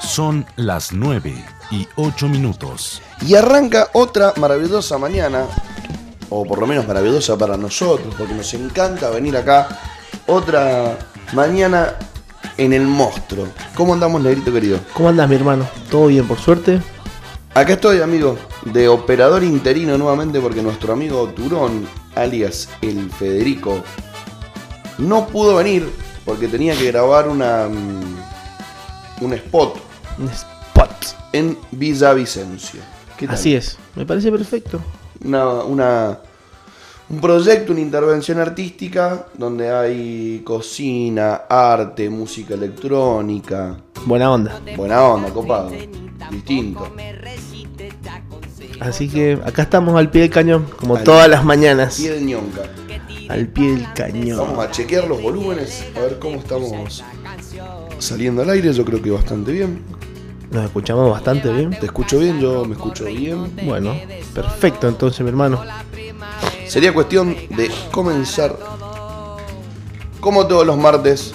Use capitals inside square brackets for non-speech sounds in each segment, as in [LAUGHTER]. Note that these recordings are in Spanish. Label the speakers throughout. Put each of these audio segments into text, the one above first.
Speaker 1: Son las 9 y 8 minutos.
Speaker 2: Y arranca otra maravillosa mañana, o por lo menos maravillosa para nosotros, porque nos encanta venir acá. Otra mañana en el monstruo. ¿Cómo andamos, negrito querido?
Speaker 3: ¿Cómo andas, mi hermano? ¿Todo bien, por suerte?
Speaker 2: Acá estoy, amigo, de operador interino nuevamente, porque nuestro amigo Turón, alias el Federico, no pudo venir porque tenía que grabar una. mm, un spot
Speaker 3: Un spot.
Speaker 2: en Villavicencio. ¿Qué tal?
Speaker 3: Así es. Me parece perfecto.
Speaker 2: una, una- un proyecto, una intervención artística donde hay cocina, arte, música electrónica.
Speaker 3: Buena onda.
Speaker 2: Buena onda, copado. Distinto.
Speaker 3: Así que acá estamos al pie del cañón, como
Speaker 2: Al-
Speaker 3: todas las mañanas.
Speaker 2: Y el ñonca.
Speaker 3: Al pie del
Speaker 2: Vamos
Speaker 3: cañón.
Speaker 2: a chequear los volúmenes, a ver cómo estamos saliendo al aire. Yo creo que bastante bien.
Speaker 3: Nos escuchamos bastante bien.
Speaker 2: Te escucho bien, yo me escucho bien.
Speaker 3: Bueno, perfecto entonces, mi hermano.
Speaker 2: Sería cuestión de comenzar, como todos los martes,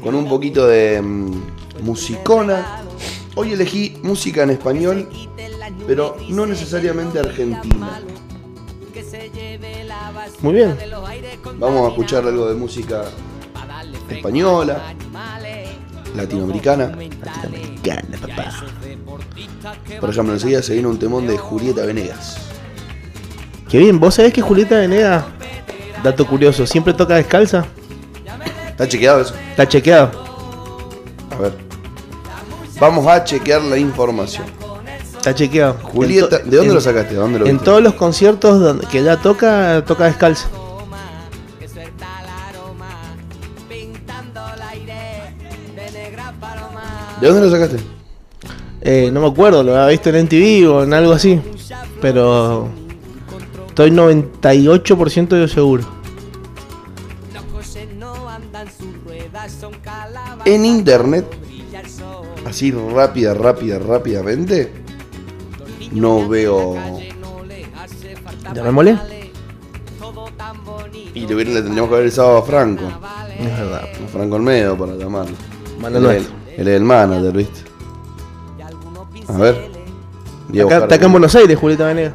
Speaker 2: con un poquito de mm, musicona. Hoy elegí música en español, pero no necesariamente argentina.
Speaker 3: Muy bien.
Speaker 2: Vamos a escuchar algo de música española, latinoamericana.
Speaker 3: Latinoamericana, papá.
Speaker 2: Por ejemplo, enseguida se viene un temón de Julieta Venegas.
Speaker 3: Qué bien, vos sabés que Julieta Venega, dato curioso, siempre toca descalza.
Speaker 2: ¿Está chequeado eso?
Speaker 3: Está chequeado.
Speaker 2: A ver. Vamos a chequear la información.
Speaker 3: Está chequeado.
Speaker 2: Julieta,
Speaker 3: En to-
Speaker 2: ¿de dónde
Speaker 3: en-
Speaker 2: lo sacaste? ¿De dónde lo
Speaker 3: En
Speaker 2: viste?
Speaker 3: todos los conciertos donde- que ella toca, toca descalza.
Speaker 2: ¿De dónde lo sacaste?
Speaker 3: Eh, no me acuerdo, lo había visto en MTV o en algo así. Pero estoy 98% de seguro.
Speaker 2: En internet, así rápida, rápida, rápidamente, no veo.
Speaker 3: ¿Llamémosle?
Speaker 2: Y le hubiera- le tendríamos que haber avisado a Franco, a
Speaker 3: Es verdad. pues.
Speaker 2: Franco Olmedo para llamarlo. él,
Speaker 3: Mano
Speaker 2: es
Speaker 3: nuestro.
Speaker 2: el- él es el manager, ¿viste? A ver. voy a
Speaker 3: Acá,
Speaker 2: buscar-
Speaker 3: está acá en Buenos Aires, Julieta Venegas.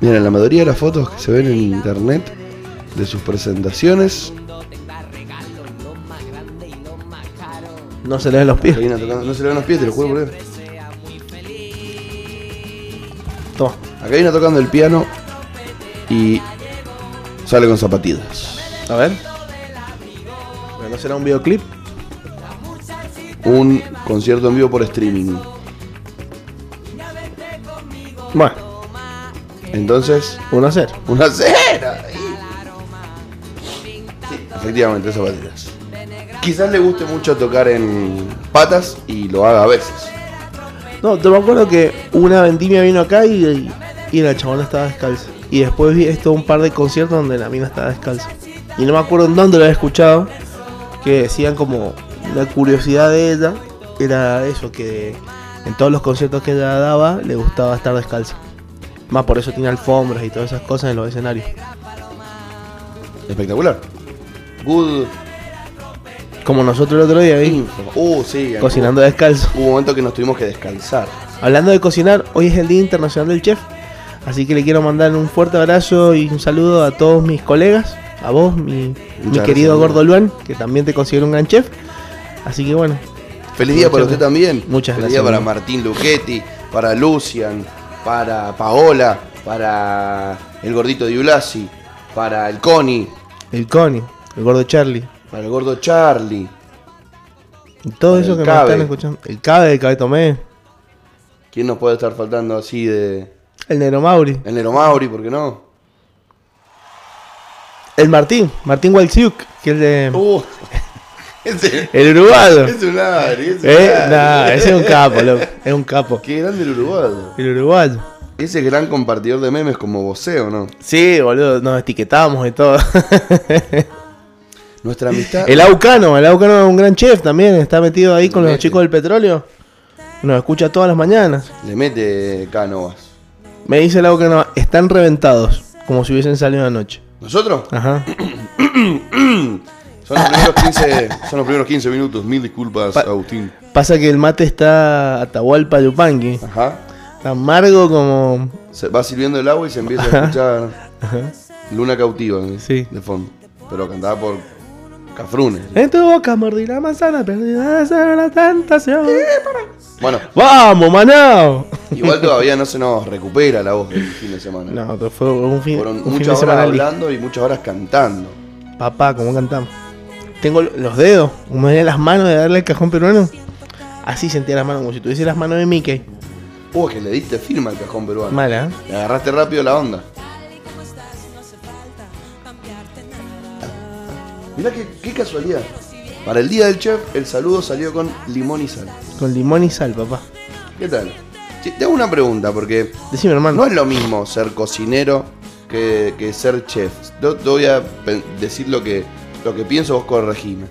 Speaker 2: Mira, la mayoría de las fotos que se ven en internet de sus presentaciones,
Speaker 3: No se le ven los pies.
Speaker 2: hay una tocando- no se le ven los pies, te lo juro por Dios.
Speaker 3: Toma.
Speaker 2: Acá hay una tocando el piano y sale con zapatillas.
Speaker 3: A ver. Pero ¿No será un videoclip?
Speaker 2: Un concierto en vivo por streaming.
Speaker 3: Bueno,
Speaker 2: Entonces,
Speaker 3: 1 a 0.
Speaker 2: una cera. Sí, efectivamente, zapatillas. Quizás le guste mucho tocar en patas y lo haga a veces.
Speaker 3: No, te me acuerdo que una vendimia vino acá y, y la chabona estaba descalza. Y después vi esto un par de conciertos donde la mina estaba descalza. Y no me acuerdo en dónde lo había escuchado, que decían como la curiosidad de ella era eso, que en todos los conciertos que ella daba le gustaba estar descalza. Más por eso tiene alfombras y todas esas cosas en los escenarios.
Speaker 2: Espectacular. Good
Speaker 3: Como nosotros el otro día, ¿vi?
Speaker 2: info. Uh, sí.
Speaker 3: cocinando descalzo.
Speaker 2: Hubo un momento que nos tuvimos que descansar.
Speaker 3: Hablando de cocinar, hoy es el Día Internacional del Chef, así que le quiero mandar un fuerte abrazo y un saludo a todos mis colegas, a vos, mi, mi
Speaker 2: gracias,
Speaker 3: querido
Speaker 2: amigo.
Speaker 3: Gordo Luan, que también te considero un gran chef. Así que bueno,
Speaker 2: Feliz día para
Speaker 3: Muchas
Speaker 2: usted también.
Speaker 3: muchas
Speaker 2: Feliz
Speaker 3: gracias,
Speaker 2: día para
Speaker 3: amigo.
Speaker 2: Martín Luchetti, para Lucian, para Paola, para el gordito Diulasi, para el Coni,
Speaker 3: el Connie, el Gordo Charlie,
Speaker 2: para el gordo Charlie.
Speaker 3: y todo
Speaker 2: Para
Speaker 3: eso
Speaker 2: el
Speaker 3: que me
Speaker 2: Cabe.
Speaker 3: están escuchando, el Cabe, el Cabe Tomé,
Speaker 2: ¿Quién nos puede estar faltando así de
Speaker 3: el Nero Mauri,
Speaker 2: el Nero Mauri, por qué no?
Speaker 3: el Martín, Martín Walsiuk, que es de,
Speaker 2: Uh, [LAUGHS] ese-
Speaker 3: el uruguayo.
Speaker 2: es un Ari, es un
Speaker 3: Eh,
Speaker 2: Ari.
Speaker 3: nah, ese es un capo, loco, es un capo.
Speaker 2: Qué grande el uruguayo.
Speaker 3: El uruguayo.
Speaker 2: Ese gran compartidor de memes como voceo, ¿no?
Speaker 3: Sí, boludo, nos etiquetamos y todo.
Speaker 2: Nuestra amistad.
Speaker 3: El Aucano, el Aucano es un gran chef también, está metido ahí con los chicos del petróleo. Nos escucha todas las mañanas.
Speaker 2: Le mete cánovas.
Speaker 3: Me dice el Aucano, están reventados, como si hubiesen salido anoche.
Speaker 2: ¿Nosotros?
Speaker 3: Ajá.
Speaker 2: Son los primeros 15, son los primeros 15 minutos. Mil disculpas,
Speaker 3: Pa-
Speaker 2: Agustín.
Speaker 3: Pasa que el mate está Atahualpa Yupanqui.
Speaker 2: Ajá.
Speaker 3: Tan amargo como.
Speaker 2: Se va sirviendo el agua y se empieza a escuchar
Speaker 3: Ajá.
Speaker 2: Luna Cautiva ¿eh?
Speaker 3: Sí.
Speaker 2: de fondo. Pero cantada por Cafrune.
Speaker 3: En tu boca mordí la manzana, perdida será la tentación.
Speaker 2: Bueno,
Speaker 3: ¡Vamos, manao!
Speaker 2: igual todavía no se nos recupera la voz del fin de semana.
Speaker 3: No, pero fue un fin,
Speaker 2: Fueron
Speaker 3: un fin de
Speaker 2: muchas horas
Speaker 3: semana. li-
Speaker 2: hablando y muchas horas cantando.
Speaker 3: Papá, ¿cómo cantamos? Tengo lo- los dedos, como tenía las manos de darle al cajón peruano. Así sentía las manos, como si tuviese las manos de Mickey.
Speaker 2: Uh, es que le diste firma al cajón peruano.
Speaker 3: Mala, ¿eh?
Speaker 2: Le agarraste rápido la onda. Mirá qué, qué casualidad. Para el día del chef, el saludo salió con limón y sal.
Speaker 3: Con limón y sal, papá.
Speaker 2: ¿Qué tal? Che, te hago una pregunta, porque
Speaker 3: Decime, hermano.
Speaker 2: no es lo mismo ser cocinero que, que ser chef. Yo te voy a pe- decir lo que, lo que pienso, vos corregime.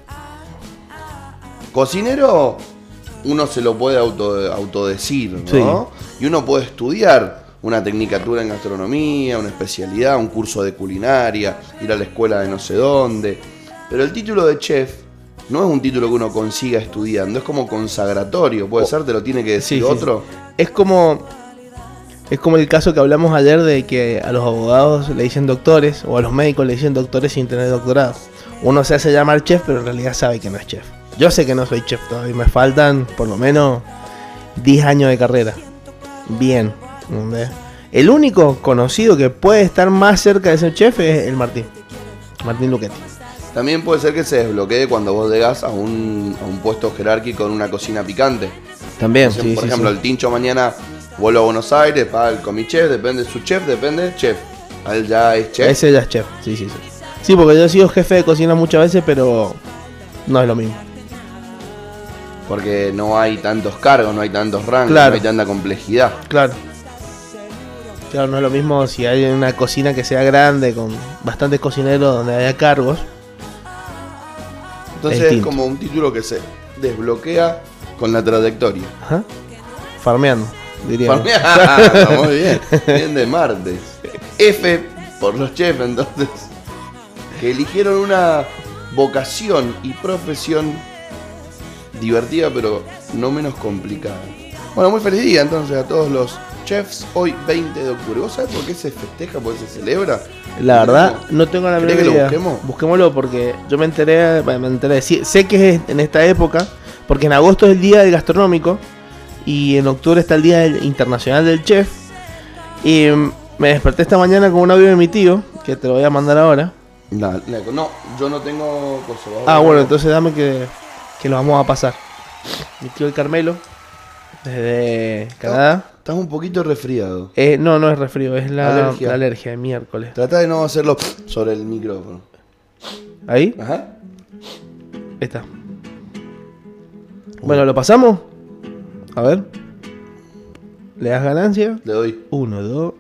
Speaker 2: Cocinero, uno se lo puede auto, autodecir, ¿no? Y uno puede estudiar una tecnicatura en gastronomía, una especialidad, un curso de culinaria, ir a la escuela de no sé dónde. Pero el título de chef no es un título que uno consiga estudiando, es como consagratorio, puede ser, te lo tiene que decir
Speaker 3: Sí, sí,
Speaker 2: otro.
Speaker 3: Es como. Es como el caso que hablamos ayer de que a los abogados le dicen doctores o a los médicos le dicen doctores sin tener doctorado. Uno se hace llamar chef, pero en realidad sabe que no es chef. Yo sé que no soy chef todavía, me faltan por lo menos 10 años de carrera. Bien. ¿entendés? El único conocido que puede estar más cerca de ser chef es el Martín. Martín Luquetti.
Speaker 2: También puede ser que se desbloquee cuando vos llegás a un, a un puesto jerárquico en una cocina picante.
Speaker 3: También,
Speaker 2: Por ejemplo, el tincho mañana vuelvo a Buenos Aires, paga el comi chef, depende su chef, depende del chef. A él ya es chef.
Speaker 3: Ese ya es chef, sí, sí, sí. Sí, porque yo he sido jefe de cocina muchas veces, pero no es lo mismo.
Speaker 2: Porque no hay tantos cargos, no hay tantos rangos,
Speaker 3: Claro.
Speaker 2: no hay tanta complejidad.
Speaker 3: Claro. Claro, no es lo mismo si hay una cocina que sea grande, con bastantes cocineros donde haya cargos.
Speaker 2: Entonces
Speaker 3: El
Speaker 2: es
Speaker 3: tinto.
Speaker 2: como un título que se desbloquea con la trayectoria.
Speaker 3: Ajá. Farmeando, diríamos. [LAUGHS]
Speaker 2: Está Ah, Muy bien, bien de martes. F por los chefs, entonces. Que eligieron una vocación y profesión divertida, pero no menos complicada. Bueno, muy feliz día entonces a todos los chefs hoy 20 de octubre. ¿Vos sabés por qué se festeja, por qué se celebra?
Speaker 3: La verdad, no tengo la
Speaker 2: ¿Querés
Speaker 3: menor
Speaker 2: que lo
Speaker 3: idea.
Speaker 2: busquemos?
Speaker 3: Busquémoslo porque yo me enteré, bueno, me enteré. sí, sé que es en esta época, porque en agosto es el día del gastronómico y en octubre está el día del- internacional del chef. Y mm, me desperté esta mañana con un audio de mi tío, que te lo voy a mandar ahora.
Speaker 2: No, no, no, yo no tengo cosa. Vos
Speaker 3: Ah,
Speaker 2: no.
Speaker 3: bueno, entonces dame que, que lo vamos a pasar. Mi tío el Carmelo, desde Canadá.
Speaker 2: Estás un poquito resfriado.
Speaker 3: Eh, no, no es resfrío, es la la alergia,
Speaker 2: Alergia.
Speaker 3: de miércoles.
Speaker 2: Trata de no hacerlo sobre el micrófono.
Speaker 3: ¿Ahí?
Speaker 2: Ajá.
Speaker 3: Ahí está. Bueno, ¿lo pasamos? A ver. ¿Le das ganancia?
Speaker 2: Le doy.
Speaker 3: Uno, dos.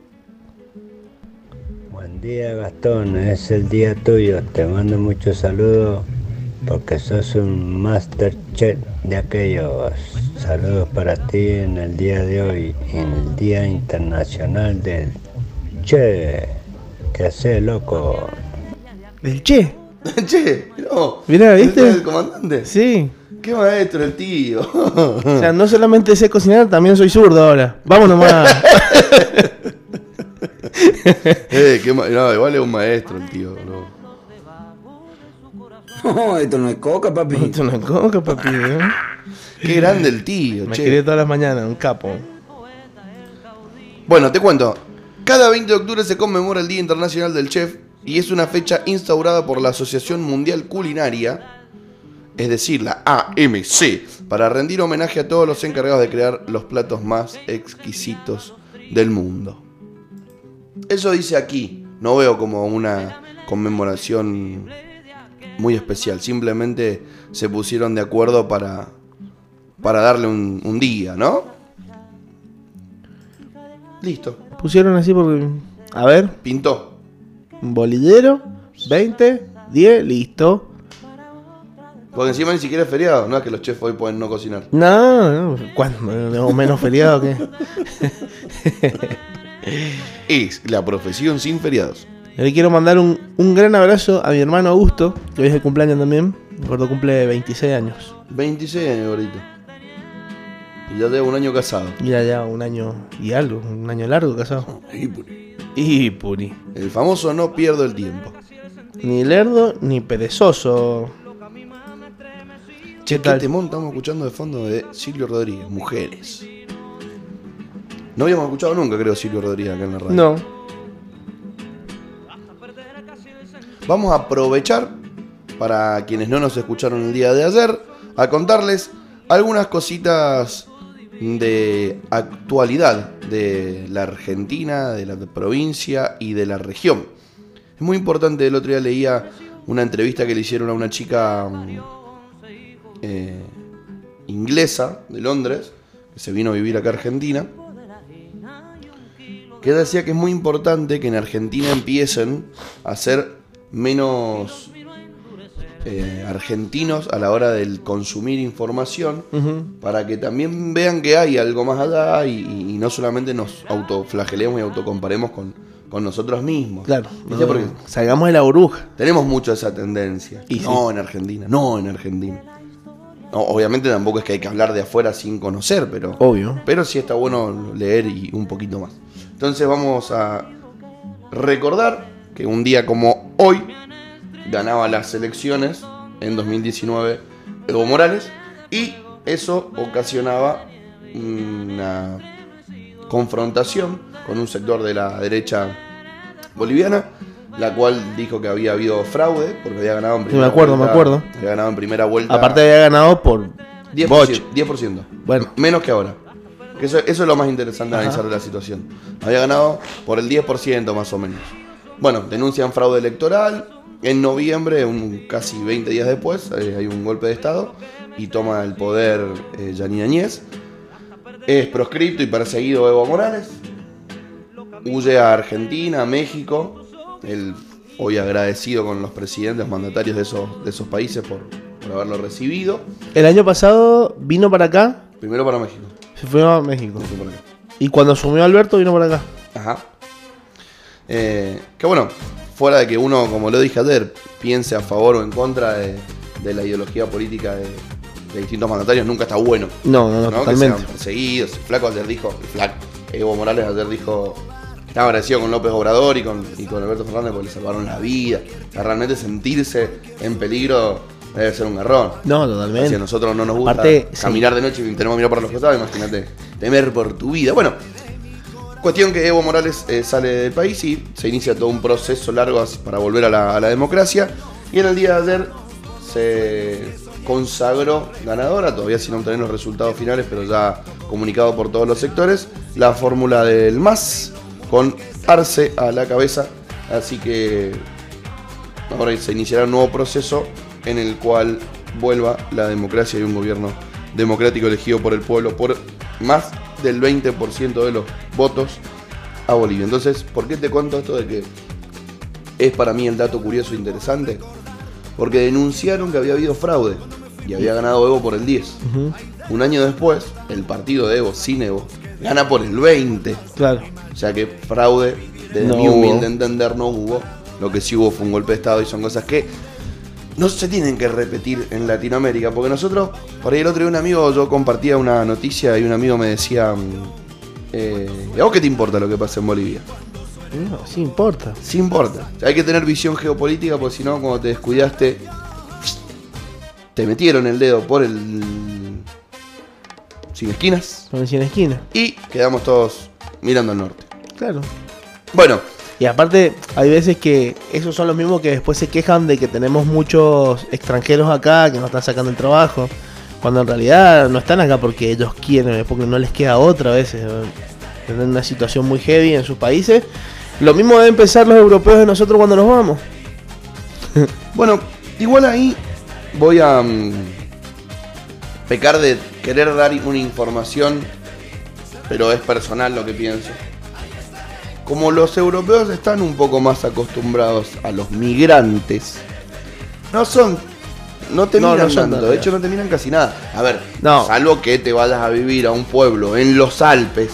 Speaker 4: Buen día Gastón, es el día tuyo. Te mando muchos saludos porque sos un master chef de aquellos. Saludos para ti en el día de hoy, en el Día Internacional del Che. ¿Qué haces, loco?
Speaker 3: ¿Del Che?
Speaker 2: [LAUGHS] che, no.
Speaker 3: Mirá, ¿viste?
Speaker 2: ¿Este es El comandante.
Speaker 3: Sí.
Speaker 2: Qué maestro el tío. [LAUGHS]
Speaker 3: O sea, no solamente sé cocinar, también soy zurdo ahora. Vamos nomás. [LAUGHS]
Speaker 2: eh, qué ma- no, igual es un maestro el tío, bro.
Speaker 5: No, esto no es coca, papi.
Speaker 3: Esto no es coca, papi. ¿eh?
Speaker 2: Qué grande el tío,
Speaker 3: Me
Speaker 2: che.
Speaker 3: escribe todas las mañanas, un capo.
Speaker 2: Bueno, te cuento. Cada 20 de octubre se conmemora el Día Internacional del Chef y es una fecha instaurada por la Asociación Mundial Culinaria, es decir, la AMC, para rendir homenaje a todos los encargados de crear los platos más exquisitos del mundo. Eso dice aquí. No veo como una conmemoración muy especial. Simplemente se pusieron de acuerdo para, para darle un, un día, ¿no? Listo.
Speaker 3: Pusieron así porque. A ver,
Speaker 2: Pintó.
Speaker 3: un bolillero, 20, 10, listo.
Speaker 2: Porque encima ni siquiera es feriado, no es que los chefs hoy pueden no cocinar.
Speaker 3: No, no, ¿cuándo? ¿O menos feriado que
Speaker 2: Es la profesión sin feriados.
Speaker 3: Le quiero mandar un, un gran abrazo a mi hermano Augusto, que hoy es el cumpleaños también. Gordo cumple 26 años.
Speaker 2: 26 años, gordito. Y ya llevo un año casado.
Speaker 3: Mira ya un año y algo, un año largo casado. Y puri.
Speaker 2: El famoso no pierdo el tiempo.
Speaker 3: Ni lerdo ni perezoso.
Speaker 2: Che,
Speaker 3: ¿Qué
Speaker 2: ¿qué
Speaker 3: tal?
Speaker 2: temón estamos escuchando de fondo de Silvio Rodríguez? Mujeres. No habíamos escuchado nunca, creo, Silvio Rodríguez acá en la radio.
Speaker 3: No.
Speaker 2: Vamos a aprovechar, para quienes no nos escucharon el día de ayer, a contarles algunas cositas de actualidad de la Argentina, de la provincia y de la región. Es muy importante, el otro día leía una entrevista que le hicieron a una chica mm, eh, inglesa de Londres, que se vino a vivir acá a Argentina, que ella decía que es muy importante que en Argentina empiecen a ser menos eh, argentinos a la hora del consumir información,
Speaker 3: Ujú.
Speaker 2: para que también vean que hay algo más allá y, y- y no solamente nos autoflagelemos y autocomparemos con, con nosotros mismos.
Speaker 3: Claro.
Speaker 2: ¿Viste? Porque
Speaker 3: Salgamos de la burbuja.
Speaker 2: tenemos mucho esa tendencia.
Speaker 3: Y
Speaker 2: no en Argentina, no en Argentina. No, obviamente tampoco es que hay que hablar de afuera sin conocer, pero...
Speaker 3: Obvio.
Speaker 2: Pero sí está bueno leer y un poquito más. Entonces vamos a recordar que un día como hoy ganaba las elecciones en 2019 Evo Morales y eso ocasionaba una confrontación con un sector de la derecha boliviana, la cual dijo que había habido fraude porque había ganado en
Speaker 3: me
Speaker 2: primera
Speaker 3: acuerdo, me
Speaker 2: vuelta-
Speaker 3: acuerdo.
Speaker 2: Había ganado en primera vuelta.
Speaker 3: Aparte había ganado por
Speaker 2: 10%.
Speaker 3: Boch.
Speaker 2: 10%.
Speaker 3: Bueno.
Speaker 2: Menos que ahora. Que Eso, eso es lo más interesante de
Speaker 3: Ajá.
Speaker 2: analizar de la situación. Había ganado por el 10% más o menos. Bueno, denuncian fraude electoral. En noviembre, un, casi 20 días después, eh, hay un golpe de Estado y toma el poder eh, Yanina Añez. Es proscripto y perseguido Evo Morales. Huye a Argentina, a México. Él, hoy agradecido con los presidentes, mandatarios de esos, de esos países por, por haberlo recibido.
Speaker 3: El año pasado vino para acá,
Speaker 2: Primero para México.
Speaker 3: se fue a México.
Speaker 2: no sé por qué.
Speaker 3: Y cuando asumió Alberto vino para acá.
Speaker 2: Ajá. Eh, que bueno, fuera de que uno, como lo dije ayer, piense a favor o en contra de, de la ideología política de, de distintos mandatarios, nunca está bueno.
Speaker 3: No, no, no,
Speaker 2: ¿no? Que sean
Speaker 3: totalmente.
Speaker 2: perseguidos. El flaco ayer dijo, el flaco, Evo Morales ayer dijo, estaba agradecido con López Obrador y con, y con Alberto Fernández porque le salvaron la vida. O sea, realmente sentirse en peligro debe ser un garrón.
Speaker 3: No,
Speaker 2: Si a
Speaker 3: totalmente.
Speaker 2: nosotros no nos gusta
Speaker 3: Aparte, sí.
Speaker 2: caminar de noche y tenemos que mirar por los costados, imagínate, temer por tu vida. Bueno, cuestión que Evo Morales eh, sale del país y se inicia todo un proceso largo as- para volver a la, a la democracia. Y en el día de ayer se consagró ganadora, todavía sin obtener los resultados finales, pero ya comunicado por todos los sectores, la fórmula del MAS con Arce a la cabeza. Así que Ahora se iniciará un nuevo proceso en el cual vuelva la democracia y un gobierno democrático elegido por el pueblo por más del 20% de los votos a Bolivia. Entonces, ¿por qué te cuento esto de que es para mí el dato curioso e interesante? Porque denunciaron que había habido fraude y había ganado Evo por el 10.
Speaker 3: Ujú,
Speaker 2: Un año después, el partido de Evo, sin Evo, gana por el 20.
Speaker 3: Claro.
Speaker 2: O sea que fraude, desde
Speaker 3: No
Speaker 2: mi humilde
Speaker 3: hubo.
Speaker 2: entender, no hubo. Lo que sí hubo fue un golpe de Estado y son cosas que no se tienen que repetir en Latinoamérica. Porque nosotros, por ahí el otro día un amigo, yo compartía una noticia y un amigo me decía, mm, eh, ¿y a vos qué te importa lo que pasa en Bolivia?
Speaker 3: No, sí importa.
Speaker 2: Sí importa. O sea, hay que tener visión geopolítica porque si no, cuando te descuidaste, te metieron el dedo por el... sin esquinas
Speaker 3: Son 100 esquinas.
Speaker 2: y quedamos todos mirando al norte.
Speaker 3: Claro.
Speaker 2: Bueno,
Speaker 3: Y aparte, hay veces que esos son los mismos que después se quejan de que tenemos muchos extranjeros acá que nos están sacando el trabajo. Cuando en realidad no están acá porque ellos quieren, es porque no les queda otra a veces. Tienen una situación muy heavy en sus países. Lo mismo deben pensar los europeos de nosotros cuando nos vamos.
Speaker 2: Bueno, igual ahí voy a mm, pecar de querer dar una información, pero es personal lo que pienso. Como los europeos están un poco más acostumbrados a los migrantes, no son, no te
Speaker 3: No, no
Speaker 2: miran
Speaker 3: son
Speaker 2: tanto,
Speaker 3: tan
Speaker 2: de hecho no te miran casi nada. A ver,
Speaker 3: No.
Speaker 2: salvo que te vayas a vivir a un pueblo en los Alpes,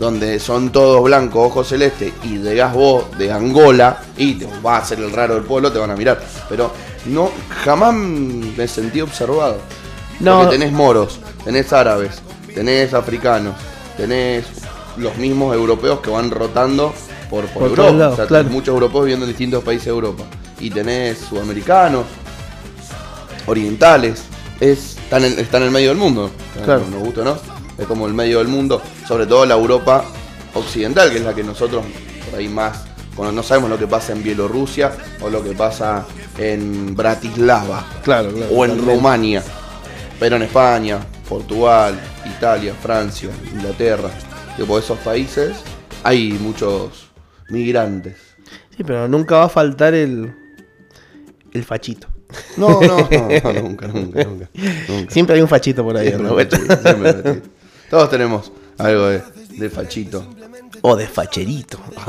Speaker 2: donde son todos blancos, ojos celestes, y llegás vos de Angola, y te vas a ser el raro del pueblo, te van a mirar. Pero no, jamás me sentí observado.
Speaker 3: No.
Speaker 2: Porque tenés moros, tenés árabes, tenés africanos, tenés los mismos europeos que van rotando por, por
Speaker 3: Por todos
Speaker 2: Europa.
Speaker 3: lados,
Speaker 2: o sea,
Speaker 3: claro.
Speaker 2: tenés muchos europeos viviendo en distintos países de Europa. Y tenés sudamericanos, orientales. Es, están, en, está en el medio del mundo.
Speaker 3: Claro.
Speaker 2: Nos gusta, o ¿no? Es como el medio del mundo. Sobre todo la Europa occidental, que es la que nosotros por ahí más. Cuando no sabemos lo que pasa en Bielorrusia o lo que pasa en Bratislava
Speaker 3: Claro, claro.
Speaker 2: o en Rumania. Pero en España, Portugal, Italia, Francia, Inglaterra, tipo esos países, hay muchos migrantes.
Speaker 3: Sí, pero nunca va a faltar el. el fachito.
Speaker 2: No, no, no, [LAUGHS] no, nunca, nunca, nunca. nunca.
Speaker 3: Siempre hay un fachito por ahí.
Speaker 2: Siempre
Speaker 3: dando
Speaker 2: me
Speaker 3: vueltas.
Speaker 2: metí, siempre me metí. Todos tenemos algo de, de fachito.
Speaker 3: o de facherito.
Speaker 2: [LAUGHS]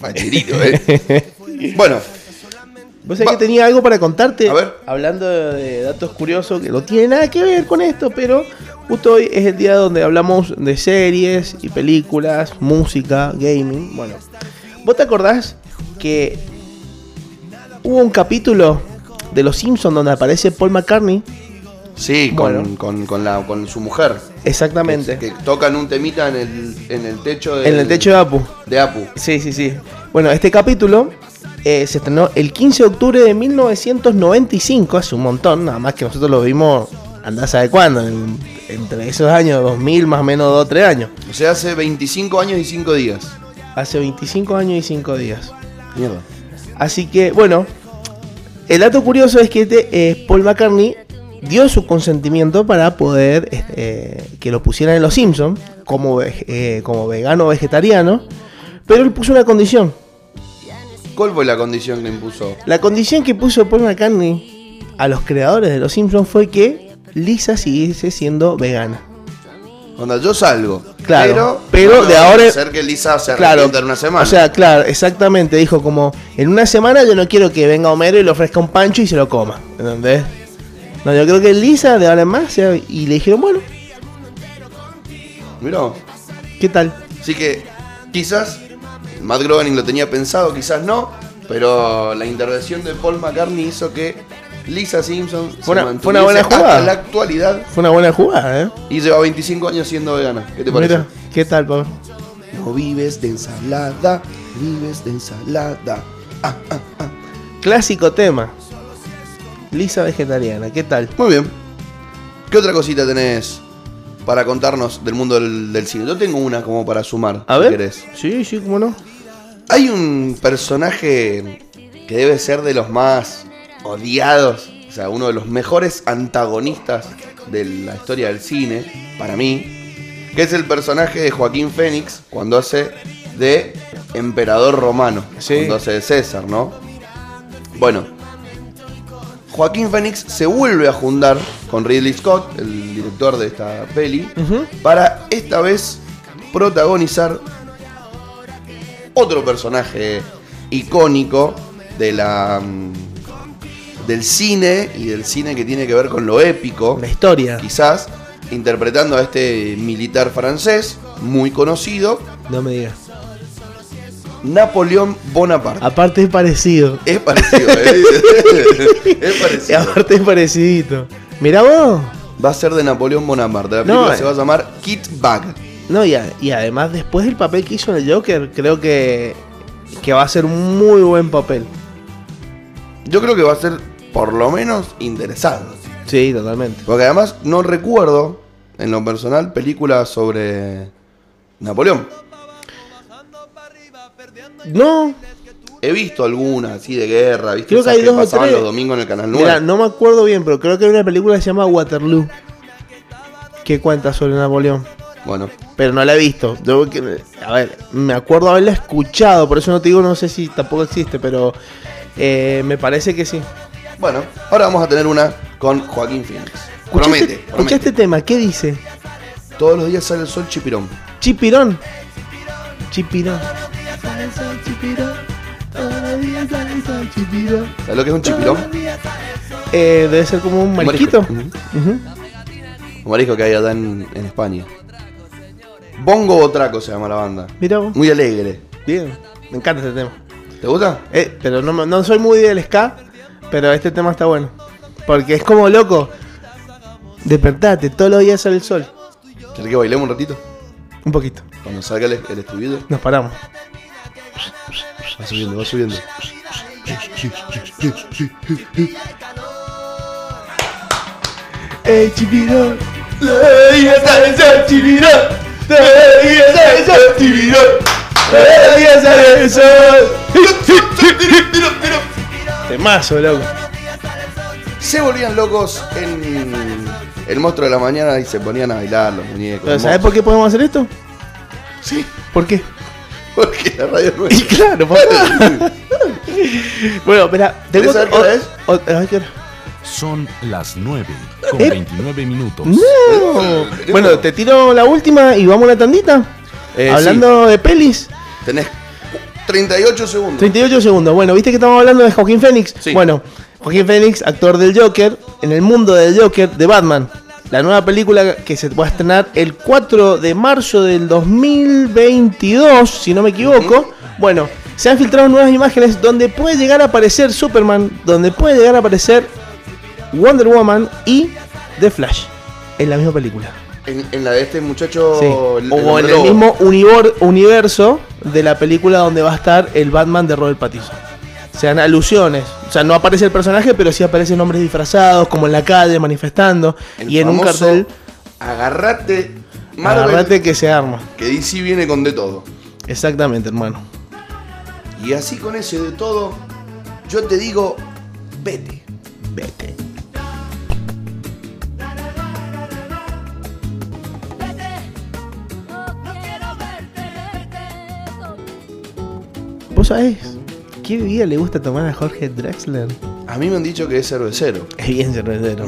Speaker 2: Fachirito, ¿eh? Bueno,
Speaker 3: Vos sabés
Speaker 2: Va-
Speaker 3: que tenía algo para contarte.
Speaker 2: A ver.
Speaker 3: Hablando de datos curiosos que no tiene nada que ver con esto, pero justo hoy es el día donde hablamos de series y películas, música, gaming. Bueno, ¿vos te acordás que hubo un capítulo de Los Simpsons donde aparece Paul McCartney?
Speaker 2: sí, con,
Speaker 3: Bueno.
Speaker 2: con, con la, con su mujer.
Speaker 3: Exactamente.
Speaker 2: Que tocan un temita en el, en el techo de,
Speaker 3: En el techo de Apu.
Speaker 2: de Apu.
Speaker 3: Sí, sí, sí. Bueno, este capítulo eh, se estrenó el 15 de octubre de 1995, hace un montón, nada más que nosotros lo vimos, andá sabe cuándo, en- entre esos años, 2000 más o menos 2 3 años.
Speaker 2: O sea, hace 25 años y 5 días.
Speaker 3: Hace 25 años y 5 días.
Speaker 2: Mierda.
Speaker 3: Así que, bueno, el dato curioso es que este, eh, Paul McCartney dio su consentimiento para poder este, eh, que lo pusieran en Los Simpsons como, ve- eh, como vegano o vegetariano, pero él puso una condición.
Speaker 2: ¿Cuál fue la condición que impuso?
Speaker 3: La condición que puso Paul McCartney a los creadores de Los Simpsons fue que Lisa siguiese siendo vegana.
Speaker 2: Onda, yo salgo.
Speaker 3: Claro,
Speaker 2: Pero,
Speaker 3: pero de
Speaker 2: puede
Speaker 3: ahora-
Speaker 2: ser que Lisa se
Speaker 3: Claro,
Speaker 2: arrepienta en una semana.
Speaker 3: O sea, claro, exactamente. Dijo como, en una semana yo no quiero que venga Homero y le ofrezca un pancho y se lo coma. ¿Entendés? No, yo creo que Lisa de ahora en más, sea- y le dijeron, bueno,
Speaker 2: Mirá.
Speaker 3: ¿qué tal?
Speaker 2: Así que, quizás, Matt Groening lo tenía pensado, quizás no. Pero la intervención de Paul McCartney hizo que Lisa Simpson
Speaker 3: Fue una-
Speaker 2: mantuviese
Speaker 3: fue una buena
Speaker 2: hasta
Speaker 3: jugada.
Speaker 2: la actualidad
Speaker 3: Fue una buena jugada, ¿eh?
Speaker 2: y lleva 25 años siendo vegana. ¿Qué te parece?
Speaker 3: Mira, ¿qué tal, papá?
Speaker 2: No vives de ensalada, vives de ensalada.
Speaker 3: Clásico tema. Lisa vegetariana, ¿qué tal?
Speaker 2: Muy bien. ¿Qué otra cosita tenés para contarnos del mundo del, del cine? Yo tengo una como para sumar.
Speaker 3: A
Speaker 2: si
Speaker 3: ver.
Speaker 2: querés.
Speaker 3: Sí, sí, cómo no.
Speaker 2: Hay un personaje que debe ser de los más odiados, o sea, uno de los mejores antagonistas de la historia del cine, para mí, que es el personaje de Joaquín Fénix cuando hace de emperador romano,
Speaker 3: Sí.
Speaker 2: cuando hace de César, ¿no? Bueno, Joaquín Fénix se vuelve a juntar con Ridley Scott, el director de esta peli,
Speaker 3: Ujú.
Speaker 2: para esta vez protagonizar otro personaje icónico de la mm, del cine y del cine que tiene que ver con lo épico,
Speaker 3: La historia.
Speaker 2: quizás interpretando a este militar francés muy conocido,
Speaker 3: No me digas.
Speaker 2: Napoleón Bonaparte.
Speaker 3: Aparte es parecido.
Speaker 2: Es parecido,
Speaker 3: [LAUGHS]
Speaker 2: ¿eh? es
Speaker 3: Y
Speaker 2: parecido.
Speaker 3: aparte es parecidito. Mirá vos.
Speaker 2: Va a ser de Napoleón Bonaparte. La
Speaker 3: No,
Speaker 2: película
Speaker 3: eh.
Speaker 2: se va a llamar Kit Bag.
Speaker 3: No, y, a- y además después del papel que hizo en el Joker, creo que, que va a ser un muy buen papel.
Speaker 2: Yo creo que va a ser por lo menos interesante.
Speaker 3: Sí, totalmente.
Speaker 2: Porque además no recuerdo, en lo personal, películas sobre Napoleón.
Speaker 3: No,
Speaker 2: He visto algunas así de guerra, ¿viste?
Speaker 3: Creo que
Speaker 2: Esas
Speaker 3: hay dos o
Speaker 2: pasaban
Speaker 3: tres.
Speaker 2: los domingos en el canal 9.
Speaker 3: mira, no me acuerdo bien, pero creo que hay una película que se llama Waterloo. Que cuenta sobre Napoleón.
Speaker 2: Bueno,
Speaker 3: Pero no la he visto. Yo que- a ver, me acuerdo haberla escuchado, por eso no te digo, no sé si tampoco existe, pero eh, me parece que sí.
Speaker 2: bueno, ahora vamos a tener una con Joaquín Phoenix.
Speaker 3: ¿Escuchaste, este
Speaker 2: Promete, promete.
Speaker 3: escucha este tema, ¿qué dice?
Speaker 2: Todos los días sale el sol chipirón.
Speaker 3: Chipirón. Chipirón.
Speaker 2: ¿Sabes lo que es un chipirón?
Speaker 3: Eh, debe ser como un mariquito.
Speaker 2: marisco.
Speaker 3: Ujú.
Speaker 2: Un marisco que hay allá en, en España. Bongo Botraco se llama la banda.
Speaker 3: Mira vos.
Speaker 2: Muy alegre.
Speaker 3: Bien. Me encanta este tema.
Speaker 2: ¿Te gusta?
Speaker 3: Eh, pero no, me- no soy muy del ska, pero este tema está bueno. Porque es como loco. Despertate, todos los días sale el sol.
Speaker 2: ¿Querés que bailemos un ratito?
Speaker 3: Un poquito.
Speaker 2: Cuando salga el, el estribillo.
Speaker 3: Nos paramos.
Speaker 2: Va subiendo, va subiendo.
Speaker 3: ¡Ey, chiquito! Temazo, loco.
Speaker 2: Se volvían locos en el monstruo de la mañana y se ponían a bailar los muñecos.
Speaker 3: Pero ¿Sabes
Speaker 2: hermoso.
Speaker 3: por qué podemos hacer esto?
Speaker 2: Sí,
Speaker 3: ¿Por qué?
Speaker 2: porque la radio no
Speaker 3: [LAUGHS] Y
Speaker 2: es.
Speaker 3: claro, por- [LAUGHS] Bueno, espera,
Speaker 2: ¿Querés
Speaker 3: tengo
Speaker 2: saber qué hora es?
Speaker 3: o- o- ay, qué hora.
Speaker 1: Son las 9 con
Speaker 3: Eh.
Speaker 1: 29 minutos.
Speaker 3: No.
Speaker 2: no.
Speaker 3: Bueno, te tiro la última y vamos a la tandita.
Speaker 2: Eh,
Speaker 3: Hablando de pelis,
Speaker 2: Tenés 38 segundos.
Speaker 3: 38 segundos. Bueno, viste que estamos hablando de Joaquín Phoenix.
Speaker 2: Sí.
Speaker 3: Bueno, Joaquín Phoenix, actor del Joker, en el mundo del Joker de Batman. La nueva película que se va a estrenar el 4 de marzo del 2022, si no me equivoco. Bueno, se han filtrado nuevas imágenes donde puede llegar a aparecer Superman, donde puede llegar a aparecer Wonder Woman y The Flash en la misma película.
Speaker 2: En, en la de este muchacho.
Speaker 3: Sí.
Speaker 2: el-
Speaker 3: O en
Speaker 2: hombre
Speaker 3: el
Speaker 2: lobo.
Speaker 3: mismo univor- universo de la película donde va a estar el Batman de Robert Pattinson. Sean alusiones. O sea, no aparece el personaje, pero sí aparecen hombres disfrazados, como en la calle, manifestando.
Speaker 2: El
Speaker 3: y en un
Speaker 2: famoso
Speaker 3: cartel,
Speaker 2: Agarrate, Marvel.
Speaker 3: agarrate que se arma.
Speaker 2: Que DC viene con de todo.
Speaker 3: Exactamente, hermano.
Speaker 2: Y así con ese de todo, yo te digo, vete.
Speaker 3: Vete.
Speaker 6: Vete, no quiero verte, vete.
Speaker 3: ¿Vos sabés qué bebida le gusta tomar a Jorge Drexler?
Speaker 2: A mí me han dicho que es cervecero. [LAUGHS]
Speaker 3: Es bien cervecero.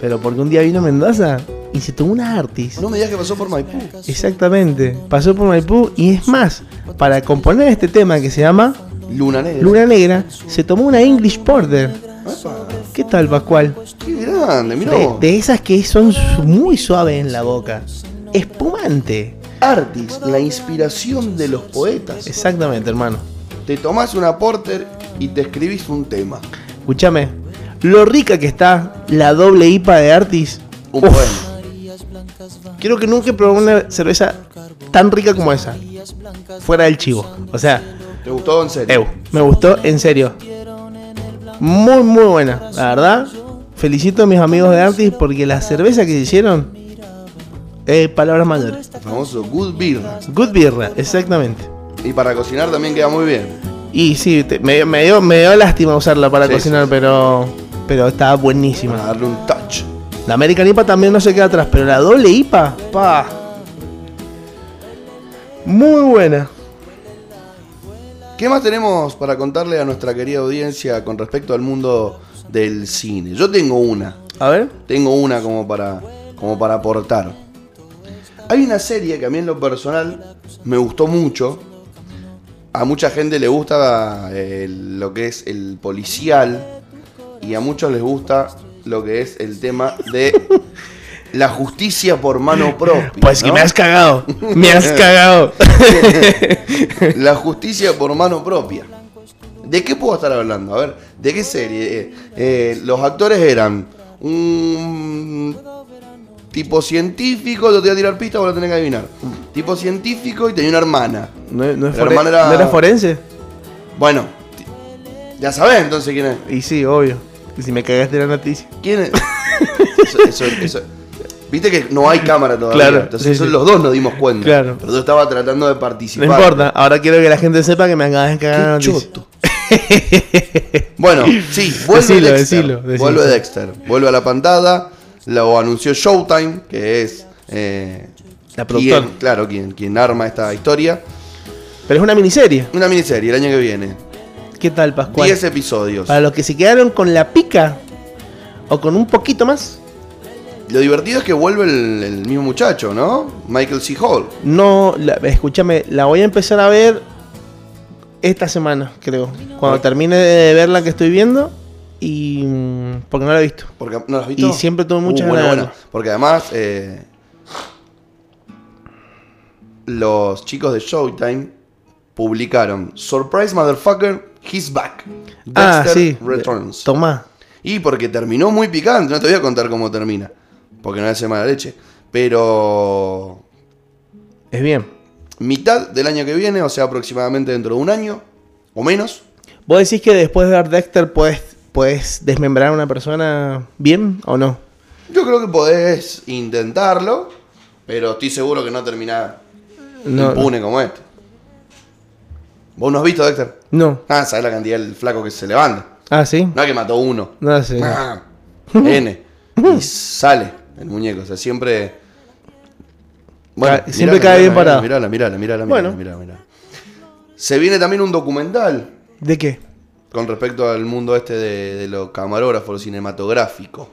Speaker 3: pero porque un día vino a Mendoza y se tomó una Artis.
Speaker 2: No me digas que pasó por Maipú.
Speaker 3: Exactamente. Pasó por Maipú y es más, para componer este tema que se llama
Speaker 2: Luna Negra.
Speaker 3: Luna Negra, se tomó una English Porter.
Speaker 2: Epa,
Speaker 3: ¿Qué tal, Pascual?
Speaker 2: qué grande, mirá
Speaker 3: De,
Speaker 2: vos.
Speaker 3: de esas que son su- muy suaves en la boca. Espumante.
Speaker 2: Artis, la inspiración de los poetas.
Speaker 3: Exactamente, hermano.
Speaker 2: Te tomás una porter y te escribís un tema.
Speaker 3: Escúchame. Lo rica que está la doble IPA de Artis.
Speaker 2: Un
Speaker 3: Uf,
Speaker 2: poema.
Speaker 3: Quiero que nunca probé una cerveza tan rica como esa. Fuera del chivo. O sea,
Speaker 2: ¿Te gustó en serio?
Speaker 3: Eu, me gustó, en serio. Muy, muy buena, la verdad. Felicito a mis amigos de Artis porque la cerveza que hicieron. Eh, palabras mayores.
Speaker 2: El famoso Good Birra.
Speaker 3: Good birra, exactamente.
Speaker 2: Y para cocinar también queda muy bien.
Speaker 3: Y sí, te- me, me dio, me dio lástima usarla para
Speaker 2: Sí,
Speaker 3: cocinar,
Speaker 2: sí, sí.
Speaker 3: pero. Pero estaba
Speaker 2: Para
Speaker 3: buenísima.
Speaker 2: darle un touch.
Speaker 3: La American IPA también no se queda atrás, pero la doble IPA, pa. Muy buena.
Speaker 2: ¿Qué más tenemos para contarle a nuestra querida audiencia con respecto al mundo del cine? Yo tengo una.
Speaker 3: A ver.
Speaker 2: Tengo una como para, como para aportar. Hay una serie que a mí en lo personal me gustó mucho. A mucha gente le gusta eh, lo que es el policial y a muchos les gusta lo que es el tema
Speaker 3: [LAUGHS]
Speaker 2: de la justicia por mano propia.
Speaker 3: Pues que
Speaker 2: ¿no?
Speaker 3: me has cagado. Me [LAUGHS] has cagado.
Speaker 2: La justicia por mano propia. ¿De qué puedo estar hablando? A ver, ¿de qué serie? Eh, eh, los actores eran un tipo científico, yo te voy a tirar pistas, vos la tenés que adivinar. Tipo científico y tenía una hermana.
Speaker 3: No, no es
Speaker 2: La
Speaker 3: fore-
Speaker 2: hermana era-
Speaker 3: ¿no era forense?
Speaker 2: Bueno, ti- ya sabés entonces quién es.
Speaker 3: Y sí, obvio. Y si me cagaste la noticia.
Speaker 2: ¿Quién es? Eso- eso- eso- Viste que no hay cámara todavía.
Speaker 3: Claro,
Speaker 2: entonces
Speaker 3: sí,
Speaker 2: eso
Speaker 3: sí.
Speaker 2: los dos nos dimos cuenta.
Speaker 3: Claro.
Speaker 2: Pero yo estaba tratando de
Speaker 3: No
Speaker 2: participar.
Speaker 3: importa, ahora quiero que la gente sepa que me acabas de cagar la
Speaker 2: Qué
Speaker 3: noticia.
Speaker 2: choto.
Speaker 3: [LAUGHS]
Speaker 2: Bueno, sí, vuelve
Speaker 3: Decilo,
Speaker 2: Dexter.
Speaker 3: decilo, decilo.
Speaker 2: Vuelve Dexter. Vuelve a la pantalla. Lo anunció Showtime, que es. eh,
Speaker 3: La productora.
Speaker 2: quien, claro, quien, quien arma esta historia.
Speaker 3: Pero es una miniserie.
Speaker 2: Una miniserie el año que viene.
Speaker 3: ¿Qué tal, Pascual?
Speaker 2: 10 episodios.
Speaker 3: Para los que se quedaron con la pica o con un poquito más,
Speaker 2: Lo divertido es que vuelve el, el mismo muchacho, ¿no? Michael C. Hall.
Speaker 3: no, la- escúchame, la voy a empezar a ver esta semana, creo. Cuando termine de ver la que estoy viendo y mm, porque no la he visto.
Speaker 2: Porque, ¿No lo has visto? Uh,
Speaker 3: Y siempre tuve muchas
Speaker 2: bueno,
Speaker 3: ganas de
Speaker 2: bueno, Porque además. eh, los chicos de Showtime publicaron Surprise Motherfucker, He's Back.
Speaker 3: Ah,
Speaker 2: Dexter
Speaker 3: sí.
Speaker 2: Returns.
Speaker 3: Tomá.
Speaker 2: Y porque terminó muy picante, no te voy a contar cómo termina, porque no hace mala leche. Pero
Speaker 3: Es bien.
Speaker 2: mitad del año que viene, o sea, aproximadamente dentro de un año o menos,
Speaker 3: ¿Vos decís que después de ver Dexter puedes, puedes desmembrar a una persona bien o no?
Speaker 2: yo creo que podés intentarlo, pero estoy seguro que no terminará
Speaker 3: No.
Speaker 2: impune como este. ¿Vos no has visto, Dexter?
Speaker 3: No.
Speaker 2: Ah, ¿sabés la cantidad del flaco que se levanta?
Speaker 3: Ah, sí.
Speaker 2: No es que mató uno.
Speaker 3: No sé.
Speaker 2: Ah, N. Y sale el muñeco. O sea, siempre.
Speaker 3: Ca- siempre cae bien parado.
Speaker 2: Mirala, mirala, mirala, mirala,
Speaker 3: Bueno.
Speaker 2: mirala, mirala. Se viene también un documental
Speaker 3: ¿De qué?
Speaker 2: con respecto al mundo este de, de los camarógrafos cinematográficos.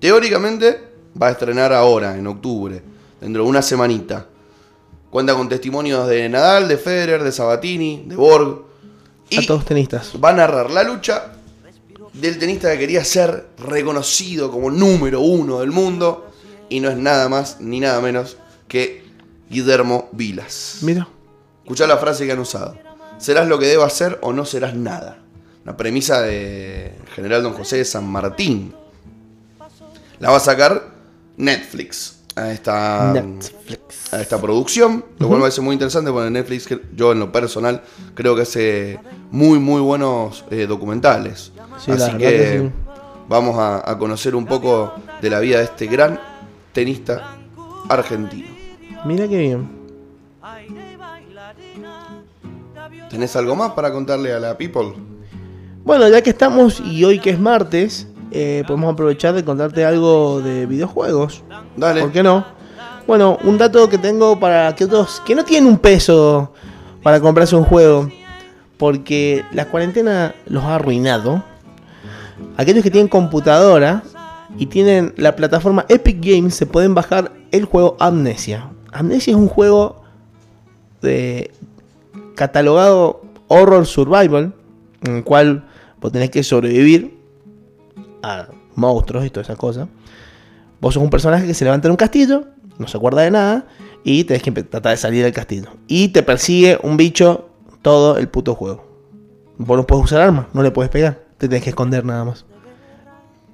Speaker 2: Teóricamente va a estrenar ahora, en octubre, dentro de una semanita. Cuenta con testimonios de Nadal, de Federer, de Sabatini, de Borg.
Speaker 3: A todos tenistas.
Speaker 2: va a narrar la lucha del tenista que quería ser reconocido como número uno del mundo y no es nada más ni nada menos que Guillermo Vilas.
Speaker 3: Mira.
Speaker 2: Escuchá la frase que han usado. Serás lo que debas ser o no serás nada. Una premisa de General Don José de San Martín. La va a sacar Netflix a esta, a esta producción, lo cual me parece muy interesante porque Netflix, que yo en lo personal, creo que hace muy, muy buenos eh, documentales.
Speaker 3: Sí,
Speaker 2: Así
Speaker 3: la verdad
Speaker 2: que,
Speaker 3: que sí.
Speaker 2: vamos a, a conocer un poco de la vida de este gran tenista argentino.
Speaker 3: Mira qué bien.
Speaker 2: ¿Tenés algo más para contarle a la people?
Speaker 3: Bueno, ya que estamos y hoy que es martes, eh, podemos aprovechar de contarte algo de videojuegos.
Speaker 2: Dale.
Speaker 3: ¿Por qué no? Bueno, un dato que tengo para que otros que no tienen un peso para comprarse un juego, porque la cuarentena los ha arruinado. Aquellos que tienen computadora y tienen la plataforma Epic Games se pueden bajar el juego Amnesia. Amnesia es un juego de catalogado horror survival, en el cual vos tenés que sobrevivir a monstruos y toda esa cosa. Vos sos un personaje que se levanta en un castillo, no se acuerda de nada, y tenés que empe- tratar de salir del castillo. Y te persigue un bicho todo el puto juego. Vos no puedes usar armas, no le puedes pegar, te tenés que esconder nada más.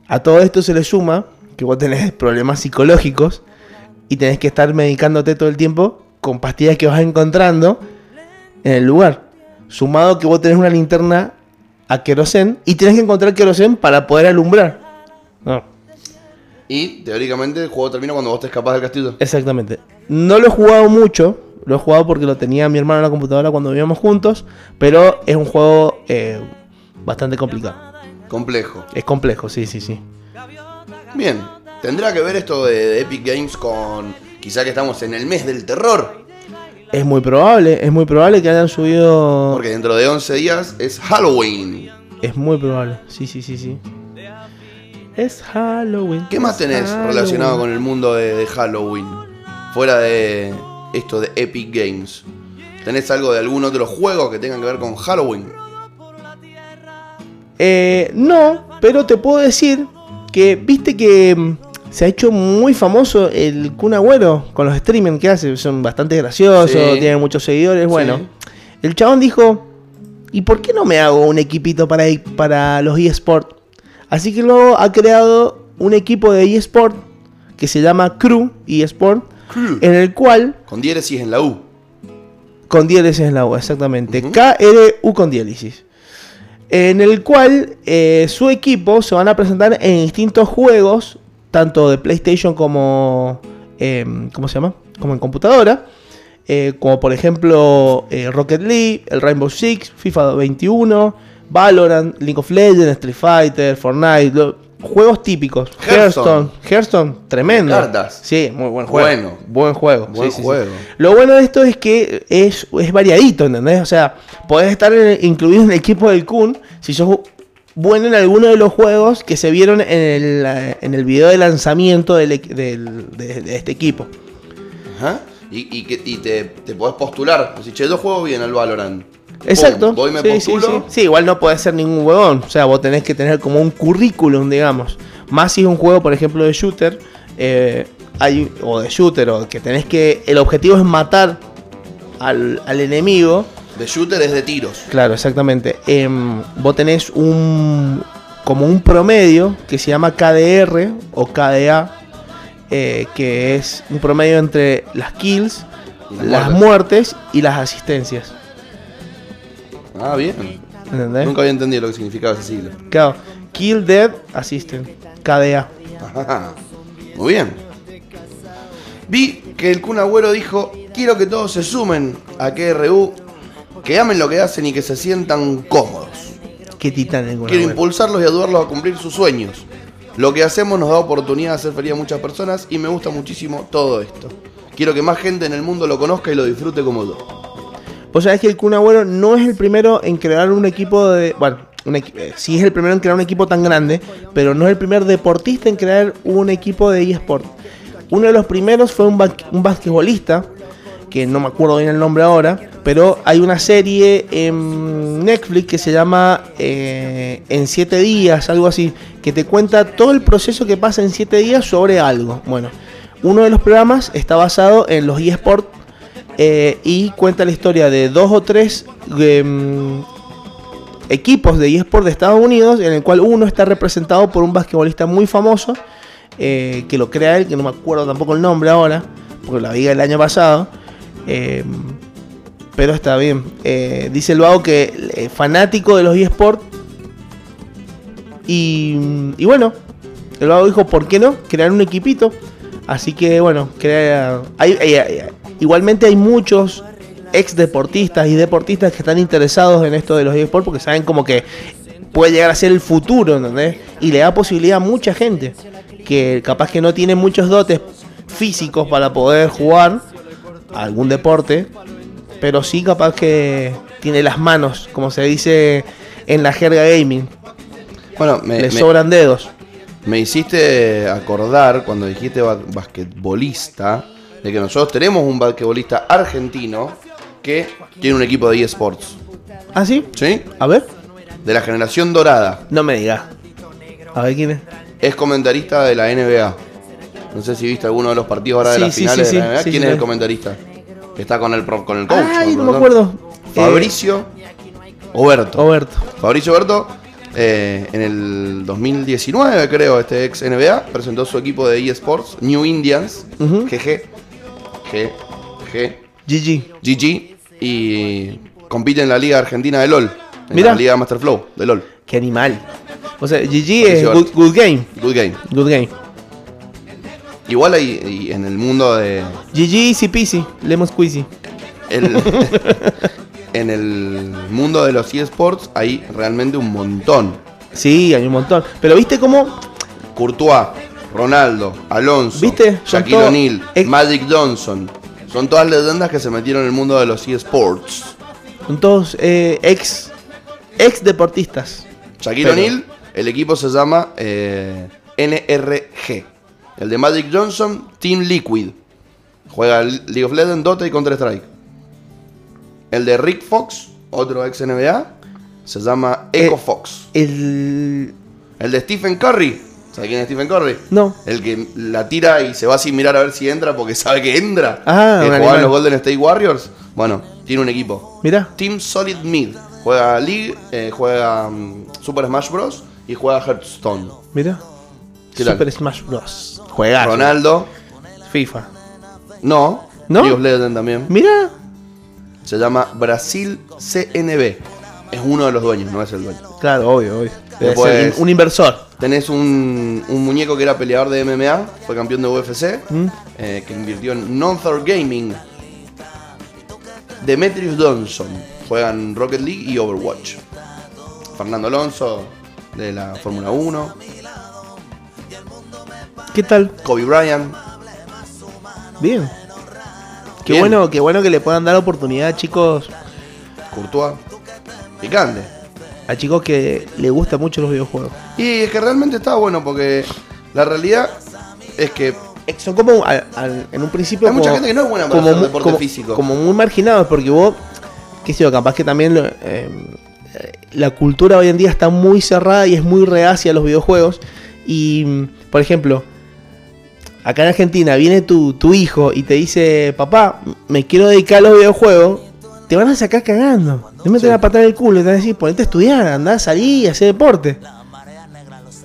Speaker 3: A todo esto se le suma que vos tenés problemas psicológicos y tenés que estar medicándote todo el tiempo con pastillas que vas encontrando en el lugar. Sumado que vos tenés una linterna a querosén y tenés que encontrar querosén para poder alumbrar. No.
Speaker 2: Y teóricamente el juego termina cuando vos te escapás del castillo.
Speaker 3: Exactamente. No lo he jugado mucho. Lo he jugado porque lo tenía mi hermano en la computadora cuando vivíamos juntos. Pero es un juego eh, bastante complicado.
Speaker 2: Complejo.
Speaker 3: Es complejo, sí, sí, sí.
Speaker 2: Bien. ¿Tendrá que ver esto de, de Epic Games con quizá que estamos en el mes del terror?
Speaker 3: Es muy probable, es muy probable que hayan subido.
Speaker 2: Porque dentro de 11 días es Halloween.
Speaker 3: Es muy probable, sí, sí, sí, sí. Es Halloween.
Speaker 2: ¿Qué más
Speaker 3: es
Speaker 2: tenés
Speaker 3: Halloween.
Speaker 2: relacionado con el mundo de, de Halloween? Fuera de esto de Epic Games. ¿Tenés algo de algún otro juego que tenga que ver con Halloween?
Speaker 3: Eh, no, pero te puedo decir que viste que mm, se ha hecho muy famoso el Kun Agüero con los streaming que hace. Son bastante graciosos,
Speaker 2: Sí.
Speaker 3: tienen muchos seguidores. Bueno,
Speaker 2: Sí.
Speaker 3: el chabón dijo: ¿Y por qué no me hago un equipito para, e- para los eSports? Así que luego ha creado un equipo de eSport que se llama Crew eSport,
Speaker 2: Crew.
Speaker 3: en el cual
Speaker 2: Con diéresis en la U.
Speaker 3: con diéresis en la U, exactamente.
Speaker 2: Ujú.
Speaker 3: KRU con diéresis. En el cual eh, su equipo se van a presentar en distintos juegos, tanto de PlayStation como. em, ¿Cómo se llama? Como en computadora. Eh, como por ejemplo eh, Rocket League, el Rainbow Six, FIFA 21, Valorant, League of Legends, Street Fighter, Fortnite, lo- juegos típicos.
Speaker 2: Hearthstone.
Speaker 3: Hearthstone, Hearthstone, tremendo.
Speaker 2: De cartas.
Speaker 3: Sí, muy buen juego.
Speaker 2: Bueno.
Speaker 3: Buen juego.
Speaker 2: Buen
Speaker 3: Sí, sí, sí.
Speaker 2: juego.
Speaker 3: Lo bueno de esto es que es, es variadito, ¿entendés? O sea, podés estar en- incluido en el equipo del Kun si sos bueno en alguno de los juegos que se vieron en el, eh, en el video de lanzamiento del equ- del- de, de este equipo.
Speaker 2: Ajá. Y, y que- y te, te podés postular. Decís, che, yo juego bien al Valorant. Pum,
Speaker 3: Exacto.
Speaker 2: voy y me
Speaker 3: Sí,
Speaker 2: postulo.
Speaker 3: Sí, sí. Sí, igual no podés ser ningún huevón. O sea, vos tenés que tener como un currículum, digamos. Más si es un juego, por ejemplo, de shooter. eh, hay, o de shooter, o que tenés que. El objetivo es matar al, al enemigo.
Speaker 2: De shooter es de tiros.
Speaker 3: Claro, exactamente. Em, vos tenés un como un promedio que se llama KDR o KDA, eh, que es un promedio entre las kills,
Speaker 2: Y las
Speaker 3: las, muertes y las asistencias.
Speaker 2: Ah, bien. ¿Eh?
Speaker 3: ¿Entendés?
Speaker 2: Nunca había entendido lo que significaba ese siglo.
Speaker 3: Claro, kill, dead, assistant, KDA.
Speaker 2: Ajá. Muy bien. Vi que el Kun Agüero dijo, quiero que todos se sumen a KRU, que amen lo que hacen y que se sientan cómodos.
Speaker 3: Qué titán el
Speaker 2: Quiero
Speaker 3: Gunnar Webb.
Speaker 2: impulsarlos y ayudarlos a cumplir sus sueños. Lo que hacemos nos da oportunidad de hacer feliz a muchas personas y me gusta muchísimo todo esto. Quiero que más gente en el mundo lo conozca y lo disfrute como yo.
Speaker 3: Vos sabés que el Kun Agüero no es el primero en crear un equipo de... Bueno, un equi- eh, sí es el primero en crear un equipo tan grande, pero no es el primer deportista en crear un equipo de eSport. Uno de los primeros fue un, ba- un basquetbolista, que no me acuerdo bien el nombre ahora, pero hay una serie en Netflix que se llama eh, En 7 días, algo así, que te cuenta todo el proceso que pasa en 7 días sobre algo. Bueno, uno de los programas está basado en los eSports eh, y cuenta la historia de dos o tres em, equipos de eSport de Estados Unidos, en el cual uno está representado por un basquetbolista muy famoso, eh, que lo crea él, que no me acuerdo tampoco el nombre ahora, porque la vi el año pasado. eh, pero está bien. Eh, dice el vago que es fanático de los eSport. Y, y bueno, el vago dijo, ¿por qué no? Crear un equipito. Así que bueno, crea... hay- hay- hay- igualmente hay muchos ex deportistas y deportistas que están interesados en esto de los eSports porque saben como que puede llegar a ser el futuro, ¿entendés? Y le da posibilidad a mucha gente que capaz que no tiene muchos dotes físicos para poder jugar a algún deporte, pero sí capaz que tiene las manos, como se dice en la jerga gaming,
Speaker 2: Bueno, me, me-
Speaker 3: le sobran dedos.
Speaker 2: me hiciste acordar cuando dijiste ba- basquetbolista, de que nosotros tenemos un basquetbolista argentino que tiene un equipo de eSports.
Speaker 3: ¿Ah, sí?
Speaker 2: ¿Sí?
Speaker 3: A ver,
Speaker 2: De la generación dorada.
Speaker 3: no me digas. A ver quién es.
Speaker 2: es comentarista de la NBA. No sé si viste alguno de los partidos ahora
Speaker 3: Sí,
Speaker 2: de las
Speaker 3: sí,
Speaker 2: finales
Speaker 3: sí,
Speaker 2: de la
Speaker 3: sí,
Speaker 2: NBA.
Speaker 3: sí,
Speaker 2: ¿Quién
Speaker 3: sí,
Speaker 2: es
Speaker 3: lo
Speaker 2: el
Speaker 3: vi.
Speaker 2: comentarista? Que está con el, pro- con el coach.
Speaker 3: Ay,
Speaker 2: con
Speaker 3: no
Speaker 2: el
Speaker 3: me
Speaker 2: productor.
Speaker 3: acuerdo.
Speaker 2: Fabricio
Speaker 3: Eh,
Speaker 2: Oberto.
Speaker 3: Roberto.
Speaker 2: Fabricio Oberto, eh, en el 2019, creo, este ex NBA, presentó su equipo de eSports, New Indians,
Speaker 3: Ujú.
Speaker 2: GG, G, G,
Speaker 3: GG.
Speaker 2: GG, y compite en la Liga Argentina de LOL. En
Speaker 3: Mirá.
Speaker 2: la Liga Master Flow de LOL.
Speaker 3: Qué animal. O sea, GG es
Speaker 2: Fabricio
Speaker 3: good,
Speaker 2: Oberto.
Speaker 3: good game.
Speaker 2: Good game.
Speaker 3: Good game.
Speaker 2: Igual hay y en el mundo de,
Speaker 3: GG easy peasy. Lemon squeezy. [LAUGHS]
Speaker 2: El- en el mundo de los eSports hay realmente un montón.
Speaker 3: Sí, hay un montón. Pero viste cómo.
Speaker 2: Courtois, Ronaldo, Alonso,
Speaker 3: ¿Viste? Son
Speaker 2: Shaquille
Speaker 3: todo-
Speaker 2: O'Neal,
Speaker 3: ex-
Speaker 2: Magic Johnson. Son todas leyendas que se metieron en el mundo de los eSports.
Speaker 3: Son todos eh, ex. Ex deportistas.
Speaker 2: Shaquille
Speaker 3: Pero-
Speaker 2: O'Neal, el equipo se llama eh, NRG. El de Magic Johnson, Team Liquid. Juega L- League of Legends, Dota y Counter-Strike. El de Rick Fox, otro ex NBA, se llama Echo
Speaker 3: Eh,
Speaker 2: Fox.
Speaker 3: El.
Speaker 2: El de Stephen Curry. ¿Sabe quién es Stephen Curry?
Speaker 3: No.
Speaker 2: El que la tira y se va sin mirar a ver si entra porque [LAUGHS] sabe que entra.
Speaker 3: Ah,
Speaker 2: que
Speaker 3: un
Speaker 2: jugaba en
Speaker 3: animal.
Speaker 2: los Golden State Warriors. Bueno, tiene un equipo.
Speaker 3: Mirá.
Speaker 2: Team Solid Mid. Juega League, eh, juega mm, Super Smash Bros. y juega Hearthstone.
Speaker 3: Mirá.
Speaker 2: ¿Qué tal?
Speaker 3: Super Smash Bros. Juegazo.
Speaker 2: Ronaldo.
Speaker 3: FIFA.
Speaker 2: No.
Speaker 3: ¿No?
Speaker 2: League of Legends también.
Speaker 3: Mirá.
Speaker 2: Se llama Brasil CNB. Es uno de los dueños, no es el dueño.
Speaker 3: Claro, obvio, obvio. Debe
Speaker 2: Después-
Speaker 3: ser in- un inversor.
Speaker 2: Tenés un, un muñeco que era peleador de MMA, fue campeón de UFC,
Speaker 3: ¿Mm?
Speaker 2: eh, que invirtió en Nonthor Gaming. Demetrius Johnson, juegan Rocket League y Overwatch. Fernando Alonso, de la Fórmula 1.
Speaker 3: ¿Qué tal?
Speaker 2: Kobe Bryant,
Speaker 3: Bien. Qué
Speaker 2: Bien.
Speaker 3: bueno, qué bueno que le puedan dar oportunidad a chicos,
Speaker 2: Courtois, Picante.
Speaker 3: a chicos que le gustan mucho los videojuegos.
Speaker 2: Y es que realmente está bueno porque la realidad es que
Speaker 3: Eh, Son como al- al- en un principio
Speaker 2: Hay mucha
Speaker 3: como-
Speaker 2: gente que no es buena para hacer
Speaker 3: mu-
Speaker 2: deporte físico.
Speaker 3: como muy marginados porque vos qué sé yo capaz que también lo- eh, eh, la cultura hoy en día está muy cerrada y es muy reacia a los videojuegos y mm, por ejemplo acá en Argentina viene tu, tu hijo y te dice, papá, me quiero dedicar a los videojuegos, te van a sacar cagando. Te meten a patar el culo y te van a decir, ponete a estudiar, andá, salí, hacé deporte.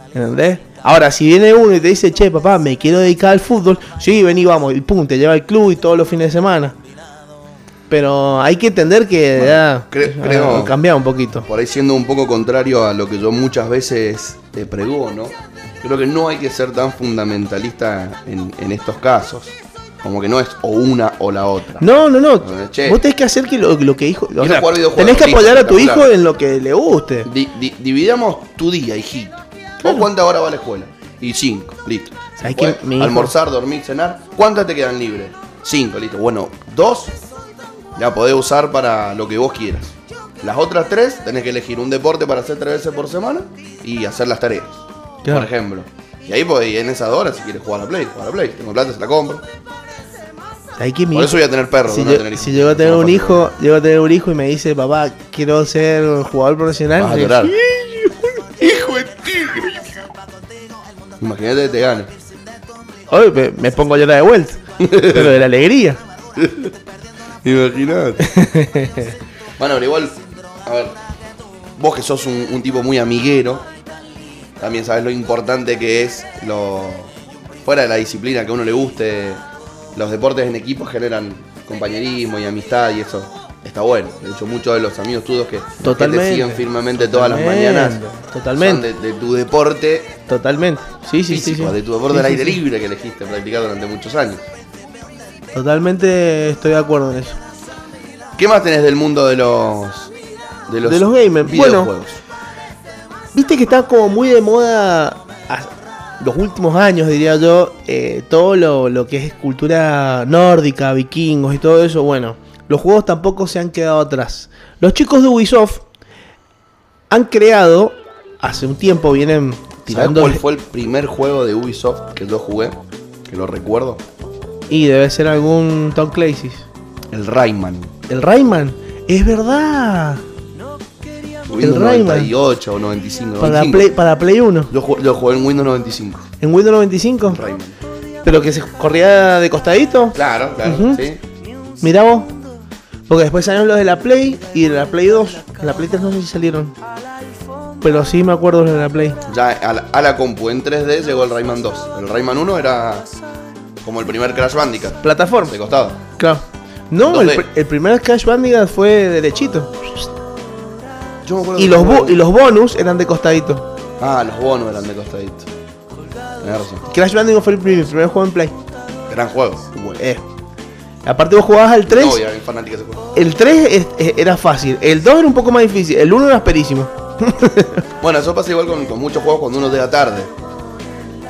Speaker 3: ¿Entendés? Ahora, si viene uno y te dice, che, papá, me quiero dedicar al fútbol, sí, vení, vamos, y pum, te lleva al club y todos los fines de semana. Pero hay que entender que ya,
Speaker 2: cre-
Speaker 3: ya
Speaker 2: creo-
Speaker 3: cambiado un poquito.
Speaker 2: Por ahí siendo un poco contrario a lo que yo muchas veces te pregono, creo que no hay que ser tan fundamentalista en, en estos casos. Como que no es o una o la otra.
Speaker 3: No, no, no.
Speaker 2: Che.
Speaker 3: Vos tenés que hacer que lo, lo que hijo. o
Speaker 2: Quiero
Speaker 3: sea,
Speaker 2: jugar videojuegos,
Speaker 3: tenés que
Speaker 2: listo,
Speaker 3: apoyar a tu hijo
Speaker 2: espectacular.
Speaker 3: en lo que le guste.
Speaker 2: Di- di- dividamos tu día, hijito. ¿Vos cuántas horas va a la escuela? Y cinco, listo.
Speaker 3: ¿Sabés
Speaker 2: Después,
Speaker 3: que mi hijo-
Speaker 2: almorzar, dormir, cenar. ¿Cuántas te quedan libres? Cinco, listo. Bueno, dos la podés usar para lo que vos quieras. Las otras tres tenés que elegir un deporte para hacer tres veces por semana y hacer las tareas.
Speaker 3: Claro.
Speaker 2: Por ejemplo. Y ahí podés, en esas dos horas, si quieres jugar a la Play, jugar a la Play. Tengo plata, se la compro.
Speaker 3: Hay que mi
Speaker 2: Por
Speaker 3: hijo-
Speaker 2: eso voy a tener perros. no
Speaker 3: si, yo-
Speaker 2: voy a tener
Speaker 3: si
Speaker 2: hijos.
Speaker 3: llego a tener
Speaker 2: No,
Speaker 3: un
Speaker 2: porque-
Speaker 3: hijo, llego a tener un hijo y me dice, papá, quiero ser un jugador profesional.
Speaker 2: Vas a
Speaker 3: le-
Speaker 2: llorar. Hijo de tigre. Imagínate que te gane.
Speaker 3: Ay, me, me pongo a llorar de
Speaker 2: [LAUGHS]
Speaker 3: vuelta. pero de la alegría.
Speaker 2: Imagínate. [LAUGHS] bueno, pero igual, a ver, vos que sos un, un tipo muy amiguero, también sabes lo importante que es lo. Fuera de la disciplina que a uno le guste, los deportes en equipo generan compañerismo y amistad y eso está bueno. De hecho, muchos de los amigos tuyos que, que
Speaker 3: Totalmente.
Speaker 2: te siguen firmemente todas las mañanas
Speaker 3: Totalmente.
Speaker 2: son de, de tu deporte
Speaker 3: Totalmente. Sí, sí, sí.
Speaker 2: físico,
Speaker 3: sí.
Speaker 2: de tu deporte
Speaker 3: Sí,
Speaker 2: al
Speaker 3: sí,
Speaker 2: aire
Speaker 3: sí.
Speaker 2: libre que elegiste practicar durante muchos años.
Speaker 3: Totalmente estoy de acuerdo en eso.
Speaker 2: ¿Qué más tenés del mundo de los de los,
Speaker 3: De los gamers.
Speaker 2: videojuegos?
Speaker 3: Bueno. Viste que está como muy de moda a- los últimos años, diría yo, eh, todo lo, lo que es cultura nórdica, vikingos y todo eso. Bueno, los juegos tampoco se han quedado atrás. Los chicos de Ubisoft han creado, hace un tiempo vienen
Speaker 2: ¿Sabés
Speaker 3: tirando...
Speaker 2: cuál fue el primer juego de Ubisoft que yo jugué? Que lo recuerdo.
Speaker 3: Y debe ser algún Tom Clancy.
Speaker 2: El Rayman.
Speaker 3: El Rayman, es verdad.
Speaker 2: Windows
Speaker 3: Rayman.
Speaker 2: 98 o 95.
Speaker 3: Para
Speaker 2: 95.
Speaker 3: Play, para Play 1,
Speaker 2: Yo, ju- lo jugué en Windows 95.
Speaker 3: en Windows 95.
Speaker 2: El Rayman.
Speaker 3: Pero que se corría de costadito.
Speaker 2: Claro, claro,
Speaker 3: Ujú.
Speaker 2: sí.
Speaker 3: Mirá vos. Porque después salieron los de la Play y de la Play 2. En la Play 3 no sé si salieron. Pero sí me acuerdo los de la Play.
Speaker 2: Ya a la, a la compu en 3D llegó el Rayman 2. El Rayman 1 era como el primer Crash Bandicoot.
Speaker 3: Plataforma.
Speaker 2: De costado.
Speaker 3: Claro. No, el,
Speaker 2: 2D.
Speaker 3: pr- el primer Crash Bandicoot fue derechito.
Speaker 2: Yo me acuerdo
Speaker 3: Y
Speaker 2: que
Speaker 3: los, bo-
Speaker 2: jugaba-
Speaker 3: y los bonus eran de costadito.
Speaker 2: Ah, los bonos eran de costadito. Tenés razón.
Speaker 3: Crash Bandicoot fue el primer, primer juego en Play.
Speaker 2: Gran juego. Bueno.
Speaker 3: Eh. Aparte vos jugabas al 3.
Speaker 2: No, ya, fanática ese juego.
Speaker 3: el 3 es- es- era fácil. El 2 era un poco más difícil. El 1 era asperísimo.
Speaker 2: Bueno, eso pasa igual con, con muchos juegos cuando uno llega tarde.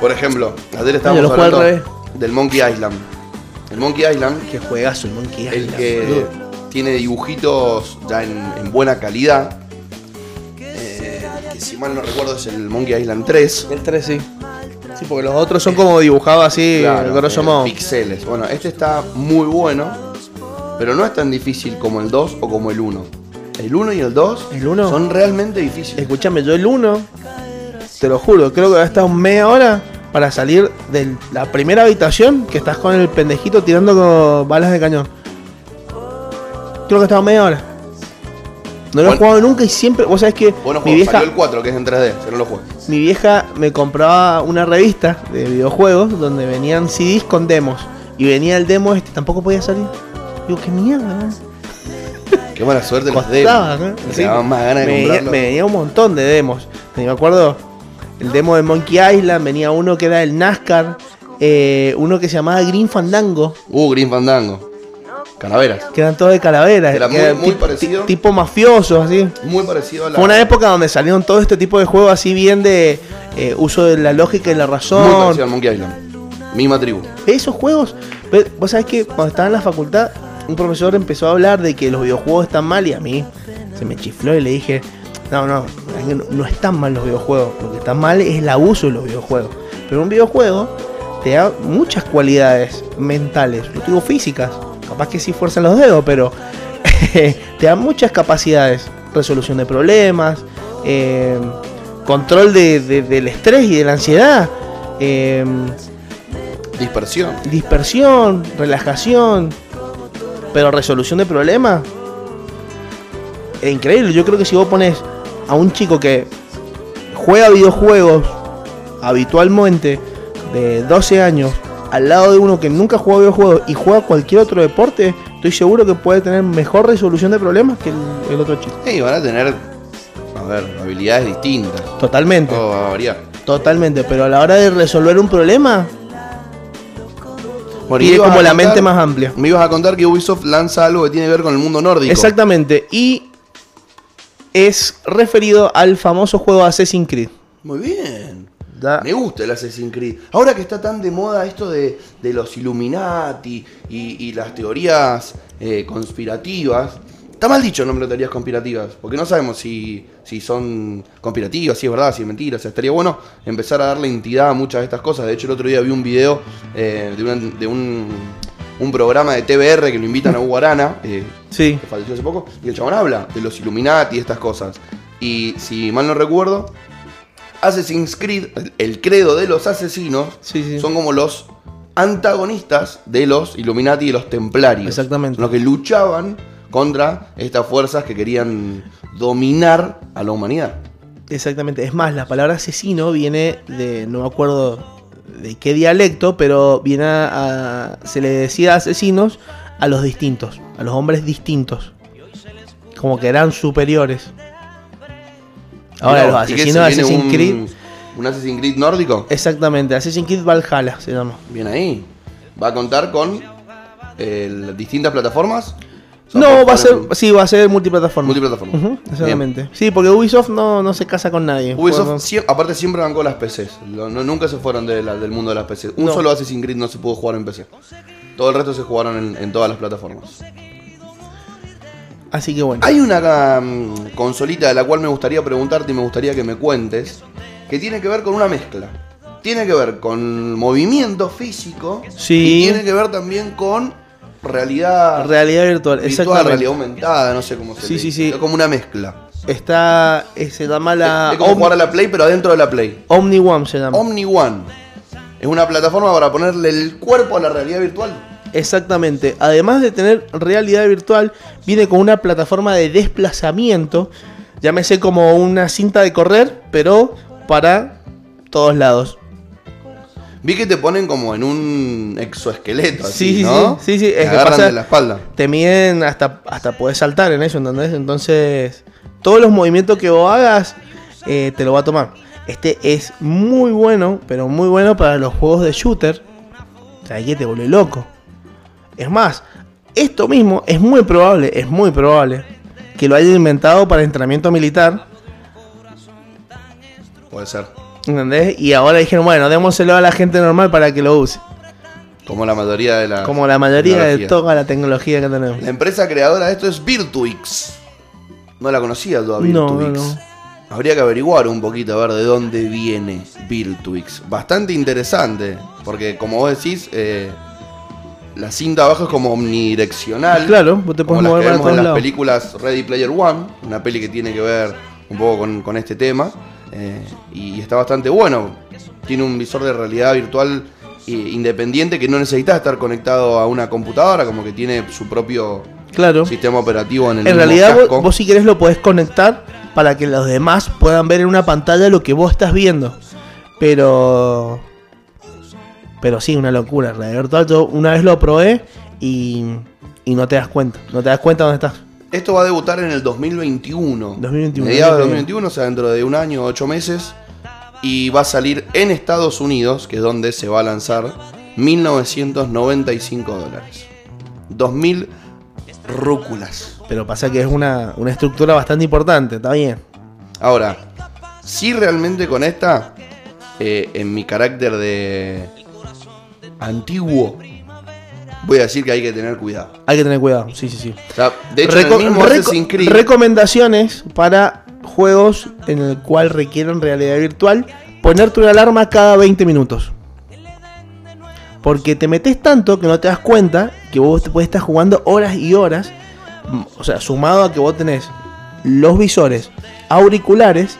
Speaker 2: Por ejemplo, ayer
Speaker 3: Yo lo
Speaker 2: estábamos
Speaker 3: jugué al
Speaker 2: hablando
Speaker 3: revés.
Speaker 2: del Monkey Island. El Monkey Island,
Speaker 3: Que juegazo el Monkey
Speaker 2: el
Speaker 3: Island,
Speaker 2: que
Speaker 3: boludo.
Speaker 2: tiene dibujitos ya en, en buena calidad, eh, que si mal no recuerdo es el Monkey Island 3.
Speaker 3: El 3 sí. Sí, porque los otros son como dibujados así,
Speaker 2: Claro,
Speaker 3: grosso
Speaker 2: eh,
Speaker 3: modo.
Speaker 2: Pixeles. Bueno, este está muy bueno, pero no es tan difícil como el 2 o como el 1. El 1 y el 2
Speaker 3: El 1.
Speaker 2: son realmente difíciles.
Speaker 3: Escúchame, yo el 1, te lo juro, creo que va a estar media hora para salir de la primera habitación que estás con el pendejito tirando con balas de cañón. Creo que estaba media hora. No lo he
Speaker 2: Bueno.
Speaker 3: jugado nunca y siempre, vos sabés que
Speaker 2: Bueno,
Speaker 3: mi
Speaker 2: juegos.
Speaker 3: vieja,
Speaker 2: salió el 4 que es en 3D, yo no lo juego.
Speaker 3: mi vieja me compraba una revista de videojuegos donde venían CDs con demos. Y venía el demo este, tampoco podía salir. Digo, qué mierda, eh?" man?
Speaker 2: Qué mala suerte los
Speaker 3: costaba,
Speaker 2: demos.
Speaker 3: ¿no?
Speaker 2: Me
Speaker 3: Sí.
Speaker 2: daban más ganas de
Speaker 3: me, venía,
Speaker 2: comprarlos.
Speaker 3: me venía un montón de demos. Me acuerdo el demo de Monkey Island, venía uno que era el NASCAR, eh, uno que se llamaba Green Fandango,
Speaker 2: Uh, Green Fandango. Calaveras.
Speaker 3: que eran todos de calaveras.
Speaker 2: Era
Speaker 3: que
Speaker 2: muy-
Speaker 3: eran
Speaker 2: muy
Speaker 3: ti-
Speaker 2: parecido.
Speaker 3: ti- Tipo mafiosos, así.
Speaker 2: Muy parecido a la.
Speaker 3: Fue una época donde salieron todo este tipo de juegos así bien de eh, uso de la lógica y la
Speaker 2: Muy parecido
Speaker 3: razón.
Speaker 2: al Monkey Island. Misma tribu.
Speaker 3: Esos juegos, ve- vos sabés que cuando estaba en la facultad, un profesor empezó a hablar de que los videojuegos están mal y a mí se me chifló y le dije, no, no, no, no están mal los videojuegos, lo que está mal es el abuso de los videojuegos. Pero un videojuego te da muchas cualidades mentales, no digo físicas, capaz que sí fuerzan los dedos, pero [LAUGHS] te da muchas capacidades, resolución de problemas, eh, control de- de- del estrés y de la ansiedad. eh,
Speaker 2: Dispersión.
Speaker 3: Dispersión, relajación, pero resolución de problemas. Es increíble. Yo creo que si vos pones a un chico que juega videojuegos habitualmente de 12 años al lado de uno que nunca juega videojuegos y juega cualquier otro deporte, estoy seguro que puede tener mejor resolución de problemas que el, el otro chico.
Speaker 2: Y van a tener, a ver, habilidades distintas.
Speaker 3: Totalmente.
Speaker 2: Todo va a variar.
Speaker 3: Totalmente, pero a la hora de resolver un problema,
Speaker 2: Bueno, y
Speaker 3: pide
Speaker 2: ibas
Speaker 3: como
Speaker 2: a
Speaker 3: la
Speaker 2: contar-
Speaker 3: mente más amplia.
Speaker 2: Me ibas a contar que Ubisoft lanza algo que tiene que ver con el mundo nórdico.
Speaker 3: Exactamente, y es referido al famoso juego Assassin's Creed.
Speaker 2: Muy bien.
Speaker 3: Ya.
Speaker 2: Me gusta el Assassin's Creed. Ahora que está tan de moda esto de, de los Illuminati y, y las teorías eh, conspirativas. Está mal dicho el nombre de teorías conspirativas, porque no sabemos si, si son conspirativas, si es verdad, si es mentira. O sea, estaría bueno empezar a darle entidad a muchas de estas cosas. De hecho, el otro día vi un video eh, de, una- de un, un programa de TBR que lo invitan a Hugo Arana, eh,
Speaker 3: Sí,
Speaker 2: que falleció hace poco, y el chabón habla de los Illuminati y estas cosas. Y si mal no recuerdo, Assassin's Creed, el- el credo de los asesinos,
Speaker 3: Sí, sí.
Speaker 2: son como los antagonistas de los Illuminati y los templarios.
Speaker 3: Exactamente.
Speaker 2: Los que luchaban contra estas fuerzas que querían dominar a la humanidad.
Speaker 3: exactamente. Es más, la palabra asesino viene de, no me acuerdo de qué dialecto, pero viene a, a- se le decía asesinos a los distintos, a los hombres distintos. Como que eran superiores. Ahora,
Speaker 2: Mirá,
Speaker 3: los
Speaker 2: ¿y qué se
Speaker 3: asesinos de
Speaker 2: viene
Speaker 3: Assassin's
Speaker 2: un-
Speaker 3: Creed...
Speaker 2: ¿Un Assassin's Creed nórdico?
Speaker 3: Exactamente, Assassin's Creed Valhalla se llama.
Speaker 2: Bien ahí. ¿Va a contar con el- distintas plataformas? O sea,
Speaker 3: No,
Speaker 2: por-
Speaker 3: va a ser,
Speaker 2: por-
Speaker 3: sí, va a ser multiplataforma.
Speaker 2: Multiplataforma.
Speaker 3: Ujú,
Speaker 2: Bien.
Speaker 3: exactamente. Sí, porque Ubisoft no, no se casa con nadie.
Speaker 2: Ubisoft,
Speaker 3: Juega-
Speaker 2: sie- aparte, siempre bancó las PCs. Lo- no- nunca se fueron de la- del mundo de las PCs. Un
Speaker 3: No.
Speaker 2: solo Assassin's Creed no se pudo jugar en PC. Todo el resto se jugaron en, en todas las plataformas.
Speaker 3: Así que bueno.
Speaker 2: Hay una um, consolita de la cual me gustaría preguntarte y me gustaría que me cuentes, que tiene que ver con una mezcla. Tiene que ver con movimiento físico
Speaker 3: Sí.
Speaker 2: y tiene que ver también con realidad
Speaker 3: Realidad virtual,
Speaker 2: virtual,
Speaker 3: exactamente.
Speaker 2: realidad aumentada, no sé cómo se
Speaker 3: Sí,
Speaker 2: le
Speaker 3: sí,
Speaker 2: dice.
Speaker 3: sí.
Speaker 2: Es como una mezcla.
Speaker 3: Está, eh, se llama la
Speaker 2: es como
Speaker 3: Om-
Speaker 2: jugar a la Play, pero adentro de la Play.
Speaker 3: Omni One se llama.
Speaker 2: Omni One. Es una plataforma para ponerle el cuerpo a la realidad virtual.
Speaker 3: Exactamente. Además de tener realidad virtual, viene con una plataforma de desplazamiento. Llámese como una cinta de correr, pero para todos lados.
Speaker 2: Vi que te ponen como en un exoesqueleto, así,
Speaker 3: Sí, sí,
Speaker 2: ¿no?
Speaker 3: sí, sí, sí, es
Speaker 2: Te
Speaker 3: que
Speaker 2: agarran
Speaker 3: pasa-
Speaker 2: de la espalda.
Speaker 3: te miden hasta, hasta poder saltar en eso, ¿entendés? Entonces, todos los movimientos que vos hagas, eh, te lo va a tomar. Este es muy bueno, pero muy bueno para los juegos de shooter. O sea, que te vuelve loco. Es más, esto mismo es muy probable, es muy probable que lo hayan inventado para entrenamiento militar.
Speaker 2: Puede ser.
Speaker 3: ¿Entendés? Y ahora dijeron, bueno, démoselo a la gente normal para que lo use.
Speaker 2: Como la mayoría de las.
Speaker 3: Como la mayoría de
Speaker 2: tecnologías.
Speaker 3: toda la tecnología que tenemos.
Speaker 2: La empresa creadora de esto es Virtuix. No la conocía todavía.
Speaker 3: No,
Speaker 2: Virtuix.
Speaker 3: no, no.
Speaker 2: Habría que averiguar un poquito a ver de dónde viene Virtuix. Bastante interesante, porque como vos decís, eh, la cinta abajo es como omnidireccional.
Speaker 3: Ah, Claro, vos te
Speaker 2: como
Speaker 3: podés
Speaker 2: las que
Speaker 3: mover para
Speaker 2: vemos
Speaker 3: todos
Speaker 2: en las
Speaker 3: lados.
Speaker 2: películas Ready Player One, una peli que tiene que ver un poco con, con este tema. eh, y está bastante bueno. Tiene un visor de realidad virtual eh, independiente que no necesita estar conectado a una computadora, como que tiene su propio
Speaker 3: Claro.
Speaker 2: sistema operativo en el
Speaker 3: En
Speaker 2: mismo
Speaker 3: realidad
Speaker 2: casco.
Speaker 3: vos, vos si querés lo podés conectar para que los demás puedan ver en una pantalla lo que vos estás viendo. Pero... Pero sí, una locura. La verdad, yo una vez lo probé y, y no te das cuenta. No te das cuenta dónde estás.
Speaker 2: Esto va a debutar en el 2021.
Speaker 3: 2021,
Speaker 2: Mediados de
Speaker 3: ok.
Speaker 2: 2021, o sea, dentro de un año, ocho meses. Y va a salir en Estados Unidos, que es donde se va a lanzar 1995 dólares. 2000 rúculas.
Speaker 3: Pero pasa que es una, una estructura bastante importante, está bien.
Speaker 2: Ahora, si realmente con esta, eh, en mi carácter de antiguo, voy a decir que hay que tener cuidado.
Speaker 3: Hay que tener cuidado, sí, sí, sí.
Speaker 2: O sea, de hecho, en
Speaker 3: Reco-
Speaker 2: el mismo
Speaker 3: reco-
Speaker 2: Assassin's Creed-
Speaker 3: Recomendaciones para juegos en el cual requieren realidad virtual. Ponerte una alarma cada 20 minutos. Porque te metes tanto que no te das cuenta que vos te puedes estar jugando horas y horas. mm, O sea, sumado a que vos tenés los visores, auriculares,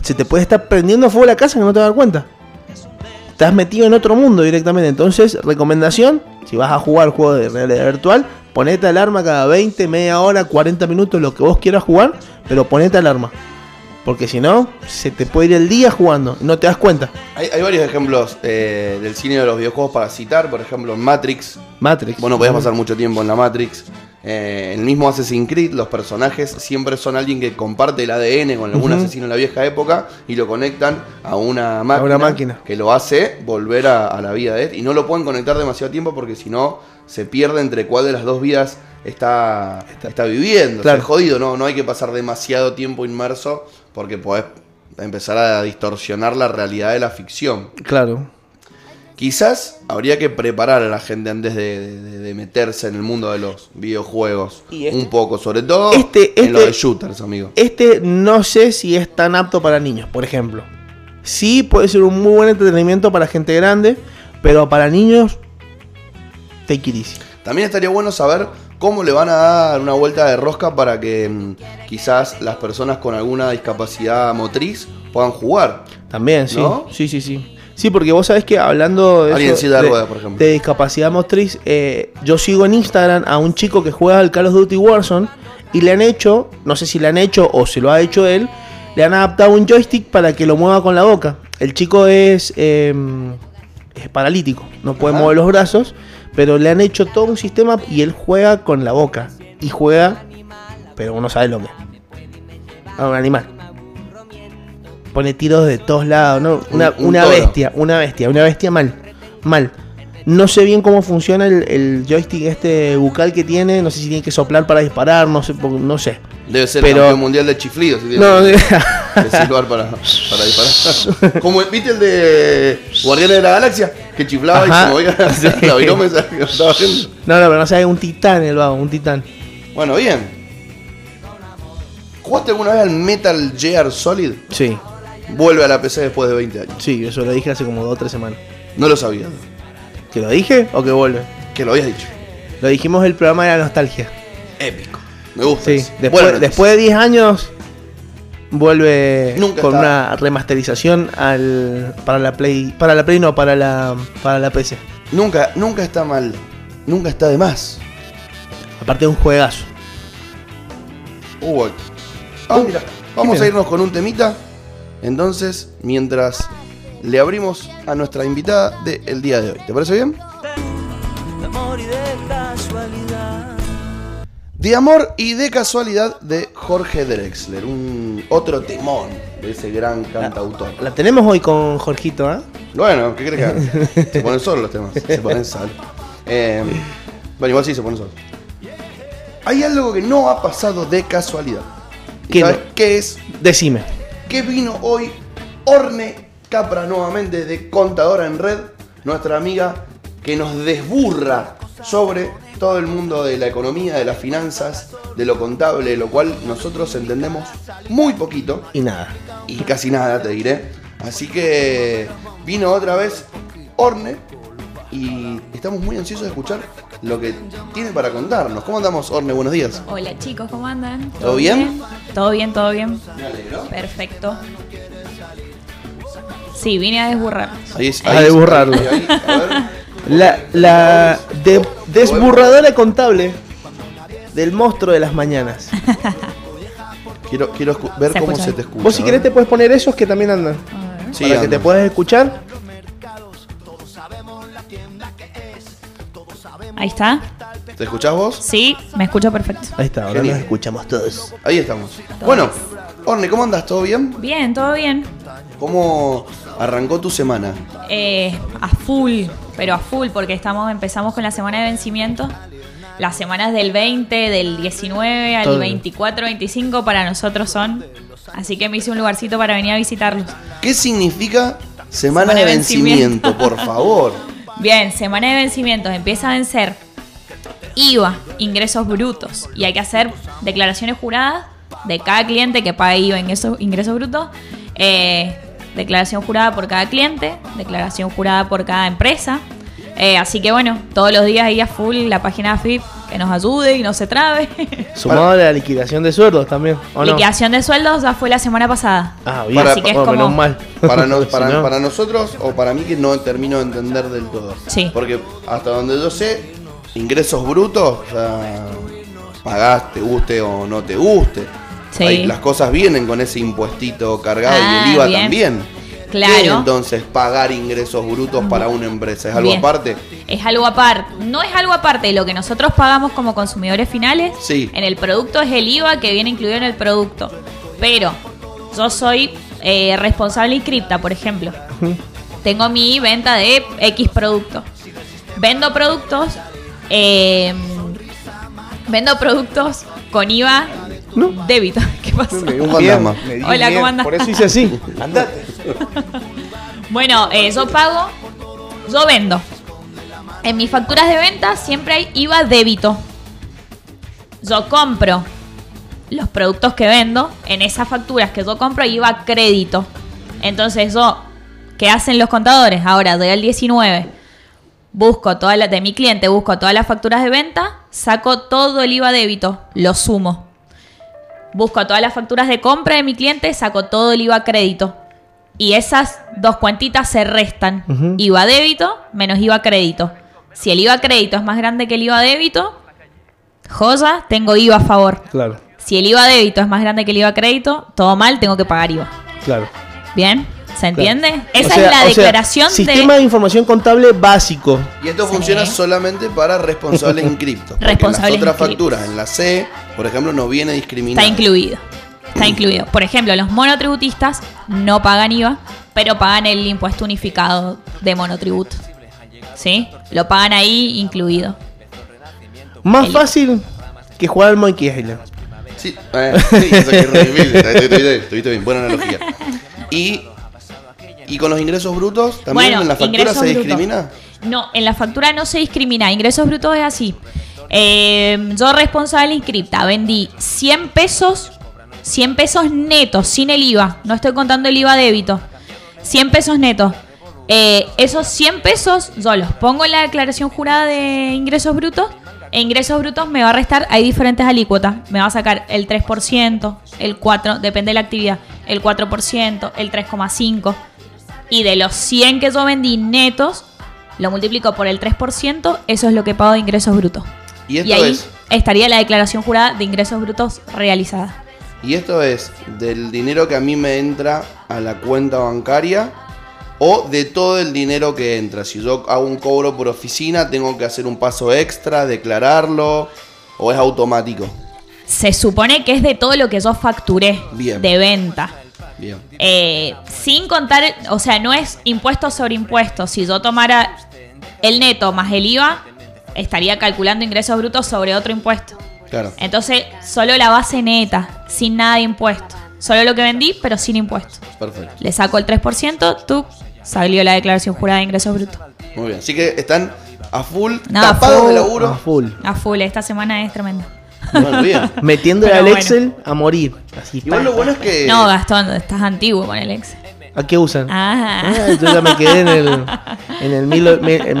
Speaker 3: se te puede estar prendiendo fuego la casa que no te vas a dar cuenta. estás metido en otro mundo directamente. Entonces, recomendación, si vas a jugar juegos de realidad virtual, ponete alarma cada 20, media hora, 40 minutos, lo que vos quieras jugar, pero ponete alarma. Porque si no, se te puede ir el día jugando, no te das cuenta.
Speaker 2: Hay, hay varios ejemplos eh, del cine de los videojuegos para citar, por ejemplo, en Matrix.
Speaker 3: Matrix.
Speaker 2: Vos no podías pasar mucho tiempo en la Matrix. Eh, en el mismo Assassin's Creed, los personajes siempre son alguien que comparte el ADN con algún
Speaker 3: Ujú.
Speaker 2: asesino de la vieja época y lo conectan a una máquina,
Speaker 3: una máquina.
Speaker 2: que lo hace volver a, a la vida de él. Y no lo pueden conectar demasiado tiempo porque si no se pierde entre cuál de las dos vidas está, está viviendo.
Speaker 3: Claro.
Speaker 2: O sea, es jodido, ¿no? no hay que pasar demasiado tiempo inmerso porque podés empezar a distorsionar la realidad de la ficción.
Speaker 3: Claro.
Speaker 2: Quizás habría que preparar a la gente antes de, de- de meterse en el mundo de los videojuegos.
Speaker 3: ¿Y este?
Speaker 2: Un poco, sobre todo
Speaker 3: Este- este-
Speaker 2: en lo de shooters, amigo.
Speaker 3: Este no sé si es tan apto para niños, por ejemplo. Sí puede ser un muy buen entretenimiento para gente grande, pero para niños, take it easy.
Speaker 2: También estaría bueno saber cómo le van a dar una vuelta de rosca para que mm, quizás las personas con alguna discapacidad motriz puedan jugar.
Speaker 3: También, sí.
Speaker 2: ¿No?
Speaker 3: Sí, sí, sí. Sí, porque vos sabés que hablando de,
Speaker 2: Alguien en silla de
Speaker 3: de,
Speaker 2: ruedas, por ejemplo.
Speaker 3: de discapacidad motriz, eh, yo sigo en Instagram a un chico que juega al Call of Duty Warzone y le han hecho, no sé si le han hecho o se lo ha hecho él, le han adaptado un joystick para que lo mueva con la boca. El chico es, eh, es paralítico, no puede
Speaker 2: Ajá.
Speaker 3: mover los brazos, pero le han hecho todo un sistema y él juega con la boca. Y juega, pero uno sabe lo que. A un animal. Pone tiros de todos lados, ¿no? Una,
Speaker 2: Un- un
Speaker 3: una
Speaker 2: toro.
Speaker 3: bestia, una bestia, una bestia mal. Mal. No sé bien cómo funciona el, el joystick este bucal que tiene. No sé si tiene que soplar para disparar, no sé. por- No sé.
Speaker 2: Debe ser
Speaker 3: Pero-
Speaker 2: campeón mundial de chiflidos. si tiene
Speaker 3: No, [LAUGHS]
Speaker 2: que- que silbar para, para disparar. Como el- viste el de Guardianes de la Galaxia, que chiflaba y
Speaker 3: Ajá.
Speaker 2: se movía. [LAUGHS]
Speaker 3: [LAUGHS]
Speaker 2: La viroma esa que estaba haciendo.
Speaker 3: no, no, pero no sé, un titán el vago, un titán.
Speaker 2: Bueno, bien. ¿Jugaste alguna vez al Metal Gear Solid?
Speaker 3: Sí,
Speaker 2: Vuelve a la PC después de 20 años.
Speaker 3: sí, eso lo dije hace como dos o tres semanas.
Speaker 2: No lo sabía.
Speaker 3: ¿Que lo dije o que vuelve?
Speaker 2: Que lo habías dicho.
Speaker 3: Lo dijimos el programa de la nostalgia.
Speaker 2: Épico. Me gusta.
Speaker 3: Sí,
Speaker 2: eso.
Speaker 3: después,
Speaker 2: Buena noticia.
Speaker 3: después de 10 años vuelve
Speaker 2: Nunca
Speaker 3: con
Speaker 2: está.
Speaker 3: una remasterización al para la Play, para la Play no, para la para la PC.
Speaker 2: Nunca, nunca está mal. Nunca está de más.
Speaker 3: Aparte de un juegazo.
Speaker 2: Uh, aquí. Ah,
Speaker 3: Uh,
Speaker 2: mira. Vamos
Speaker 3: mira.
Speaker 2: a irnos con un temita. Entonces, mientras le abrimos a nuestra invitada del día de hoy. ¿Te parece bien?
Speaker 7: de amor y de casualidad.
Speaker 2: De amor y de casualidad de Jorge Drexler. Un otro temón de ese gran cantautor.
Speaker 3: La tenemos hoy con Jorgito, ¿ah?
Speaker 2: Bueno, ¿qué crees que
Speaker 3: [LAUGHS]
Speaker 2: haga? Se ponen solos los temas. Se ponen solos. Eh, bueno, igual sí se ponen solos. Hay algo que no ha pasado de casualidad. ¿Y
Speaker 3: ¿Qué
Speaker 2: ¿Sabes
Speaker 3: no?
Speaker 2: qué es?
Speaker 3: Decime.
Speaker 2: ¿Qué vino hoy Orne Capra nuevamente de Contadora en Red? Nuestra amiga que nos desburra sobre todo el mundo de la economía, de las finanzas, de lo contable, lo cual nosotros entendemos muy poquito
Speaker 3: Y nada.
Speaker 2: y casi nada, te diré. Así que vino otra vez Orne y estamos muy ansiosos de escuchar lo que tiene para contarnos. ¿Cómo andamos, Orne? Buenos días.
Speaker 8: Hola chicos, ¿cómo andan?
Speaker 2: ¿Todo bien?
Speaker 8: Todo bien, todo bien.
Speaker 2: Me alegro.
Speaker 8: Perfecto. Sí, vine a desburrar.
Speaker 2: Ahí es-
Speaker 3: A
Speaker 2: ahí es-
Speaker 3: desburrarlo.
Speaker 2: ahí- ahí- a ver.
Speaker 3: La, la de- desburradora contable del monstruo de las [LAUGHS] mañanas.
Speaker 2: Quiero, quiero escu- ver
Speaker 8: Se
Speaker 2: cómo
Speaker 8: escucha
Speaker 2: se
Speaker 8: bien.
Speaker 2: te escucha.
Speaker 3: Vos si querés te puedes poner esos que también andan.
Speaker 2: Sí,
Speaker 3: para que
Speaker 2: anda.
Speaker 3: te puedas escuchar.
Speaker 8: Ahí está.
Speaker 2: ¿Te escuchás vos?
Speaker 8: Sí, me escucho perfecto.
Speaker 3: Ahí está, ahora
Speaker 2: Genial.
Speaker 3: nos escuchamos todos.
Speaker 2: Ahí estamos. Bueno, Orne, ¿cómo andas? ¿Todo bien?
Speaker 8: Bien, todo bien.
Speaker 2: ¿Cómo arrancó tu semana?
Speaker 8: Eh, a full, pero a full, porque estamos, empezamos con la semana de vencimiento. Las semanas del 20, del 19 al
Speaker 3: Todo.
Speaker 8: 24, 25 para nosotros son. Así que me hice un lugarcito para venir a visitarlos.
Speaker 2: ¿Qué significa semana,
Speaker 8: Semana
Speaker 2: de
Speaker 8: de
Speaker 2: vencimiento?
Speaker 8: vencimiento.
Speaker 2: Por favor.
Speaker 8: Bien, semana de vencimientos. Empieza a vencer IVA, ingresos brutos. Y hay que hacer declaraciones juradas de cada cliente que pague IVA, ingresos, ingresos brutos. Eh, declaración jurada por cada cliente, declaración jurada por cada empresa. Eh, así que bueno, todos los días ahí a full la página AFIP, que nos ayude y no se trabe.
Speaker 3: Sumado a la liquidación de sueldos también. ¿o no?
Speaker 8: Liquidación de sueldos ya fue la semana pasada.
Speaker 3: Ah, bien.
Speaker 2: Para-
Speaker 8: Así que es
Speaker 3: Bueno,
Speaker 8: como...
Speaker 3: menos mal.
Speaker 2: Para, no-
Speaker 3: [LAUGHS] Si
Speaker 2: para,
Speaker 3: no-
Speaker 2: para nosotros o para mí que no termino de entender del todo.
Speaker 8: Sí.
Speaker 2: Porque hasta donde yo sé, ingresos brutos, o sea, pagás, te guste o no te guste.
Speaker 8: Sí.
Speaker 2: Ahí las cosas vienen con ese impuestito cargado y
Speaker 8: Ah,
Speaker 2: el IVA
Speaker 8: bien.
Speaker 2: también.
Speaker 8: Claro.
Speaker 2: ¿Qué es entonces pagar ingresos brutos para una empresa? ¿Es algo
Speaker 8: Bien.
Speaker 2: aparte?
Speaker 8: Es algo aparte. No es algo aparte de lo que nosotros pagamos como consumidores finales.
Speaker 2: Sí.
Speaker 8: En el producto es el IVA que viene incluido en el producto. Pero yo soy eh, responsable inscripta, por ejemplo. Tengo mi venta de X producto. Vendo productos. eh, vendo productos con IVA débito. [LAUGHS] ¿Qué pasó?
Speaker 2: Un fantasma.
Speaker 3: Bien.
Speaker 8: Hola, ¿cómo andás?
Speaker 3: Por eso hice así.
Speaker 8: Bueno, eh, yo pago, yo vendo. En mis facturas de venta siempre hay IVA débito. Yo compro los productos que vendo, en esas facturas que yo compro hay IVA crédito. Entonces yo, ¿qué hacen los contadores? Ahora doy al 19. Busco todas las de mi cliente, busco todas las facturas de venta, saco todo el IVA débito, lo sumo. Busco todas las facturas de compra de mi cliente, saco todo el IVA crédito. Y esas dos cuentitas se restan. IVA débito menos IVA crédito. Si el IVA crédito es más grande que el IVA débito, joya, tengo IVA a favor.
Speaker 3: Claro,
Speaker 8: Si el IVA débito es más grande que el IVA crédito, todo mal, tengo que pagar IVA.
Speaker 3: claro.
Speaker 8: ¿Bien? ¿Se entiende? Esa
Speaker 3: O sea-
Speaker 8: es la
Speaker 3: o sea,
Speaker 8: declaración
Speaker 3: Sistema
Speaker 8: de
Speaker 3: de información contable básico.
Speaker 2: Y esto funciona solamente para responsables en cripto. porque
Speaker 8: Responsables
Speaker 2: en las otras
Speaker 8: inscriptos.
Speaker 2: facturas, en la C, por ejemplo, no viene discriminado.
Speaker 8: Está incluido. Está incluido. Por ejemplo, los monotributistas no pagan IVA, pero pagan el impuesto unificado de monotributo. ¿Sí? Lo pagan ahí incluido.
Speaker 3: Más
Speaker 8: El-
Speaker 3: fácil que jugar al Monkey Island.
Speaker 2: Sí, eh, sí, eso que es revivible. Estuviste- Estuviste bien, buena analogía. Y, y con los ingresos brutos, también en la factura
Speaker 8: ingresos
Speaker 2: se
Speaker 8: brutos.
Speaker 2: discrimina.
Speaker 8: No, en la factura no se discrimina. Ingresos brutos es así. Eh, yo responsable inscripta, vendí 100 pesos, 100 pesos netos, sin el IVA. No estoy contando el IVA débito. 100 pesos netos. Eh, esos 100 pesos yo los pongo en la declaración jurada de ingresos brutos. E ingresos brutos me va a restar, hay diferentes alícuotas. Me va a sacar el 3%, el 4%, depende de la actividad, el 4%, el 3,5%. Y de los 100 que yo vendí netos, lo multiplico por el 3%, eso es lo que pago de ingresos brutos.
Speaker 2: Y esto
Speaker 8: ahí
Speaker 2: es.
Speaker 8: estaría la declaración jurada de ingresos brutos realizada.
Speaker 2: Y esto es del dinero que a mí me entra a la cuenta bancaria o de todo el dinero que entra. Si yo hago un cobro por oficina, tengo que hacer un paso extra, declararlo, o es automático.
Speaker 8: Se supone que es de todo lo que yo facturé
Speaker 2: Bien.
Speaker 8: de venta.
Speaker 2: Bien.
Speaker 8: Eh, sin contar, o sea, no es impuesto sobre impuesto. Si yo tomara el neto más el IVA, estaría calculando ingresos brutos sobre otro impuesto.
Speaker 2: Claro.
Speaker 8: Entonces, solo la base neta, sin nada de impuesto. Solo lo que vendí, pero sin impuesto.
Speaker 2: Perfecto.
Speaker 8: Le saco el 3%, tú salió la declaración jurada de ingresos brutos.
Speaker 2: Muy bien. Así que están a full,
Speaker 8: No,
Speaker 2: tapados de
Speaker 8: full.
Speaker 3: A
Speaker 2: laburo.
Speaker 3: Ah,
Speaker 8: [LAUGHS]
Speaker 3: full.
Speaker 8: A full, esta semana es tremenda.
Speaker 2: Bueno,
Speaker 8: [LAUGHS]
Speaker 2: bien.
Speaker 3: Metiéndole
Speaker 8: Pero
Speaker 3: al
Speaker 8: bueno.
Speaker 3: Excel a morir. Así.
Speaker 2: Igual
Speaker 3: pa,
Speaker 2: lo
Speaker 3: pa.
Speaker 2: bueno es que.
Speaker 8: No, Gastón, estás antiguo con el ex.
Speaker 3: ¿A qué usan?
Speaker 8: Ah.
Speaker 3: Ah, yo ya me quedé en el,
Speaker 8: [LAUGHS]
Speaker 3: en el mil, o- mil- en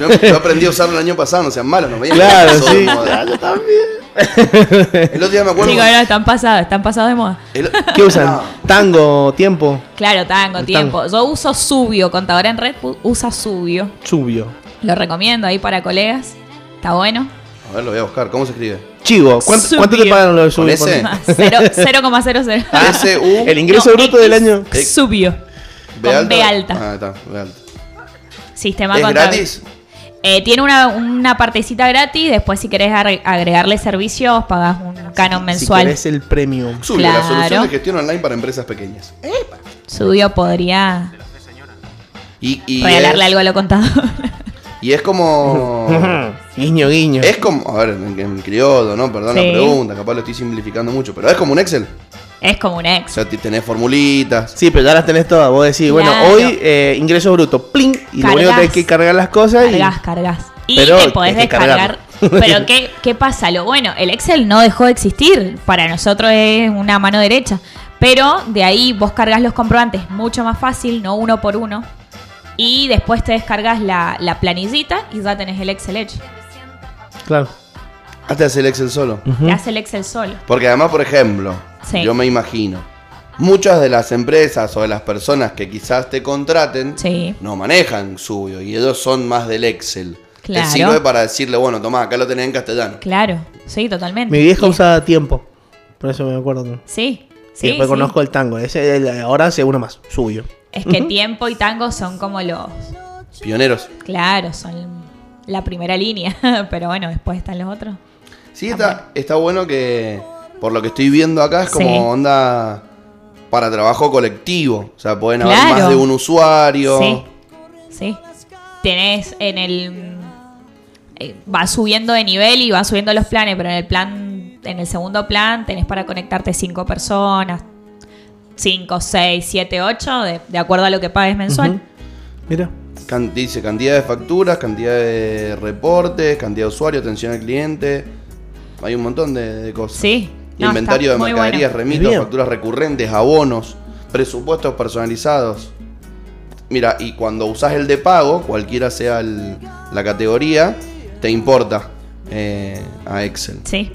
Speaker 2: [LAUGHS] Yo, yo aprendí a usarlo el año pasado, no sean malos, no me digan que
Speaker 3: Claro,
Speaker 2: pasó de
Speaker 3: sí.
Speaker 2: moda.
Speaker 3: Claro, yo también.
Speaker 2: El otro día me acuerdo.
Speaker 8: Chicos, no, están pasados, están pasados de moda.
Speaker 2: el-
Speaker 3: ¿Qué usan? Tango, tiempo,
Speaker 8: Claro, tango,
Speaker 3: El
Speaker 8: tiempo. Yo uso Subio, contadora en red pu- usa Subio.
Speaker 3: chubio.
Speaker 8: Lo recomiendo ahí para colegas. Está bueno.
Speaker 2: A ver, lo voy a buscar. ¿Cómo se escribe?
Speaker 3: Chivo, ¿cuánto,
Speaker 8: Subio.
Speaker 3: cuánto te pagaron los
Speaker 2: ¿Con
Speaker 3: subios?
Speaker 2: ese?
Speaker 8: [LAUGHS] Cero- 0,00.
Speaker 2: S U
Speaker 3: Eh. Ah, El ingreso
Speaker 8: No,
Speaker 3: bruto del
Speaker 8: X
Speaker 3: año.
Speaker 8: Subio. Con B alta.
Speaker 2: Ah, está, B alta.
Speaker 8: Sistema
Speaker 2: ¿Es
Speaker 8: contable.
Speaker 2: gratis?
Speaker 8: Eh, tiene una, una partecita gratis. Después, si querés agre- agregarle servicios, pagas un canon
Speaker 3: Si
Speaker 8: mensual.
Speaker 3: querés el premium.
Speaker 2: Subio, la solución
Speaker 8: Claro.
Speaker 2: de gestión online para empresas pequeñas.
Speaker 8: Subio podría
Speaker 2: Y, y
Speaker 8: regalarle
Speaker 2: es,
Speaker 8: algo a lo contador. [LAUGHS]
Speaker 2: Y es como.
Speaker 3: [LAUGHS] Ah, guiño, guiño.
Speaker 2: es como. A ver, en, en criollo, ¿no? Perdón
Speaker 8: Sí.
Speaker 2: la pregunta, capaz lo estoy simplificando mucho, pero es como un Excel.
Speaker 8: es como un
Speaker 2: O
Speaker 8: ex.
Speaker 2: sea, t- tenés formulitas.
Speaker 3: Sí, pero ya las tenés todas. Vos decís, bueno,
Speaker 8: Claro.
Speaker 3: hoy eh, ingreso bruto, pling, y lo único que
Speaker 8: Cargas.
Speaker 3: tenés que cargar las cosas y.
Speaker 8: Cargas, cargas. Y
Speaker 3: Pero
Speaker 8: te podés
Speaker 3: tenés que [LAUGHS]
Speaker 8: descargar.
Speaker 3: cargarlo.
Speaker 8: Pero ¿qué, ¿qué pasa? Lo bueno, el Excel no dejó de existir. Para nosotros es una mano derecha. Pero de ahí vos cargas los comprobantes mucho más fácil, no uno por uno. Y después te descargas la, la planillita y ya tenés el Excel hecho.
Speaker 3: Claro.
Speaker 2: Hasta hace el Excel solo.
Speaker 8: Te hace el Excel solo.
Speaker 2: Porque además, por ejemplo,
Speaker 8: Sí.
Speaker 2: yo me imagino, muchas de las empresas o de las personas que quizás te contraten
Speaker 8: Sí.
Speaker 2: no manejan suyo y ellos son más del Excel.
Speaker 8: Claro.
Speaker 2: Te sirve para decirle, bueno, tomá, acá lo tenés en castellano.
Speaker 8: Claro, sí, totalmente.
Speaker 3: Mi vieja usaba tiempo. Por eso me acuerdo. Sí,
Speaker 8: Sí, sí.
Speaker 3: después
Speaker 8: sí.
Speaker 3: conozco el tango. Ese, el- ahora hace uno más, suyo.
Speaker 8: Es que tiempo y tango son como los.
Speaker 2: Pioneros.
Speaker 8: Claro, son la primera línea. [LAUGHS] Pero bueno, después están los otros.
Speaker 2: Sí, está, está bueno que, por lo que estoy viendo acá, es como
Speaker 8: Sí.
Speaker 2: onda para trabajo colectivo. O sea, pueden haber
Speaker 8: Claro.
Speaker 2: más de un usuario.
Speaker 8: Sí, sí. Tenés en el. eh, Va subiendo de nivel y va subiendo los planes, pero en el plan, en el segundo plan, tenés para conectarte cinco personas, cinco, seis, siete, ocho, de, de acuerdo a lo que pagues mensual.
Speaker 3: Mira.
Speaker 2: Can- dice cantidad de facturas, cantidad de reportes, cantidad de usuarios, atención al cliente. Hay un montón de, de cosas.
Speaker 8: Sí. No,
Speaker 2: Inventario de
Speaker 8: está muy bueno.
Speaker 2: mercaderías, remitos,
Speaker 3: Bien.
Speaker 2: facturas recurrentes, abonos, presupuestos personalizados. Mira, y cuando usás el de pago, cualquiera sea el- la categoría, te importa eh, a Excel.
Speaker 8: Sí,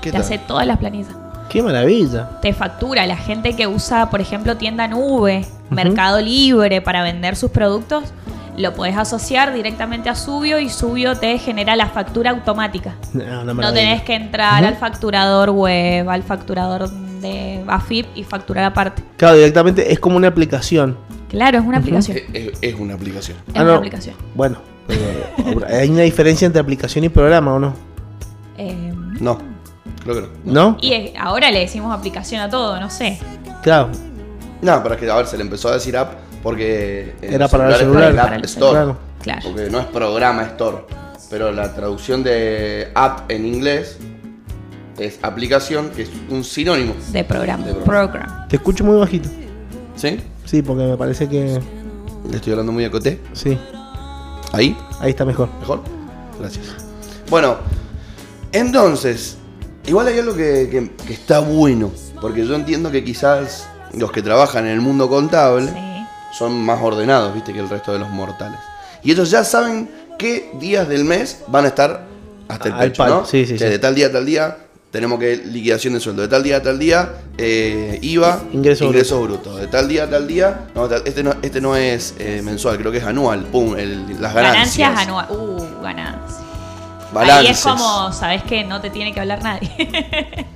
Speaker 2: ¿Qué
Speaker 8: te
Speaker 2: tal?
Speaker 8: hace todas las planillas.
Speaker 3: Qué maravilla.
Speaker 8: te factura. La gente que usa, por ejemplo, tienda nube, Mercado Libre para vender sus productos, lo podés asociar directamente a Subio y Subio te genera la factura automática.
Speaker 3: No, una
Speaker 8: No
Speaker 3: maravilla.
Speaker 8: tenés que entrar
Speaker 3: Ujú.
Speaker 8: al facturador web, al facturador de AFIP y facturar aparte.
Speaker 3: Claro, directamente es como una aplicación.
Speaker 8: Claro, es una aplicación.
Speaker 2: Es, es- es una aplicación.
Speaker 8: Es
Speaker 3: Eh, Ah,
Speaker 8: una
Speaker 3: no.
Speaker 8: aplicación.
Speaker 3: Bueno, pero, eh, [LAUGHS] hay una diferencia entre aplicación y programa, ¿o no?
Speaker 8: Eh,
Speaker 2: No, creo que no.
Speaker 3: ¿No?
Speaker 8: y eh, ahora le decimos aplicación a todo, no sé.
Speaker 3: Claro.
Speaker 2: No, pero es que, a ver, se le empezó a decir app porque... en
Speaker 3: Era
Speaker 2: los
Speaker 3: para el
Speaker 2: celulares
Speaker 3: celular.
Speaker 2: el
Speaker 8: Para
Speaker 2: App
Speaker 8: el
Speaker 2: Store.
Speaker 3: celular.
Speaker 8: Claro.
Speaker 2: Porque no es programa store. Pero la traducción de app en inglés es aplicación, que es un sinónimo.
Speaker 8: De programa.
Speaker 2: De programa.
Speaker 8: Program.
Speaker 3: Te escucho muy bajito.
Speaker 2: ¿Sí?
Speaker 3: Sí, porque me parece que.
Speaker 2: Le estoy hablando muy a Coté.
Speaker 3: Sí,
Speaker 2: Ahí,
Speaker 3: ahí está mejor.
Speaker 2: mejor. Gracias. Bueno, entonces, igual hay algo que, que- que está bueno. Porque yo entiendo que quizás los que trabajan en el mundo contable
Speaker 8: Sí.
Speaker 2: son más ordenados, viste, que el resto de los mortales. Y ellos ya saben qué días del mes van a estar hasta el
Speaker 3: Al
Speaker 2: pecho,
Speaker 3: palo,
Speaker 2: ¿no?
Speaker 3: sí, sí,
Speaker 2: Che,
Speaker 3: sí.
Speaker 2: De tal día a tal día tenemos que liquidación de sueldo, de tal día a tal día eh, IVA,
Speaker 3: Ingreso
Speaker 2: brutos, de tal día a tal día, no, tal- este, no, este no es eh, mensual, creo que es anual, pum, el- las ganancias,
Speaker 8: Ganancias anuales. Uh, ganancias. Ahí
Speaker 2: balances.
Speaker 8: es como, sabes que no te tiene que hablar nadie.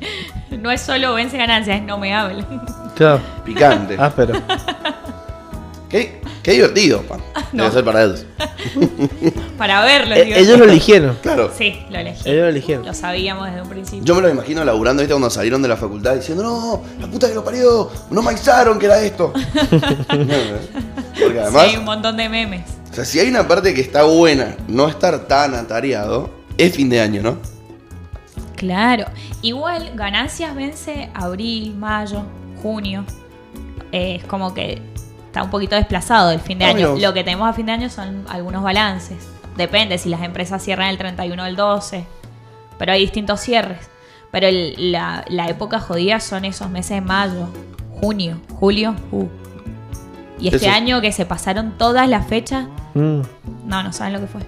Speaker 8: [LAUGHS] no es solo vence ganancias, es no me hablen. [LAUGHS]
Speaker 3: Claro. [LAUGHS]
Speaker 2: Picante.
Speaker 3: Ah, pero.
Speaker 2: Qué, qué divertido, pa.
Speaker 8: [LAUGHS] No.
Speaker 2: Debe ser para ellos.
Speaker 8: Para verlo.
Speaker 3: Eh,
Speaker 8: digo.
Speaker 3: ellos lo eligieron.
Speaker 2: Claro.
Speaker 8: Sí, lo elegí.
Speaker 3: Ellos lo eligieron.
Speaker 8: Lo sabíamos desde un principio.
Speaker 2: Yo me los imagino laburando, ¿viste? Cuando salieron de la facultad diciendo, no, la puta que lo parió, no maizaron que era
Speaker 8: [LAUGHS]
Speaker 2: esto. Porque además,
Speaker 8: sí, un montón de memes.
Speaker 2: o sea, si hay una parte que está buena, no estar tan atareado, es fin de año, ¿no?
Speaker 8: Claro. Igual, ganancias vence abril, mayo, junio. Eh, es como que está un poquito desplazado el fin de año.
Speaker 3: Obvio.
Speaker 8: Lo que tenemos a fin de año son algunos balances. Depende si las empresas cierran el 31 o el 12. Pero hay distintos cierres. Pero el- la, la época jodida son esos meses de mayo, junio, julio. uh. Y este
Speaker 2: Eso-
Speaker 8: año que se pasaron todas las fechas,
Speaker 3: Mm,
Speaker 8: no, no saben lo que fue.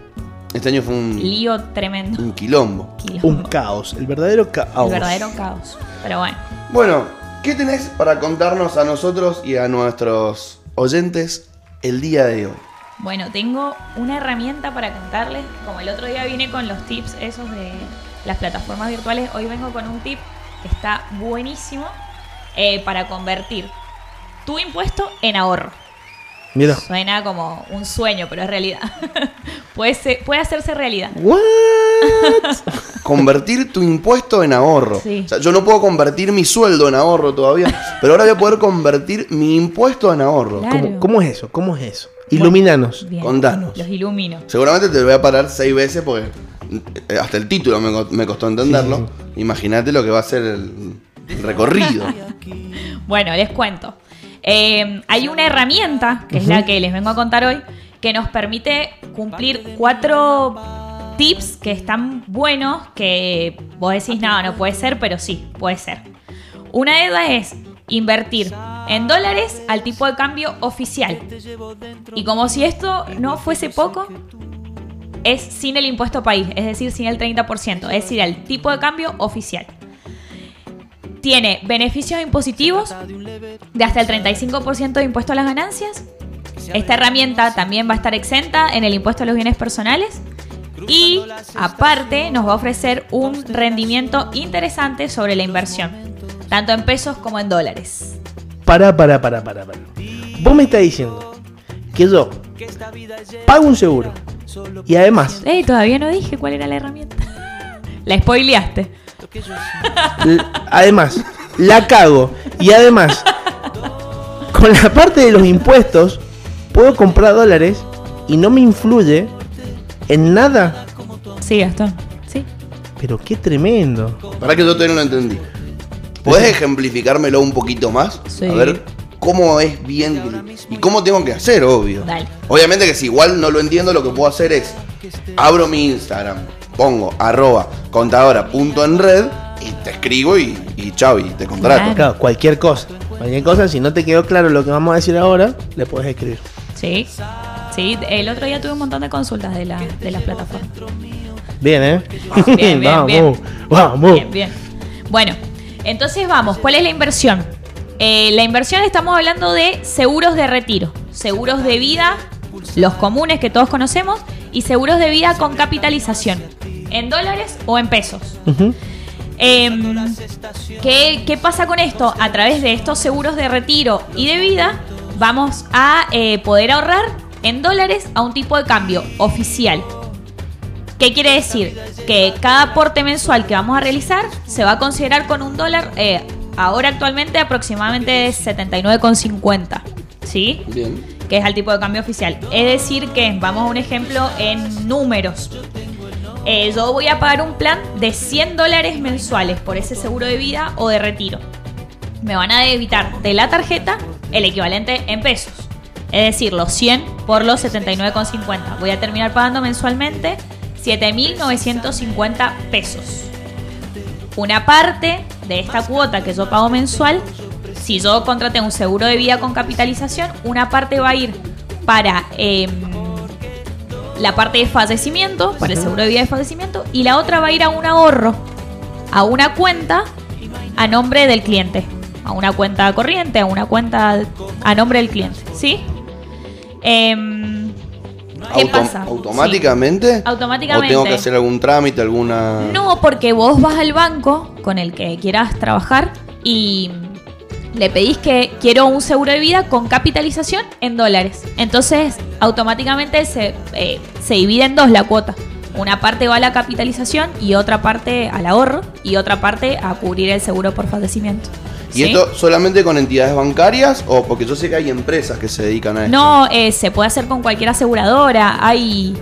Speaker 2: Este año fue un,
Speaker 8: Lío tremendo.
Speaker 2: un quilombo.
Speaker 8: Quilombo.
Speaker 3: Mm. un caos. El verdadero caos.
Speaker 8: El verdadero caos. Pero bueno.
Speaker 2: Bueno, ¿qué tenés para contarnos a nosotros y a nuestros oyentes el día de hoy?
Speaker 8: Bueno, tengo una herramienta para contarles. Como el otro día vine con los tips esos de las plataformas virtuales, hoy vengo con un tip que está buenísimo eh, para convertir tu impuesto en ahorro.
Speaker 3: Mira.
Speaker 8: Suena como un sueño, pero es realidad. [LAUGHS] puede, ser- puede hacerse realidad.
Speaker 3: ¿What?
Speaker 2: Convertir tu impuesto en ahorro.
Speaker 8: Sí.
Speaker 2: O sea, yo no puedo convertir mi sueldo en ahorro todavía, pero ahora voy a poder convertir mi impuesto en ahorro.
Speaker 8: Claro.
Speaker 3: ¿Cómo, cómo es eso? ¿Cómo es eso? Iluminanos.
Speaker 8: Bien.
Speaker 2: Contanos.
Speaker 8: Los ilumino.
Speaker 2: Seguramente te voy a parar seis veces porque eh, hasta el título me, co- me costó entenderlo.
Speaker 3: Sí,
Speaker 2: Imagínate lo que va a ser el el recorrido.
Speaker 8: Bueno, les cuento. Eh, hay una herramienta, que es la que les vengo a contar hoy, que nos permite cumplir cuatro tips que están buenos, que vos decís, no, no puede ser, pero sí, puede ser. Una de ellas es invertir en dólares al tipo de cambio oficial. Y como si esto no fuese poco, es sin el impuesto país, es decir, sin el 30%, es decir, el tipo de cambio oficial. Tiene beneficios impositivos de hasta el 35% de impuesto a las ganancias. Esta herramienta también va a estar exenta en el impuesto a los bienes personales. Y aparte nos va a ofrecer un rendimiento interesante sobre la inversión, tanto en pesos como en dólares.
Speaker 3: Pará, pará, pará, pará, pará. Vos me estás diciendo que yo pago un seguro y además
Speaker 8: Ey, todavía no dije cuál era la herramienta. [LAUGHS] La spoileaste.
Speaker 3: l- además la cago y además con la parte de los impuestos puedo comprar dólares y no me influye en nada.
Speaker 8: Sí, Gastón. Sí.
Speaker 3: Pero qué tremendo.
Speaker 2: Para que yo todavía no lo entendí. ¿Podés ejemplificármelo un poquito más?
Speaker 8: Sí.
Speaker 2: A ver cómo es bien y cómo tengo que hacer, obvio.
Speaker 8: Dale.
Speaker 2: Obviamente que si igual no lo entiendo, lo que puedo hacer es abro mi Instagram, pongo arroba contadora.enred y te escribo y, y chao, y te contrato.
Speaker 3: Claro, cualquier cosa. Cualquier cosa, si no te quedó claro lo que vamos a decir ahora, le puedes escribir.
Speaker 8: Sí. Sí, el otro día tuve un montón de consultas de, la, de las plataformas.
Speaker 3: Bien, ¿eh?
Speaker 8: Ah, Bien,
Speaker 3: [LAUGHS]
Speaker 8: bien,
Speaker 3: vamos,
Speaker 8: bien.
Speaker 3: vamos.
Speaker 8: Bien, bien. Bueno, entonces vamos, ¿cuál es la inversión? Eh, la inversión estamos hablando de seguros de retiro, seguros de vida, los comunes que todos conocemos, y seguros de vida con capitalización, en dólares o en pesos.
Speaker 3: Ujú.
Speaker 8: Em, ¿qué, qué pasa con esto? A través de estos seguros de retiro y de vida, vamos a eh, poder ahorrar en dólares a un tipo de cambio oficial. ¿Qué quiere decir? Que cada aporte mensual que vamos a realizar se va a considerar con un dólar, eh, ahora actualmente aproximadamente 79,50, ¿sí?
Speaker 2: Bien.
Speaker 8: Que es al tipo de cambio oficial. Es decir que, vamos a un ejemplo en números. Eh, yo voy a pagar un plan de 100 dólares mensuales por ese seguro de vida o de retiro. Me van a debitar de la tarjeta el equivalente en pesos. Es decir, los 100 por los 79,50. Voy a terminar pagando mensualmente 7.950 pesos. Una parte de esta cuota que yo pago mensual, si yo contraté un seguro de vida con capitalización, una parte va a ir para... em, la parte de fallecimiento, para el seguro de vida de fallecimiento, y la otra va a ir a un ahorro, a una cuenta a nombre del cliente, a una cuenta corriente, a una cuenta a nombre del cliente, ¿sí? Em, ¿Qué
Speaker 2: Autom-
Speaker 8: pasa?
Speaker 2: ¿Automáticamente?
Speaker 8: Sí. Automáticamente.
Speaker 2: ¿O tengo que hacer algún trámite, alguna...?
Speaker 8: No, porque vos vas al banco con el que quieras trabajar y le pedís que quiero un seguro de vida con capitalización en dólares. Entonces, automáticamente se, eh, se divide en dos la cuota. Una parte va a la capitalización y otra parte al ahorro y otra parte a cubrir el seguro por fallecimiento.
Speaker 2: ¿Y
Speaker 8: ¿Sí?
Speaker 2: esto solamente con entidades bancarias o porque yo sé que hay empresas que se dedican a esto?
Speaker 8: No, eh, se puede hacer con cualquier aseguradora. Hay,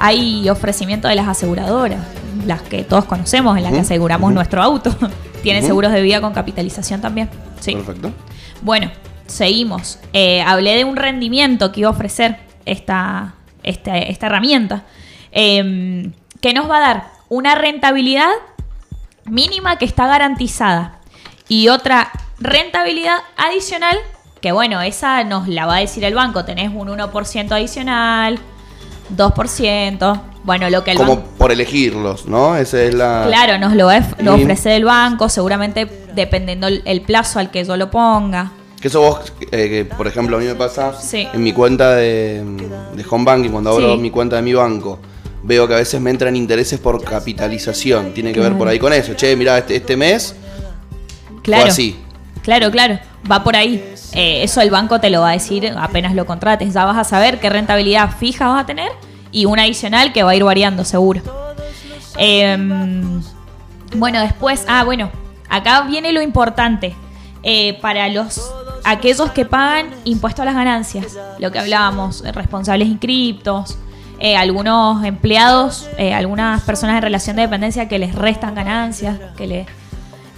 Speaker 8: hay ofrecimiento de las aseguradoras, las que todos conocemos, en las que
Speaker 2: Ujú,
Speaker 8: aseguramos
Speaker 2: ujú.
Speaker 8: nuestro auto. [LAUGHS] Tiene
Speaker 2: Ujú.
Speaker 8: seguros de vida con capitalización también. Sí.
Speaker 2: Perfecto.
Speaker 8: Bueno, seguimos. Eh, hablé de un rendimiento que iba a ofrecer esta, esta, esta herramienta. Eh, que nos va a dar una rentabilidad mínima que está garantizada y otra rentabilidad adicional que bueno, esa nos la va a decir el banco. Tenés un 1% adicional, 2%, bueno, lo que el
Speaker 2: Como
Speaker 8: banco...
Speaker 2: por elegirlos, ¿no? Esa es la...
Speaker 8: Claro, nos lo, va a of- lo
Speaker 2: Y-
Speaker 8: ofrece el banco, seguramente dependiendo el- el plazo al que yo lo ponga.
Speaker 2: Que eso vos, eh, que, por ejemplo, a mí me pasa
Speaker 8: Sí.
Speaker 2: en mi cuenta de, de home banking, cuando abro
Speaker 8: Sí.
Speaker 2: mi cuenta de mi banco, veo que a veces me entran intereses por capitalización. Tiene que ver por
Speaker 8: Claro.
Speaker 2: ahí con eso. Che, mirá, este, este mes
Speaker 8: Claro.
Speaker 2: fue así.
Speaker 8: Claro, claro. Va por ahí. Eh, eso el banco te lo va a decir apenas lo contrates. Ya vas a saber qué rentabilidad fija vas a tener y una adicional que va a ir variando, seguro. Em, bueno, después, ah, bueno, acá viene lo importante. Eh, para los aquellos que pagan impuesto a las ganancias, lo que hablábamos, eh, responsables inscriptos, eh, algunos empleados, eh, algunas personas en relación de dependencia que les restan ganancias, que les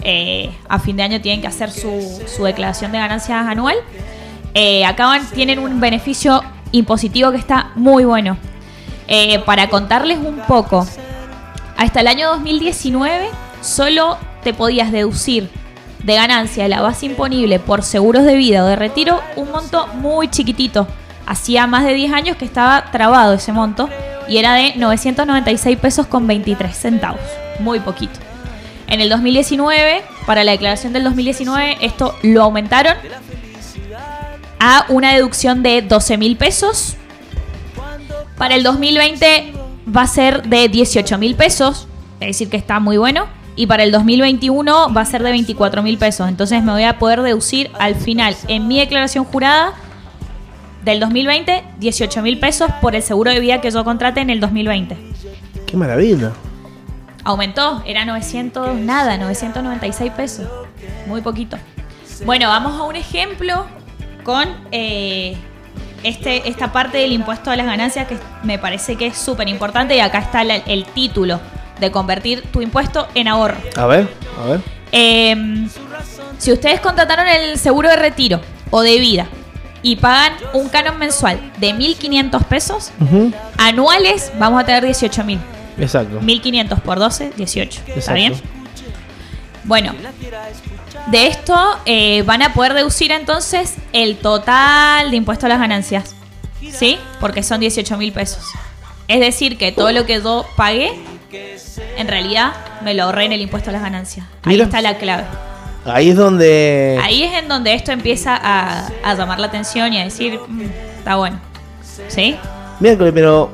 Speaker 8: eh, a fin de año tienen que hacer su, su declaración de ganancias anual. Eh, acaban, tienen un beneficio impositivo que está muy bueno. Eh, para contarles un poco, hasta el año 2019 solo te podías deducir de ganancia de la base imponible por seguros de vida o de retiro un monto muy chiquitito. Hacía más de 10 años que estaba trabado ese monto y era de 996 pesos con 23 centavos, muy poquito. En el 2019, para la declaración del 2019, esto lo aumentaron a una deducción de 12 mil pesos. Para el 2020 va a ser de 18 mil pesos, es decir, que está muy bueno. Y para el 2021 va a ser de 24 mil pesos. Entonces me voy a poder deducir al final en mi declaración jurada del 2020 18 mil pesos por el seguro de vida que yo contraté en el 2020.
Speaker 3: Qué maravilla.
Speaker 8: Aumentó, era 900, nada, 996 pesos. Muy poquito. Bueno, vamos a un ejemplo con eh, este, esta parte del impuesto a las ganancias que me parece que es súper importante y acá está la- el título de convertir tu impuesto en ahorro.
Speaker 3: A ver, a ver.
Speaker 8: Eh, si ustedes contrataron el seguro de retiro o de vida y pagan un canon mensual de 1.500 pesos,
Speaker 3: Ujú,
Speaker 8: anuales vamos a tener 18.000.
Speaker 3: Exacto.
Speaker 8: 1.500 por 12, 18. ¿Está
Speaker 3: Exacto.
Speaker 8: bien? Bueno, de esto eh, van a poder deducir entonces el total de impuesto a las ganancias. ¿Sí? Porque son 18 mil pesos. Es decir, que todo lo que yo pagué, en realidad me lo ahorré en el impuesto a las ganancias. Ahí
Speaker 3: Mira. Eh.
Speaker 8: está la clave.
Speaker 3: Ahí es donde.
Speaker 8: Ahí es en donde esto empieza a, a llamar la atención y a decir, "Mm, está bueno. ¿Sí?
Speaker 3: Miércoles, pero.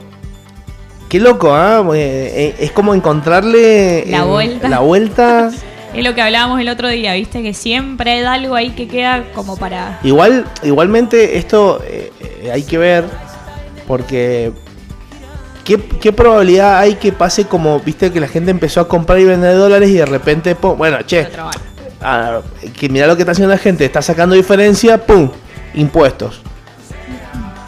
Speaker 3: Qué loco, ¿ah? Eh, eh, Es como encontrarle.
Speaker 8: La
Speaker 3: eh,
Speaker 8: vuelta.
Speaker 3: La
Speaker 8: [LAUGHS]
Speaker 3: vuelta.
Speaker 8: Es lo que hablábamos el otro día, viste, que siempre hay algo ahí que queda como para
Speaker 3: Igual, igualmente, esto eh, eh, hay que ver. Porque. ¿qué, qué probabilidad hay que pase como, viste, que la gente empezó a comprar y vender dólares y de repente, pum, bueno, che,
Speaker 8: otro banco.
Speaker 3: ah, que mirá lo que está haciendo la gente, está sacando diferencia, pum, impuestos.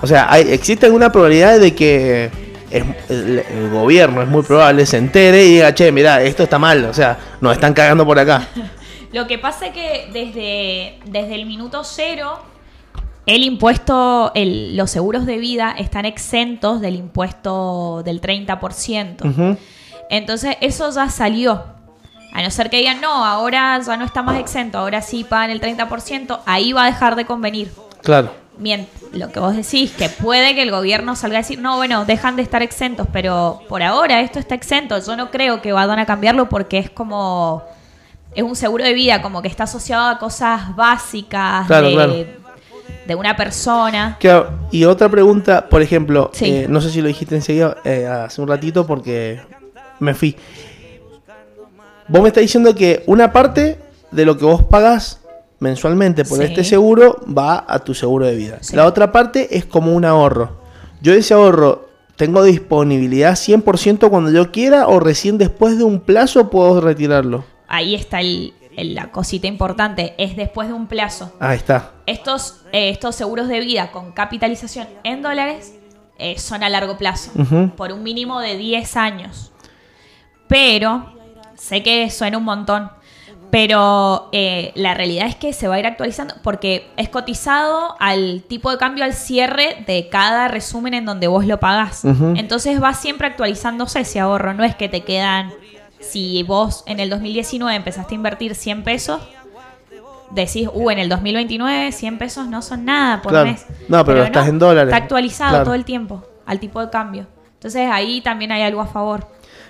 Speaker 3: O sea, hay, existe alguna probabilidad de que es- el, el gobierno, es muy probable, se entere y diga, che, mirá, esto está mal, o sea, nos están cagando por acá.
Speaker 8: Lo que pasa es que desde, desde el minuto cero, el impuesto, el- los seguros de vida están exentos del impuesto del 30%.
Speaker 3: Ujú.
Speaker 8: Entonces, eso ya salió. A no ser que digan, no, ahora ya no está más exento, ahora sí pagan el 30%, ahí va a dejar de convenir.
Speaker 3: Claro.
Speaker 8: Mien- lo que vos decís, que puede que el gobierno salga a decir, no, bueno, dejan de estar exentos, pero por ahora esto está exento. Yo no creo que vayan a cambiarlo porque es como. Es un seguro de vida, como que está asociado a cosas básicas
Speaker 3: Claro,
Speaker 8: de,
Speaker 3: claro.
Speaker 8: de una persona.
Speaker 3: Claro, y otra pregunta, por ejemplo,
Speaker 8: Sí.
Speaker 3: eh, no sé si lo dijiste enseguida eh, hace un ratito porque me fui. Vos me estás diciendo que una parte de lo que vos pagás mensualmente por
Speaker 8: Sí.
Speaker 3: este seguro va a tu seguro de vida.
Speaker 8: Sí.
Speaker 3: La otra parte es como un ahorro. Yo ese ahorro tengo disponibilidad 100% cuando yo quiera o recién después de un plazo puedo retirarlo.
Speaker 8: Ahí está el- el- la cosita importante, es después de un plazo.
Speaker 3: Ahí está.
Speaker 8: Estos, eh, estos seguros de vida con capitalización en dólares eh, son a largo plazo,
Speaker 3: Ujú.
Speaker 8: por un mínimo de 10 años. Pero, sé que suena un montón, pero eh, la realidad es que se va a ir actualizando porque es cotizado al tipo de cambio al cierre de cada resumen en donde vos lo pagás.
Speaker 3: Ujú.
Speaker 8: Entonces va siempre actualizándose ese ahorro, no es que te quedan... Si vos en el 2019 empezaste a invertir 100 pesos, decís, uh, en el 2029 100 pesos no son nada por
Speaker 3: Claro.
Speaker 8: mes.
Speaker 3: No, pero estás en dólares.
Speaker 8: Está actualizado
Speaker 3: Claro.
Speaker 8: todo el tiempo al tipo de cambio. Entonces ahí también hay algo a favor.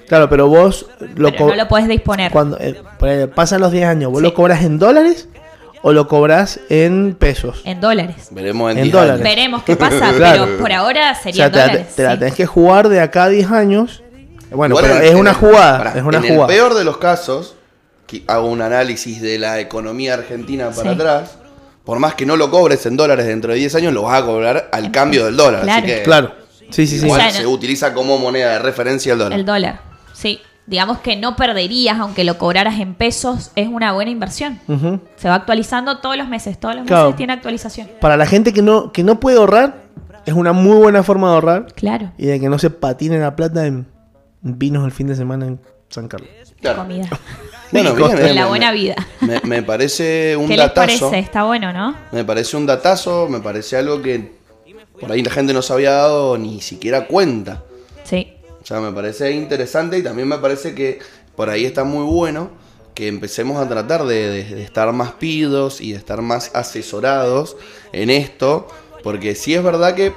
Speaker 3: Claro, pero vos lo
Speaker 8: pero
Speaker 3: co-
Speaker 8: no lo podés disponer.
Speaker 3: Cuando eh, ponele, pasan los 10 años, ¿vos
Speaker 8: Sí.
Speaker 3: lo cobras en dólares o lo cobras en pesos?
Speaker 8: En dólares.
Speaker 2: Veremos en,
Speaker 3: En
Speaker 2: 10
Speaker 3: dólares.
Speaker 2: años.
Speaker 8: Veremos qué pasa,
Speaker 3: [LAUGHS] Claro.
Speaker 8: pero por ahora
Speaker 3: o
Speaker 8: sería
Speaker 3: sea, te, la-
Speaker 8: dólares.
Speaker 3: te la
Speaker 8: sí.
Speaker 3: tenés que jugar de acá a 10 años. Bueno,
Speaker 2: Igual
Speaker 3: pero
Speaker 2: en-
Speaker 3: es
Speaker 2: en
Speaker 3: una
Speaker 2: el-
Speaker 3: jugada,
Speaker 2: pará,
Speaker 3: es una
Speaker 2: en
Speaker 3: jugada.
Speaker 2: el peor de los casos, que hago un análisis de la economía argentina para
Speaker 8: Sí.
Speaker 2: atrás, por más que no lo cobres en dólares dentro de 10 años, lo vas a cobrar al cambio del dólar.
Speaker 8: Claro.
Speaker 2: Así que
Speaker 3: Claro. Sí, sí, sí.
Speaker 2: eh, igual
Speaker 8: O sea,
Speaker 2: se
Speaker 8: no-
Speaker 2: utiliza como moneda de referencia el dólar.
Speaker 8: El dólar. Sí. Digamos que no perderías, aunque lo cobraras en pesos, es una buena inversión.
Speaker 3: Ujú.
Speaker 8: Se va actualizando todos los meses. Todos los
Speaker 3: Claro.
Speaker 8: meses tiene actualización.
Speaker 3: Para la gente que no, que no puede ahorrar, es una muy buena forma de ahorrar
Speaker 8: Claro.
Speaker 3: y de que no se patine la plata en vinos el fin de semana en San Carlos.
Speaker 2: Claro.
Speaker 8: Comida.
Speaker 2: Bueno, bien,
Speaker 8: De
Speaker 2: eh,
Speaker 8: la
Speaker 2: me-
Speaker 8: buena
Speaker 2: me-
Speaker 8: vida.
Speaker 2: Me, me parece un
Speaker 8: ¿Qué les
Speaker 2: datazo.
Speaker 8: parece? Está bueno, ¿no?
Speaker 2: Me parece un datazo, me parece algo que por ahí la gente no se había dado ni siquiera cuenta.
Speaker 8: Sí.
Speaker 2: O sea, me parece interesante y también me parece que por ahí está muy bueno que empecemos a tratar de, de- de estar más pidos y de estar más asesorados en esto, porque sí es verdad que,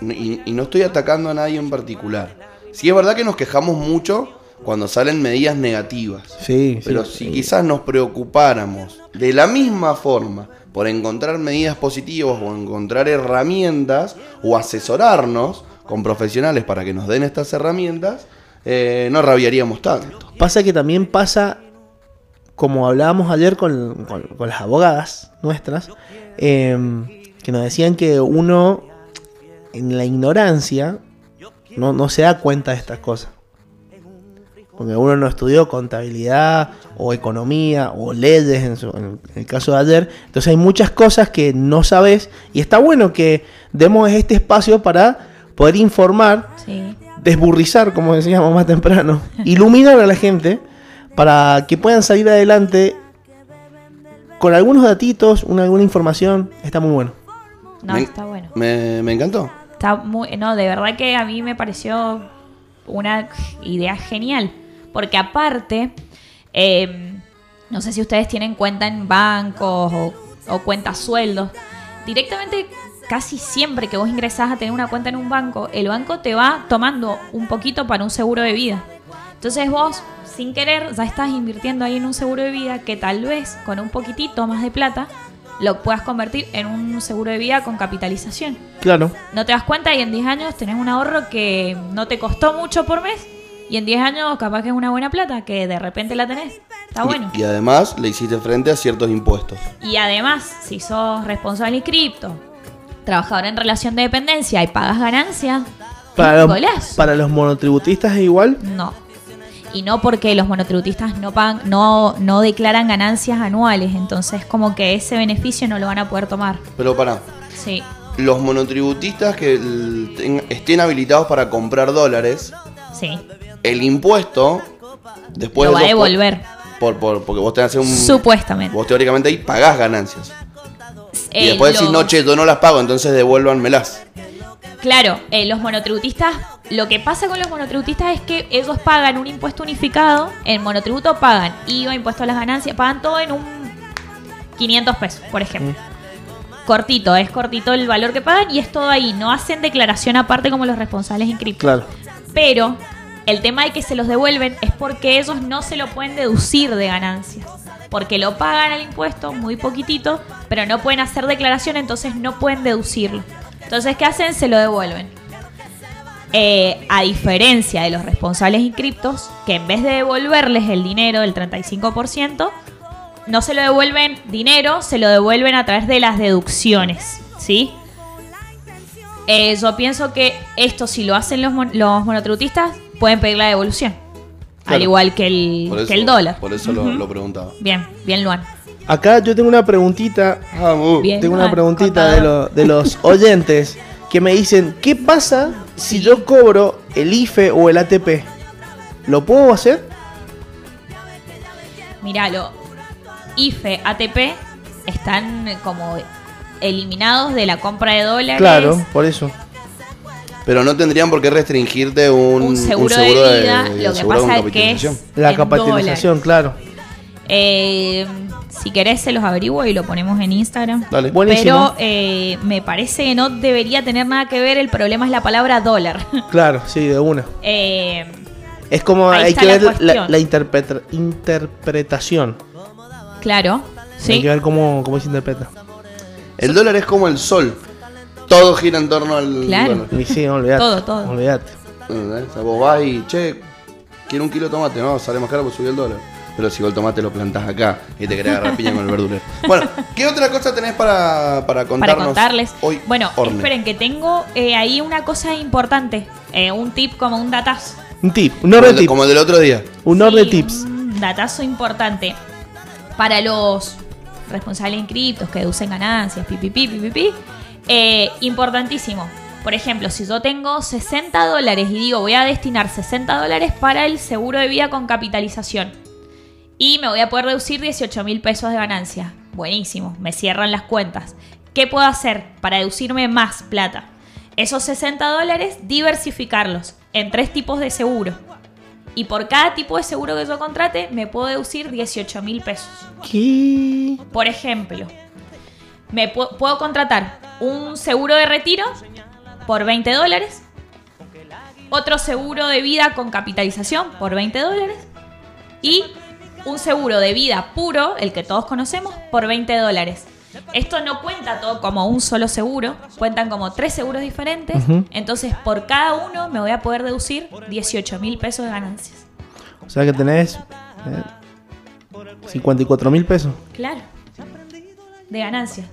Speaker 2: y, y no estoy atacando a nadie en particular, Sí es verdad que nos quejamos mucho cuando salen medidas negativas.
Speaker 3: Sí,
Speaker 2: Pero
Speaker 3: sí.
Speaker 2: si quizás nos preocupáramos de la misma forma por encontrar medidas positivas o encontrar herramientas o asesorarnos con profesionales para que nos den estas herramientas, eh, no rabiaríamos tanto.
Speaker 3: Pasa que también pasa, como hablábamos ayer con, con- con las abogadas nuestras, eh, que nos decían que uno en la ignorancia no, no se da cuenta de estas cosas. Porque uno no estudió contabilidad o economía o leyes en, su- en el caso de ayer. Entonces hay muchas cosas que no sabes y está bueno que demos este espacio para poder informar
Speaker 8: Sí.
Speaker 3: desburrizar, como decíamos más temprano, iluminar a la gente para que puedan salir adelante con algunos datitos, una, alguna información, está muy bueno.
Speaker 8: No,
Speaker 2: Me-
Speaker 8: está bueno.
Speaker 2: Me, me encantó.
Speaker 8: Está muy, no, de verdad que a mí me pareció una idea genial. Porque aparte, eh, no sé si ustedes tienen cuenta en bancos o, o cuentas sueldos. Directamente, casi siempre que vos ingresás a tener una cuenta en un banco, el banco te va tomando un poquito para un seguro de vida. Entonces vos, sin querer, ya estás invirtiendo ahí en un seguro de vida que tal vez con un poquitito más de plata lo puedas convertir en un seguro de vida con capitalización
Speaker 3: Claro,
Speaker 8: no te das cuenta y en 10 años tenés un ahorro que no te costó mucho por mes y en 10 años capaz que es una buena plata que de repente la tenés. Está
Speaker 2: Y-
Speaker 8: bueno.
Speaker 2: Y, además le hiciste frente a ciertos impuestos.
Speaker 8: Y además, si sos responsable inscripto, trabajador en relación de dependencia y pagas ganancias,
Speaker 3: para, los-
Speaker 8: golazo.
Speaker 3: para los monotributistas es igual.
Speaker 8: No. Y no porque los monotributistas no pagan, no, no declaran ganancias anuales, entonces como que ese beneficio no lo van a poder tomar.
Speaker 2: Pero para
Speaker 8: Sí.
Speaker 2: los monotributistas que el- ten- estén habilitados para comprar dólares,
Speaker 8: Sí.
Speaker 2: el impuesto después
Speaker 8: Lo va a
Speaker 2: de dos-
Speaker 8: devolver.
Speaker 2: por, por- porque vos tenés que hacer un
Speaker 8: Supuestamente.
Speaker 2: Vos teóricamente ahí pagás ganancias. Y
Speaker 8: Eh,
Speaker 2: después decís,
Speaker 8: los-
Speaker 2: no, che, yo no las pago, entonces devuélvanmelas.
Speaker 8: Claro, eh, los monotributistas, lo que pasa con los monotributistas es que ellos pagan un impuesto unificado, el monotributo pagan IVA, impuesto a las ganancias, pagan todo en un 500 pesos, por ejemplo. Cortito, es cortito el valor que pagan y es todo ahí, no hacen declaración aparte como los responsables inscriptos.
Speaker 3: Claro,
Speaker 8: Pero el tema de que se los devuelven es porque ellos no se lo pueden deducir de ganancias. Porque lo pagan al impuesto muy poquitito, pero no pueden hacer declaración, entonces no pueden deducirlo. Entonces, ¿qué hacen? Se lo devuelven. Eh, a diferencia de los responsables inscriptos, que en vez de devolverles el dinero del 35%, no se lo devuelven dinero, se lo devuelven a través de las deducciones, ¿sí? Eh, yo pienso que esto, si lo hacen los, mon- los monotributistas, pueden pedir la devolución. Al
Speaker 3: Claro.
Speaker 8: igual que el,
Speaker 2: Por eso,
Speaker 8: que el dólar.
Speaker 2: Por eso lo, lo preguntaba.
Speaker 8: Bien, bien, Luan.
Speaker 3: acá yo tengo una preguntita,
Speaker 8: Ah, Bien,
Speaker 3: tengo una
Speaker 8: Luan,
Speaker 3: preguntita de,
Speaker 8: contador.
Speaker 3: lo- de
Speaker 8: [LAUGHS]
Speaker 3: los oyentes que me dicen, ¿qué pasa si yo cobro el IFE o el ATP? ¿Lo puedo hacer?
Speaker 8: Míralo. IFE, ATP están como eliminados de la compra de dólares.
Speaker 3: Claro, por eso.
Speaker 2: Pero no tendrían por qué restringirte un,
Speaker 8: Un seguro, de vida, lo que
Speaker 2: seguro con
Speaker 8: pasa es que
Speaker 2: capitalización.
Speaker 8: es
Speaker 3: La
Speaker 8: en
Speaker 3: capitalización, claro.
Speaker 8: dólares. Eh, si querés se los averiguo y lo ponemos en Instagram.
Speaker 2: Dale.
Speaker 3: Buenísimo.
Speaker 8: Pero eh, me parece que no debería tener nada que ver, el problema es la palabra dólar. [LAUGHS]
Speaker 3: Claro, sí, de una.
Speaker 8: Eh,
Speaker 3: Es como
Speaker 8: Ahí
Speaker 3: hay
Speaker 8: está
Speaker 3: que
Speaker 8: la
Speaker 3: ver la,
Speaker 8: cuestión.
Speaker 3: la interpreta- interpretación.
Speaker 8: claro,
Speaker 3: Hay
Speaker 8: sí.
Speaker 3: que ver cómo, cómo se interpreta.
Speaker 2: El dólar es como el sol. Todo gira en torno al
Speaker 8: Claro.
Speaker 2: dólar.
Speaker 3: Y sí, olvidate.
Speaker 8: Todo, todo.
Speaker 3: Olvidate.
Speaker 2: ¿Entendés? O sea, vos vas y, che, quiero un kilo de tomate. No, sale más caro porque subió el dólar. Pero si vos el tomate lo plantás acá y te querés agarrar piña con el
Speaker 8: [LAUGHS]
Speaker 2: verdulero. Bueno, ¿qué otra cosa tenés para, para
Speaker 8: para
Speaker 2: contarnos
Speaker 8: contarles.
Speaker 2: hoy?
Speaker 8: bueno,
Speaker 2: Orne?
Speaker 8: esperen que tengo eh, ahí una cosa importante, eh, un tip como un datazo.
Speaker 3: Un tip, un
Speaker 2: Como
Speaker 3: orden
Speaker 2: el-
Speaker 3: tip.
Speaker 2: como el del otro día.
Speaker 3: Un orden
Speaker 8: Sí,
Speaker 3: tips.
Speaker 8: Un datazo importante para los responsables inscriptos que deducen ganancias, pipi, pipi, pipi. Eh, importantísimo. Por ejemplo, si yo tengo 60 dólares y digo voy a destinar 60 dólares para el seguro de vida con capitalización y me voy a poder reducir 18 mil pesos de ganancia. Buenísimo, me cierran las cuentas. ¿Qué puedo hacer para deducirme más plata? Esos 60 dólares, diversificarlos en tres tipos de seguro. Y por cada tipo de seguro que yo contrate, me puedo deducir 18 mil pesos.
Speaker 3: ¿Qué?
Speaker 8: Por ejemplo, me pu- puedo contratar un seguro de retiro por 20 dólares. otro seguro de vida con capitalización por 20 dólares y un seguro de vida puro, el que todos conocemos, por 20 dólares. Esto no cuenta todo como un solo seguro, cuentan como tres seguros diferentes, entonces por cada uno me voy a poder deducir 18 mil pesos de ganancias.
Speaker 3: O sea que tenés eh, 54 mil pesos.
Speaker 8: Claro. De ganancias.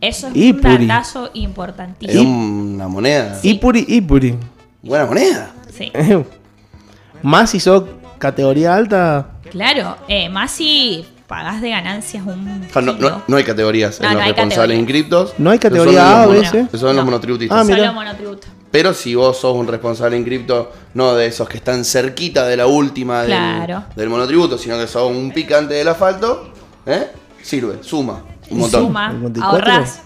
Speaker 8: Eso es
Speaker 3: Y
Speaker 8: un
Speaker 3: puri.
Speaker 8: datazo
Speaker 2: Es
Speaker 8: importantísimo.
Speaker 2: una moneda.
Speaker 3: Y Ipuri, Ipuri. [LAUGHS]
Speaker 2: Buena moneda.
Speaker 8: Sí.
Speaker 3: eh. Más si sos categoría alta.
Speaker 8: Claro, eh, más si pagás de ganancias un.
Speaker 2: O sea, Ah, no, no-
Speaker 8: kilo.
Speaker 2: no hay categorías
Speaker 8: No,
Speaker 2: en
Speaker 8: no
Speaker 2: los
Speaker 8: hay
Speaker 2: responsables
Speaker 8: categoría.
Speaker 2: inscriptos.
Speaker 3: No hay
Speaker 2: Esos son
Speaker 3: categoría
Speaker 2: los
Speaker 3: A,
Speaker 2: mono-
Speaker 3: B, C.
Speaker 2: Esos son
Speaker 8: No.
Speaker 2: los monotributistas.
Speaker 3: Ah, mira.
Speaker 8: Solo monotributo.
Speaker 2: Pero si vos sos un responsable inscripto, no de esos que están cerquita de la última del,
Speaker 8: Claro.
Speaker 2: del monotributo, sino que sos un picante del asfalto, ¿eh? sirve, suma un montón.
Speaker 8: Suma,
Speaker 3: 54.
Speaker 8: ahorrás.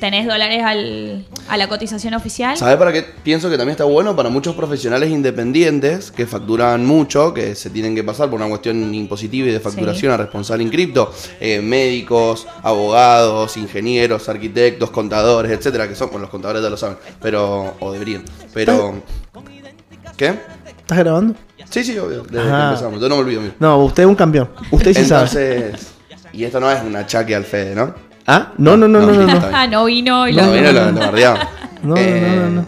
Speaker 8: Tenés dólares al, a la cotización oficial.
Speaker 2: ¿Sabes para qué? Pienso que también está bueno para muchos profesionales independientes que facturan mucho, que se tienen que pasar por una cuestión impositiva y de facturación a responsable inscripto. Eh, médicos, abogados, ingenieros, arquitectos, contadores, etcétera, que son, bueno, los contadores ya lo saben, pero, o deberían. Pero, ¿qué?
Speaker 3: ¿Estás grabando?
Speaker 2: Sí, sí, obvio, desde que
Speaker 3: Ajá.
Speaker 2: empezamos, yo no me olvido. Mío.
Speaker 3: No, usted es un campeón. Usted sí sabe.
Speaker 2: Entonces, y esto no es un achaque al Fede, ¿no?
Speaker 3: ¿Ah? No, no, no, no, no. no.
Speaker 2: está bien.
Speaker 8: Ah, no vino y
Speaker 2: No,
Speaker 8: lo-
Speaker 2: mira, lo- lo bardeamos.
Speaker 3: No, no,
Speaker 2: Eh,
Speaker 3: no, no.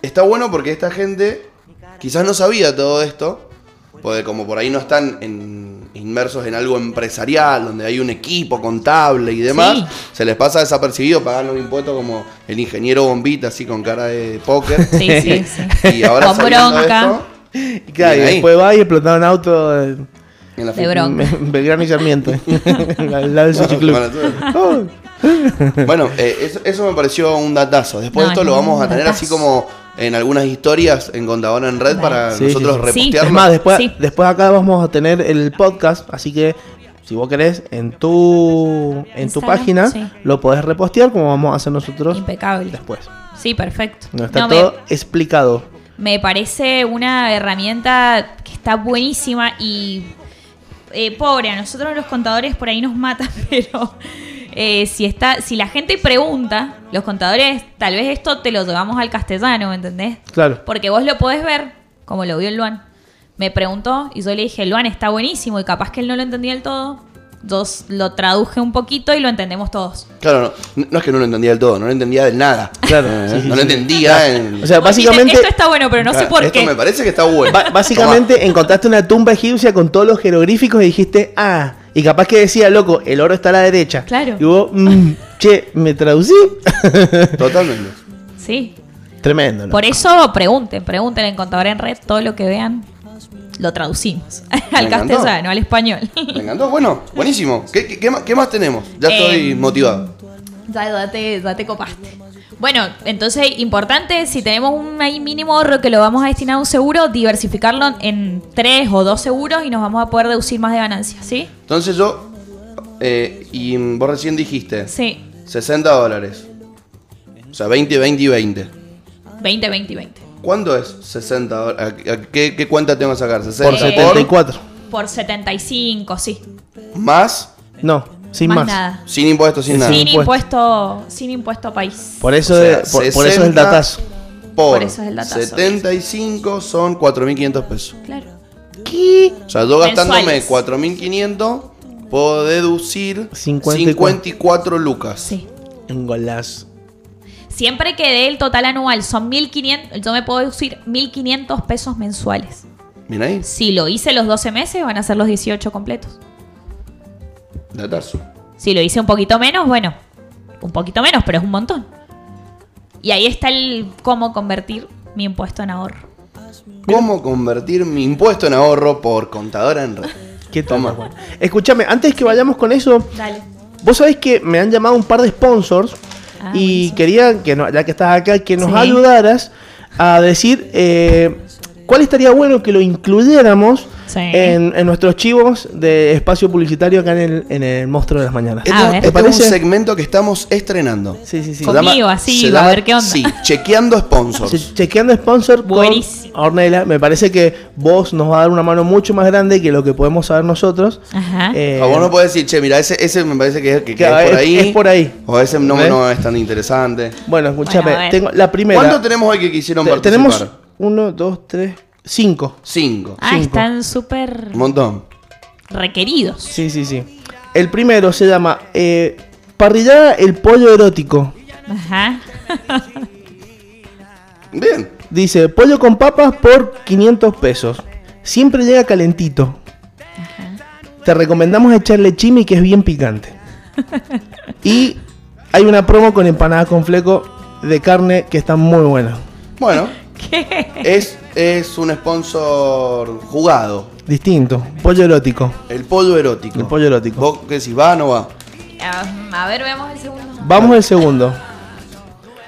Speaker 2: Está bueno porque esta gente quizás no sabía todo esto, porque como por ahí no están en- inmersos en algo empresarial, donde hay un equipo contable y demás,
Speaker 8: Sí.
Speaker 2: se les pasa desapercibido pagar los impuestos como el ingeniero bombita, así con cara de póker.
Speaker 8: Sí, sí, sí.
Speaker 2: [LAUGHS] Y ahora
Speaker 8: Con
Speaker 2: sabiendo
Speaker 8: bronca.
Speaker 2: esto,
Speaker 3: Y claro, y
Speaker 2: Bien Eh, ahí.
Speaker 3: después va y explotaba un auto eh, en
Speaker 2: en la
Speaker 8: De
Speaker 2: fi-
Speaker 8: bronca.
Speaker 3: en Belgrano y Sarmiento.
Speaker 8: [LAUGHS]
Speaker 3: al lado del Sushi Club. Oh,
Speaker 2: Bueno, eh, eso, eso me pareció un datazo. Después
Speaker 8: No,
Speaker 2: esto
Speaker 8: es
Speaker 2: lo
Speaker 8: un
Speaker 2: vamos a tener
Speaker 8: datazo.
Speaker 2: así como en algunas historias en Contadora en Red para
Speaker 3: Sí,
Speaker 2: nosotros
Speaker 3: sí,
Speaker 8: sí. Sí.
Speaker 2: repostearlo.
Speaker 3: Es más, después,
Speaker 8: Sí.
Speaker 3: después acá vamos a tener el podcast, así que si vos querés, en tu, en tu
Speaker 8: Instagram,
Speaker 3: página
Speaker 8: sí.
Speaker 3: lo podés repostear como vamos a hacer nosotros
Speaker 8: Impecable.
Speaker 3: después.
Speaker 8: Sí, perfecto.
Speaker 3: No, está
Speaker 8: No, me-
Speaker 3: todo explicado.
Speaker 8: Me parece una herramienta que está buenísima y eh, pobre, a nosotros los contadores por ahí nos matan, [LAUGHS] pero eh, si está, si la gente pregunta, los contadores, tal vez esto te lo llevamos al castellano, ¿me entendés?
Speaker 3: Claro.
Speaker 8: Porque vos lo podés ver, como lo vio el Luan. Me preguntó y yo le dije, Luan está buenísimo y capaz que él no lo entendía del todo. Yo s- lo traduje un poquito y lo entendemos todos.
Speaker 2: Claro, no, no es que no lo entendía del todo, no lo entendía del nada.
Speaker 3: Claro,
Speaker 2: Eh,
Speaker 3: sí, sí,
Speaker 2: no lo
Speaker 3: sí.
Speaker 2: entendía en-
Speaker 3: O sea,
Speaker 8: Vos dijiste,
Speaker 3: básicamente,
Speaker 8: esto está bueno, pero no sé por
Speaker 2: esto
Speaker 8: qué.
Speaker 2: me parece que está bueno.
Speaker 3: ba- básicamente encontraste una tumba egipcia con todos los jeroglíficos y dijiste, ah, y capaz que decía, loco, el oro está a la derecha.
Speaker 8: Claro.
Speaker 3: Y vos, mm, che, ¿me traducí? [LAUGHS]
Speaker 2: Tomá, totalmente.
Speaker 8: Sí.
Speaker 3: Tremendo, ¿no?
Speaker 8: Por eso pregunten, pregunten en Contador en Red, todo lo que vean lo traducimos [LAUGHS] al
Speaker 2: encantó.
Speaker 8: castellano, al español. [LAUGHS]
Speaker 2: Me encantó, bueno, buenísimo. ¿Qué, qué- qué más, qué más tenemos? Ya estoy
Speaker 8: Eh,
Speaker 2: motivado.
Speaker 8: ya, ya te, ya te copaste. Bueno, entonces importante, si tenemos un ahí mínimo ahorro que lo vamos a destinar a un seguro, diversificarlo en tres o dos seguros y nos vamos a poder deducir más de ganancias, ¿sí?
Speaker 2: Entonces yo, eh, y vos recién dijiste,
Speaker 8: Sí,
Speaker 2: 60 dólares. O sea, 20, 20 y 20.
Speaker 8: 20, 20, 20.
Speaker 2: ¿Cuánto es 60 dólares? ¿A- a ¿Qué, qué cuenta tengo que sacar? 60
Speaker 3: Por
Speaker 8: Eh,
Speaker 3: 74.
Speaker 8: Por 75, sí.
Speaker 2: más,
Speaker 3: No, sin más.
Speaker 8: nada.
Speaker 2: sin impuestos, sin nada.
Speaker 8: Sin
Speaker 3: impuesto.
Speaker 8: impuesto, sin impuesto a país.
Speaker 3: Por eso,
Speaker 2: O sea,
Speaker 3: de- por, por eso es el
Speaker 2: 60
Speaker 3: datazo.
Speaker 2: Por,
Speaker 8: Por eso es el datazo.
Speaker 2: 75 son 4.500 pesos.
Speaker 8: Claro.
Speaker 2: O sea, yo gastándome
Speaker 8: Mensuales.
Speaker 2: 4.500 puedo deducir
Speaker 3: 54.
Speaker 2: 54 lucas.
Speaker 8: Sí.
Speaker 3: Un golazo.
Speaker 8: Siempre que dé el total anual son 1500, yo me puedo deducir 1500 pesos mensuales.
Speaker 2: Mira ahí,
Speaker 8: Si lo hice los 12 meses, van a ser los 18 completos.
Speaker 2: datazo.
Speaker 8: Si lo hice un poquito menos, bueno, un poquito menos, pero es un montón. Y ahí está el cómo convertir mi impuesto en ahorro.
Speaker 2: ¿Cómo convertir mi impuesto en ahorro por contadora en red?
Speaker 3: Qué tal,
Speaker 2: Toma.
Speaker 3: Juan. Escúchame, antes que vayamos con eso,
Speaker 8: Dale.
Speaker 3: vos sabés que me han llamado un par de sponsors
Speaker 8: Ah,
Speaker 3: y
Speaker 8: buenísimo.
Speaker 3: querían, que no- ya que estás acá, que nos
Speaker 8: Sí.
Speaker 3: ayudaras a decir eh, cuál estaría bueno que lo incluyéramos
Speaker 8: Sí.
Speaker 3: en, en nuestros chivos de espacio publicitario acá en el, en el Monstruo de las Mañanas.
Speaker 8: Ah, ver.
Speaker 2: Este,
Speaker 3: ¿Te
Speaker 2: este es un
Speaker 3: parece?
Speaker 2: segmento que estamos estrenando.
Speaker 3: Sí, sí, sí.
Speaker 8: Con- Conmigo, así,
Speaker 2: se
Speaker 8: va a
Speaker 2: llama-
Speaker 8: ver qué onda.
Speaker 2: Sí, chequeando sponsors.
Speaker 3: Che- Chequeando sponsor
Speaker 8: Buenísimo.
Speaker 3: con Ornella, me parece que vos nos va a dar una mano mucho más grande que lo que podemos saber nosotros.
Speaker 8: Ajá.
Speaker 3: Eh,
Speaker 2: A Ah, vos no podés decir, che, mira, ese, ese me parece que, que- que
Speaker 3: Claro,
Speaker 2: es por
Speaker 3: es-
Speaker 2: ahí.
Speaker 3: es por ahí. ¿Eh?
Speaker 2: O ese no,
Speaker 3: ¿Ves?
Speaker 2: no es tan interesante.
Speaker 3: Bueno, escúchame,
Speaker 8: Bueno, a ver.
Speaker 3: tengo la primera.
Speaker 2: ¿Cuánto tenemos hoy que quisieron
Speaker 3: Te-
Speaker 2: participar?
Speaker 3: tenemos 1, 2, 3, 5.
Speaker 2: Cinco.
Speaker 8: Ah,
Speaker 3: Cinco.
Speaker 8: están súper
Speaker 2: Un montón.
Speaker 8: requeridos.
Speaker 3: Sí, sí, sí. El primero se llama eh, Parrillada el pollo erótico.
Speaker 8: Ajá.
Speaker 2: Bien.
Speaker 3: Dice, pollo con papas por 500 pesos. Siempre llega calentito. Te recomendamos echarle chimi que es bien
Speaker 8: [LAUGHS]
Speaker 3: picante. y hay una promo con empanadas con fleco de carne que está muy buena.
Speaker 2: Bueno,
Speaker 8: [LAUGHS] ¿Qué?
Speaker 2: es, es un sponsor jugado.
Speaker 3: Distinto. Pollo erótico.
Speaker 2: El pollo erótico.
Speaker 3: El pollo erótico.
Speaker 2: ¿Vos qué decís? ¿Va o no va?
Speaker 8: Ah, a ver, veamos el segundo.
Speaker 3: Vamos al segundo.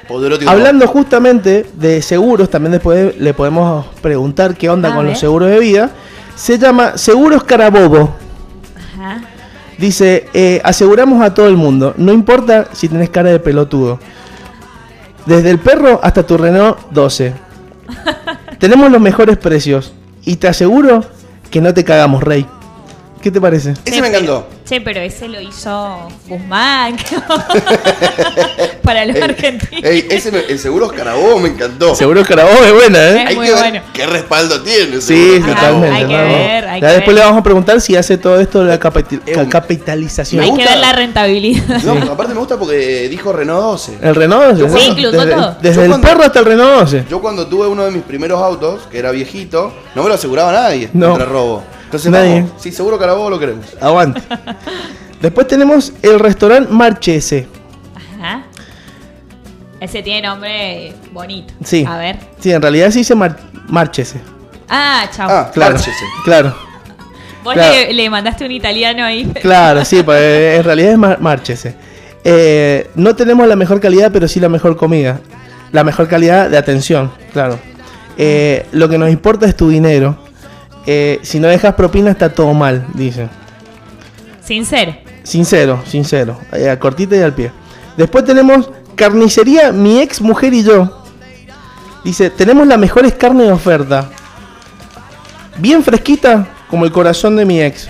Speaker 2: Pollo erótico.
Speaker 3: Hablando justamente de seguros, también después le podemos preguntar qué onda
Speaker 8: A
Speaker 3: con
Speaker 8: ver.
Speaker 3: los seguros de vida. Se llama Seguros Carabobo.
Speaker 8: Ajá.
Speaker 3: Dice, eh, aseguramos a todo el mundo, no importa si tenés cara de pelotudo. Desde el perro hasta tu Renault
Speaker 8: [LAUGHS]
Speaker 3: 12. Tenemos los mejores precios y te aseguro que no te cagamos, Rey. ¿Qué te parece?
Speaker 2: Ese me encantó.
Speaker 8: Che, pero ese lo hizo Guzmán.
Speaker 2: [LAUGHS]
Speaker 8: [LAUGHS] Para los
Speaker 2: Ey,
Speaker 8: argentinos.
Speaker 2: ey, ese me- el seguro Escarabobo me encantó.
Speaker 3: Seguros Carabobo es buena, ¿eh?
Speaker 8: Es muy
Speaker 2: que ver
Speaker 8: bueno.
Speaker 2: qué respaldo tiene. el
Speaker 3: Sí,
Speaker 2: seguro Escarabobo.
Speaker 3: totalmente.
Speaker 8: Eh, hay que
Speaker 3: ¿no?
Speaker 8: ver, hay
Speaker 3: Ya
Speaker 8: que
Speaker 3: después
Speaker 8: ver.
Speaker 3: le vamos a preguntar si hace todo esto de la capitali-
Speaker 2: Es un-
Speaker 3: capitalización.
Speaker 2: Me
Speaker 8: Hay que
Speaker 2: gusta.
Speaker 8: ver la rentabilidad. [LAUGHS]
Speaker 2: No, aparte me gusta porque dijo Renault 12.
Speaker 3: El Renault
Speaker 2: Yo
Speaker 3: desde-
Speaker 2: cuando-
Speaker 8: incluyó
Speaker 3: desde,
Speaker 8: todo.
Speaker 3: desde
Speaker 2: Yo
Speaker 3: el
Speaker 2: cuando-
Speaker 3: perro hasta el Renault 12.
Speaker 2: Yo cuando tuve uno de mis primeros autos, que era viejito, no me lo aseguraba nadie
Speaker 3: No.
Speaker 2: contra robo. Entonces
Speaker 3: Nadie.
Speaker 2: vamos, sí, seguro que lo queremos.
Speaker 3: Aguante. Después tenemos el restaurante Marchese.
Speaker 8: Ajá. Ese tiene nombre bonito.
Speaker 3: Sí.
Speaker 8: A ver.
Speaker 3: Sí, en realidad se dice mar- Marchese.
Speaker 8: Ah, chao.
Speaker 2: Ah,
Speaker 3: Claro.
Speaker 2: Marchese.
Speaker 3: Claro,
Speaker 8: Vos
Speaker 3: claro.
Speaker 8: Le, le mandaste un italiano ahí.
Speaker 3: claro, sí, pa- eh, en realidad es mar- Marchese. Eh, no tenemos la mejor calidad, pero sí la mejor comida. La mejor calidad de atención, claro. Eh, lo que nos importa es tu dinero. Eh, si no dejas propina está todo mal, dice.
Speaker 8: Sincero.
Speaker 3: Sincero, sincero. Eh, a cortita y al pie. Después tenemos carnicería mi ex mujer y yo. Dice, tenemos las mejores carnes de oferta. Bien fresquita, como el corazón de mi ex.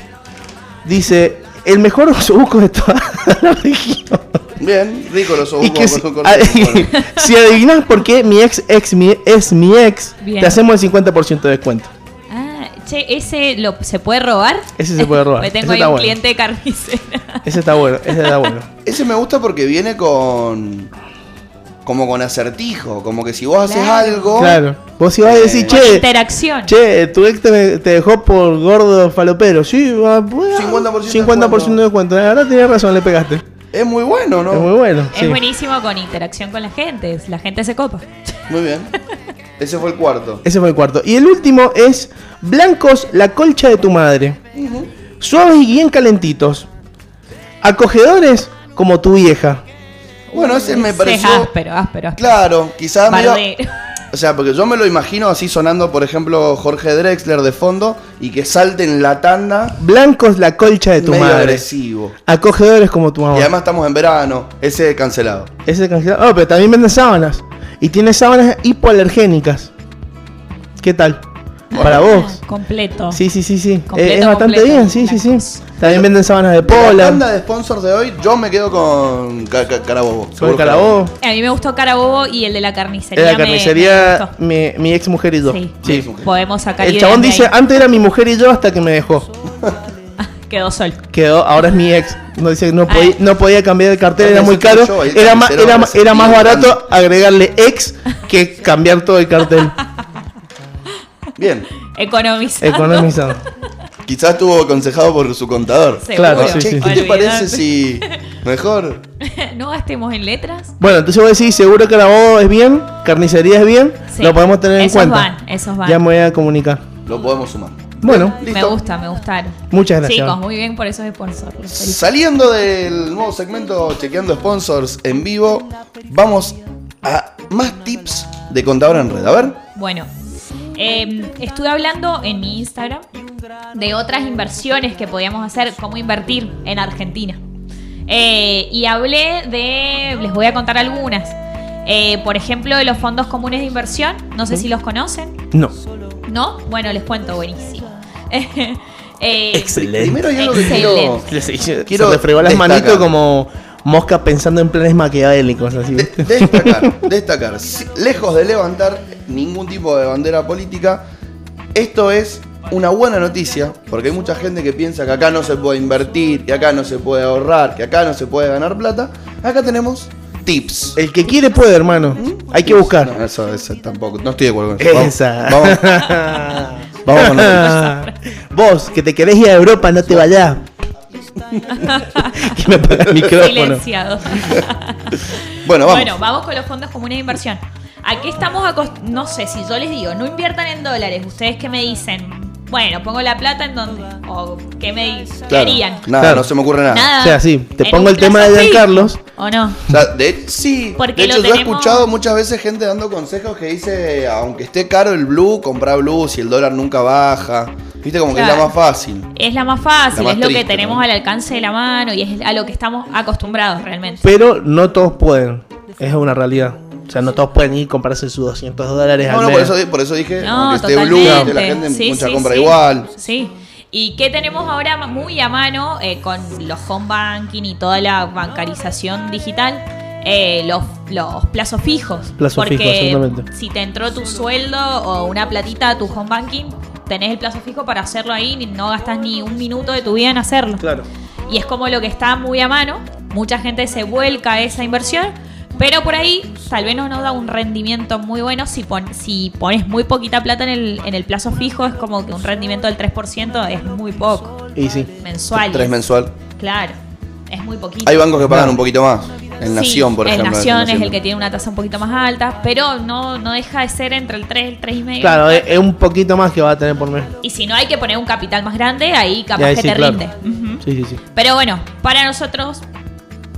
Speaker 3: Dice, el mejor [LAUGHS] osobuco de toda la región.
Speaker 2: Bien, rico los ojos.
Speaker 3: Y que Ah, si, [LAUGHS] a- si adivinas por qué mi ex, ex mi- es mi ex,
Speaker 8: Bien.
Speaker 3: te hacemos el 50% de descuento.
Speaker 8: Ah, che, ese lo, se puede robar.
Speaker 3: Ese se puede robar.
Speaker 8: [LAUGHS] Me
Speaker 3: Ese
Speaker 8: tengo ahí
Speaker 3: está
Speaker 8: un
Speaker 3: bueno.
Speaker 8: cliente de carnicera.
Speaker 3: Ese está bueno, ese está bueno.
Speaker 2: Ese me gusta porque viene con. como con acertijo. Como que si vos haces
Speaker 8: Claro.
Speaker 2: algo.
Speaker 3: Claro. Vos si vas a decir,
Speaker 8: Con
Speaker 3: [LAUGHS] che,
Speaker 8: interacción.
Speaker 3: Che, tu ex te, te dejó por gordo falopero. Sí, ah, bueno,
Speaker 2: 50% de
Speaker 3: 50% de descuento. La verdad tenías razón, le pegaste.
Speaker 2: Es muy bueno, ¿no?
Speaker 3: Es muy bueno.
Speaker 8: Es
Speaker 3: sí.
Speaker 8: buenísimo con interacción con la gente. La gente se copa.
Speaker 2: Muy bien. Ese fue el cuarto.
Speaker 3: Ese fue el cuarto. Y el último es Blancos, la colcha de tu madre. Suaves y bien calentitos. Acogedores como tu vieja.
Speaker 2: Bueno, ese me
Speaker 8: Ese
Speaker 2: pareció.
Speaker 8: Es áspero, áspero. áspero.
Speaker 2: Claro,
Speaker 3: ah,
Speaker 2: quizás medio-
Speaker 8: Bardero.
Speaker 2: O sea, porque yo me lo imagino así sonando, por ejemplo, Jorge Drexler de fondo y que salten la tanda
Speaker 3: Blancos, la colcha de tu
Speaker 2: medio
Speaker 3: madre. Oh.
Speaker 2: agresivo.
Speaker 3: Acogedores como tu mamá.
Speaker 2: Y además estamos en verano, ese cancelado.
Speaker 3: Ese cancelado. Oh, pero también venden sábanas. Y tiene sábanas hipoalergénicas. ¿Qué tal? Para vos.
Speaker 8: Ah, [LAUGHS] Completo.
Speaker 3: Sí, sí, sí, sí.
Speaker 8: Completo,
Speaker 3: Eh, es bastante
Speaker 8: completo,
Speaker 3: bien, sí, sí, sí.
Speaker 8: blancos.
Speaker 3: También venden sábanas de
Speaker 2: Por la tanda
Speaker 3: pola,
Speaker 2: de sponsors de hoy, yo me quedo con Ca- Ca- Carabobo.
Speaker 3: con
Speaker 2: Seguro
Speaker 3: el calabozo.
Speaker 8: A mí me gustó Carabobo y el de la carnicería.
Speaker 3: Era la
Speaker 8: me-
Speaker 3: carnicería,
Speaker 8: me
Speaker 3: mi, mi ex mujer y yo.
Speaker 8: Sí.
Speaker 3: Sí.
Speaker 8: gustó. Podemos sacar
Speaker 3: El
Speaker 8: ideas
Speaker 3: chabón
Speaker 8: de
Speaker 3: dice, "Ah,
Speaker 8: ahí.
Speaker 3: antes era mi mujer y yo hasta que me dejó.
Speaker 8: Quedó sol.
Speaker 3: Quedó, ahora es mi ex. No dice, no, podí-
Speaker 8: Ah.
Speaker 3: no podía cambiar de cartel,
Speaker 2: No,
Speaker 3: era
Speaker 2: eso
Speaker 3: muy
Speaker 2: soy
Speaker 3: caro.
Speaker 2: yo, el
Speaker 3: Era más,
Speaker 2: carnicero
Speaker 3: era,
Speaker 2: va a
Speaker 3: más-
Speaker 2: ser
Speaker 3: era más
Speaker 2: bien
Speaker 3: barato
Speaker 2: grande.
Speaker 3: agregarle ex que cambiar todo el cartel
Speaker 8: [LAUGHS]
Speaker 2: que- Bien,
Speaker 8: Economizando.
Speaker 3: economizado.
Speaker 2: quizás estuvo aconsejado por su contador.
Speaker 8: [LAUGHS] Seguro.
Speaker 3: Claro,
Speaker 2: Oye,
Speaker 3: sí,
Speaker 2: che,
Speaker 3: sí.
Speaker 2: ¿Qué te
Speaker 8: Olvidate.
Speaker 2: parece si mejor?
Speaker 8: [LAUGHS] no gastemos en letras.
Speaker 3: Bueno, entonces vos decís, seguro que la voz es bien, carnicería es bien,
Speaker 8: Sí.
Speaker 3: lo podemos tener
Speaker 8: Esos
Speaker 3: en cuenta.
Speaker 8: van, esos van.
Speaker 3: Ya me voy a comunicar.
Speaker 2: Lo podemos sumar.
Speaker 3: Bueno,
Speaker 2: Listo.
Speaker 8: Me gusta, me gustaron.
Speaker 3: Muchas gracias.
Speaker 8: Chicos, muy bien por esos sponsors. Los felicito.
Speaker 2: Saliendo del nuevo segmento Chequeando Sponsors en vivo, vamos a más tips de contador en red. A ver.
Speaker 8: Bueno, eh, estuve hablando en mi Instagram de otras inversiones que podíamos hacer, cómo invertir en Argentina. Eh, y hablé de, les voy a contar algunas. Eh, por ejemplo, de los fondos comunes de inversión, no sé si los conocen,
Speaker 3: no.
Speaker 8: ¿no? Bueno, les cuento, buenísimo. [LAUGHS] Eh,
Speaker 2: Primero hay algo que quiero.
Speaker 3: [LAUGHS]
Speaker 8: Excelente.
Speaker 3: Se, se-
Speaker 2: Quiero
Speaker 3: se refregó las
Speaker 2: destacar.
Speaker 3: manitos como mosca pensando en planes maquiavélicos. Así.
Speaker 2: de- destacar, destacar. Si- lejos de levantar, ningún tipo de bandera política. Esto es una buena noticia, porque hay mucha gente que piensa que acá no se puede invertir, que acá no se puede ahorrar, que acá no se puede ganar plata. Acá tenemos tips.
Speaker 3: El que quiere puede, hermano. Hay que
Speaker 2: No,
Speaker 3: buscar.
Speaker 2: eso, eso tampoco, no estoy de acuerdo con eso. Vamos-
Speaker 3: Esa.
Speaker 2: Vamos,
Speaker 3: [LAUGHS]
Speaker 2: vamos con los
Speaker 3: Vos, que te querés ir a Europa, no
Speaker 2: [LAUGHS]
Speaker 3: te vayas. y me apaga el micrófono.
Speaker 8: Silenciado.
Speaker 2: tips. Bueno, vamos.
Speaker 8: Bueno, vamos con los fondos comunes de inversión. ¿A qué estamos acostumbrados? No sé, si yo les digo, no inviertan en dólares, ¿ustedes qué me dicen? Bueno, pongo la plata en donde... ¿O qué me di- qué
Speaker 2: Claro,
Speaker 8: harían?
Speaker 2: Nada,
Speaker 3: Claro.
Speaker 2: no se me ocurre nada.
Speaker 8: Nada.
Speaker 3: O sea, sí, te
Speaker 8: En
Speaker 3: pongo
Speaker 8: un
Speaker 3: el tema
Speaker 8: plazo
Speaker 3: de
Speaker 8: fijo,
Speaker 3: Carlos.
Speaker 8: ¿O no?
Speaker 2: O sea, de, sí,
Speaker 8: Porque
Speaker 2: de hecho
Speaker 8: lo
Speaker 2: yo he
Speaker 8: tenemos-
Speaker 2: escuchado muchas veces gente dando consejos que dice, aunque esté caro el blue, compra blue si el dólar nunca baja. Viste como que es
Speaker 8: Claro.
Speaker 2: la más fácil.
Speaker 8: Es la más
Speaker 2: La
Speaker 8: fácil,
Speaker 2: más
Speaker 8: es lo que
Speaker 2: triste,
Speaker 8: tenemos
Speaker 2: ¿no?
Speaker 8: al alcance de la mano y es a lo que estamos acostumbrados realmente.
Speaker 3: Pero no todos pueden. Es una realidad. O sea, no todos pueden ir y comprarse sus 200 dólares
Speaker 2: No,
Speaker 3: al
Speaker 2: no, por
Speaker 3: mes.
Speaker 2: eso, por eso dije,
Speaker 8: No,
Speaker 2: aunque esté blue,
Speaker 8: totalmente.
Speaker 2: la gente
Speaker 8: Sí,
Speaker 2: mucha
Speaker 8: sí,
Speaker 2: compra
Speaker 8: sí.
Speaker 2: igual.
Speaker 8: Sí. ¿Y qué tenemos ahora muy a mano eh, con los home banking y toda la bancarización digital? Eh, los, los plazos fijos.
Speaker 3: Plazos
Speaker 8: Porque
Speaker 3: fijos, exactamente.
Speaker 8: si te entró tu sueldo o una platita a tu home banking, tenés el plazo fijo para hacerlo ahí y no gastas ni un minuto de tu vida en hacerlo.
Speaker 3: Claro.
Speaker 8: Y es como lo que está muy a mano. Mucha gente se vuelca a esa inversión. Pero por ahí tal vez no nos da un rendimiento muy bueno. Si, pon- si pones muy poquita plata en el, en el plazo fijo, es como que un rendimiento del 3% es muy poco.
Speaker 3: Y sí.
Speaker 8: Mensual.
Speaker 2: Tres mensual.
Speaker 8: Claro. Es muy poquito.
Speaker 2: Hay bancos que pagan
Speaker 3: No.
Speaker 2: un poquito más. El
Speaker 8: Sí,
Speaker 2: Nación, por
Speaker 8: el
Speaker 2: ejemplo.
Speaker 8: Nación es el
Speaker 2: Nación.
Speaker 8: que tiene una tasa un poquito más alta, pero no, no deja de ser entre el 3 y el 3,5.
Speaker 3: Claro, eh, es, es un poquito más que va a tener por mes.
Speaker 8: Y si no hay que poner un capital más grande, ahí capaz
Speaker 3: Ya,
Speaker 8: que
Speaker 3: sí,
Speaker 8: te
Speaker 3: claro.
Speaker 8: rinde. Ujú.
Speaker 3: Sí, sí, sí.
Speaker 8: Pero bueno, para nosotros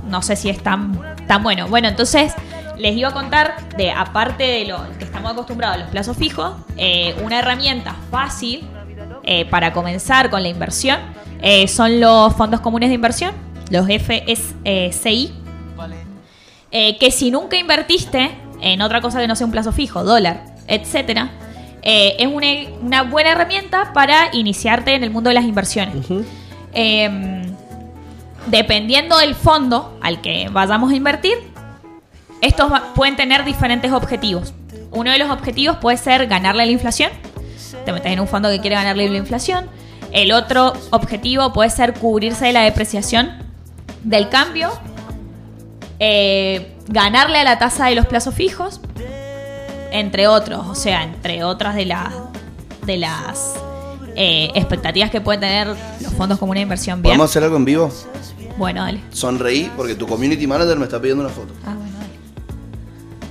Speaker 8: no sé si es tan, tan bueno. Bueno, entonces les iba a contar de, aparte de lo que estamos acostumbrados a los plazos fijos, eh, una herramienta fácil eh, para comenzar con la inversión eh, son los fondos comunes de inversión, los FSCI, eh, que si nunca invertiste en otra cosa que no sea un plazo fijo, dólar, etcétera, eh, es una, una buena herramienta para iniciarte en el mundo de las inversiones. Eh, dependiendo del fondo al que vayamos a invertir, estos va- pueden tener diferentes objetivos. Uno de los objetivos puede ser ganarle a la inflación. Te metes en un fondo que quiere ganarle a la inflación. El otro objetivo puede ser cubrirse de la depreciación del cambio. Eh, ganarle a la tasa de los plazos fijos. Entre otros, o sea, entre otras de, las de las eh, expectativas que pueden tener los fondos como una inversión. Bien.
Speaker 2: ¿Podemos hacer algo en vivo?
Speaker 8: Bueno, dale.
Speaker 2: Sonreí porque tu community manager me está pidiendo una foto.
Speaker 8: Ah, bueno, dale.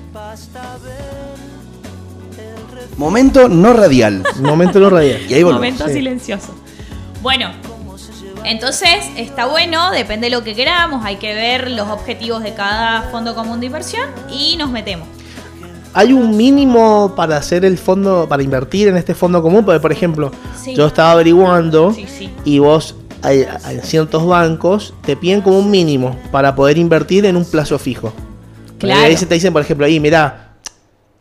Speaker 2: Momento no radial.
Speaker 3: Momento no radial.
Speaker 2: Y ahí volvemos.
Speaker 8: Momento
Speaker 3: sí.
Speaker 8: silencioso. Bueno, entonces está bueno, depende de lo que queramos, hay que ver los objetivos de cada fondo común de inversión y nos metemos.
Speaker 3: Hay un mínimo para hacer el fondo, para invertir en este fondo común, porque por ejemplo,
Speaker 8: Sí.
Speaker 3: yo estaba averiguando
Speaker 8: Sí, sí.
Speaker 3: y vos hay, hay ciertos bancos te piden como un mínimo para poder invertir en un plazo fijo. Porque
Speaker 8: Claro.
Speaker 3: Ahí se te dicen, por ejemplo, ahí, mirá,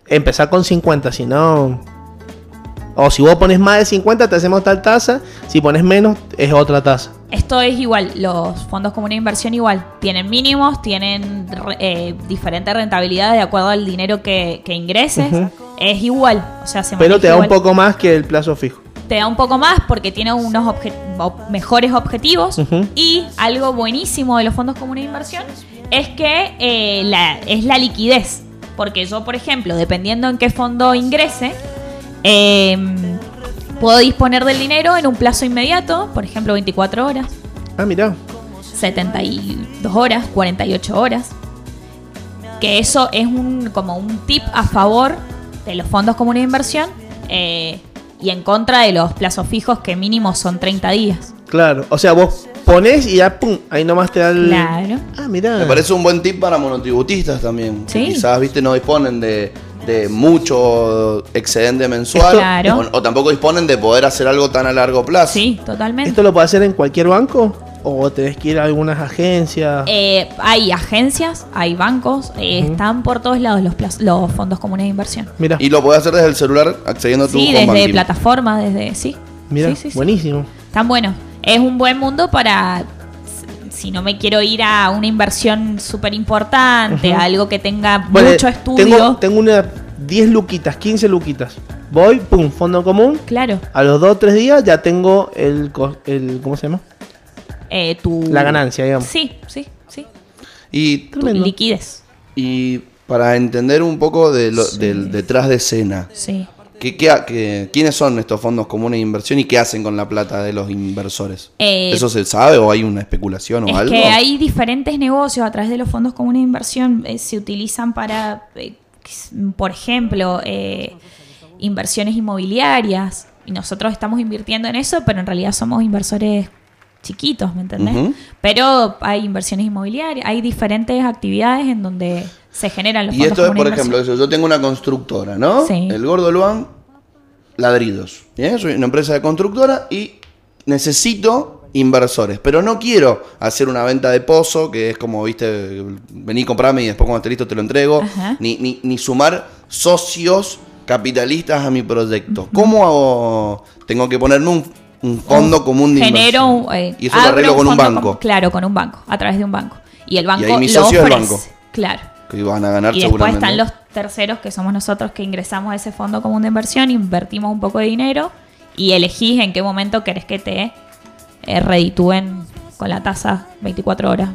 Speaker 3: empezá con 50, si no. O si vos pones más de 50, te hacemos tal tasa. Si pones menos, es otra tasa.
Speaker 8: Esto es igual, los fondos comunes de inversión igual, tienen mínimos, tienen re- eh, diferentes rentabilidades de acuerdo al dinero que, que ingreses, es igual, o sea, se
Speaker 3: Pero te da un
Speaker 8: maneja igual.
Speaker 3: poco más que el plazo fijo.
Speaker 8: te da un poco más porque tiene unos obje- ob- mejores objetivos
Speaker 3: Ujú.
Speaker 8: y algo buenísimo de los fondos comunes de inversión es que eh, la, es la liquidez. Porque yo, por ejemplo, dependiendo en qué fondo ingrese, eh, puedo disponer del dinero en un plazo inmediato, por ejemplo, 24 horas,
Speaker 3: Ah, mirá.
Speaker 8: 72 horas, 48 horas. Que eso es un, como un tip a favor de los fondos comunes de inversión eh, y en contra de los plazos fijos que mínimo son 30 días.
Speaker 3: Claro. O sea, vos pones y ya, pum, ahí nomás te da el.
Speaker 8: Claro.
Speaker 3: Ah, mirá.
Speaker 2: [LAUGHS] Me parece un buen tip para monotributistas también. que
Speaker 8: Sí.
Speaker 2: Quizás, viste, no disponen de, de mucho excedente mensual.
Speaker 8: Claro.
Speaker 2: O, o tampoco disponen de poder hacer algo tan a largo plazo.
Speaker 8: Sí, totalmente.
Speaker 3: ¿Esto lo puedes hacer en cualquier banco? ¿O tenés que ir a algunas agencias?
Speaker 8: Eh, hay agencias, hay bancos, eh, están por todos lados los, plaz- los fondos comunes de inversión.
Speaker 3: Mira,
Speaker 2: Y lo podés hacer desde el celular accediendo a tu
Speaker 8: Sí,
Speaker 2: home
Speaker 8: desde
Speaker 2: banking.
Speaker 8: plataformas, desde... Sí,
Speaker 3: mira,
Speaker 8: sí, sí, sí.
Speaker 3: buenísimo.
Speaker 8: Están buenos. Es un buen mundo para si- si no me quiero ir a una inversión súper importante, algo que tenga
Speaker 3: Bueno,
Speaker 8: mucho
Speaker 3: eh,
Speaker 8: estudio.
Speaker 3: Tengo, tengo una 10 luquitas, 15 luquitas. Voy, pum, fondo común.
Speaker 8: Claro.
Speaker 3: A los 2 o 3 días ya tengo el, co- el. ¿Cómo se llama?
Speaker 8: Eh, tu...
Speaker 3: La ganancia, digamos.
Speaker 8: Sí, sí, sí.
Speaker 2: Y,
Speaker 8: Tu
Speaker 3: Tremendo.
Speaker 8: liquidez.
Speaker 2: y para entender un poco de lo- del detrás de escena,
Speaker 8: Sí.
Speaker 2: ¿qué, qué ha- qué- quiénes son estos fondos comunes de inversión y qué hacen con la plata de los inversores?
Speaker 8: Eh,
Speaker 2: ¿Eso se sabe o hay una especulación o
Speaker 8: Es
Speaker 2: algo?
Speaker 8: que hay diferentes negocios a través de los fondos comunes de inversión. eh, se utilizan para, eh, por ejemplo, eh, inversiones inmobiliarias. Y nosotros estamos invirtiendo en eso, pero en realidad somos inversores chiquitos, ¿me entendés?
Speaker 2: Ujú.
Speaker 8: Pero hay inversiones inmobiliarias, hay diferentes actividades en donde se generan los
Speaker 2: Y
Speaker 8: fondos
Speaker 2: esto es, por
Speaker 8: comunes de
Speaker 2: ejemplo,
Speaker 8: inversión.
Speaker 2: eso. yo tengo una constructora, ¿no?
Speaker 8: Sí.
Speaker 2: El Gordo Luan, ladridos. ¿bien? Soy una empresa de constructora y necesito inversores. Pero no quiero hacer una venta de pozo, que es como, viste, vení, comprame y después cuando esté listo te lo entrego.
Speaker 8: Ajá.
Speaker 2: Ni, ni, ni sumar socios capitalistas a mi proyecto. ¿Cómo hago? Tengo que ponerme un, un fondo común de
Speaker 8: Genero
Speaker 2: inversión.
Speaker 8: un, eh,
Speaker 2: y eso lo
Speaker 8: abro
Speaker 2: arreglo con un
Speaker 8: fondo com-
Speaker 2: banco.
Speaker 8: claro, con un banco, a través de un banco. Y el banco
Speaker 2: ahí mi
Speaker 8: lo
Speaker 2: socio es el
Speaker 8: ofrece.
Speaker 2: banco.
Speaker 8: Claro.
Speaker 2: Que van a ganar
Speaker 8: Y después
Speaker 2: seguramente.
Speaker 8: están los terceros, que somos nosotros que ingresamos a ese fondo común de inversión, invertimos un poco de dinero y elegís en qué momento querés que te eh, reditúen con la tasa 24 horas,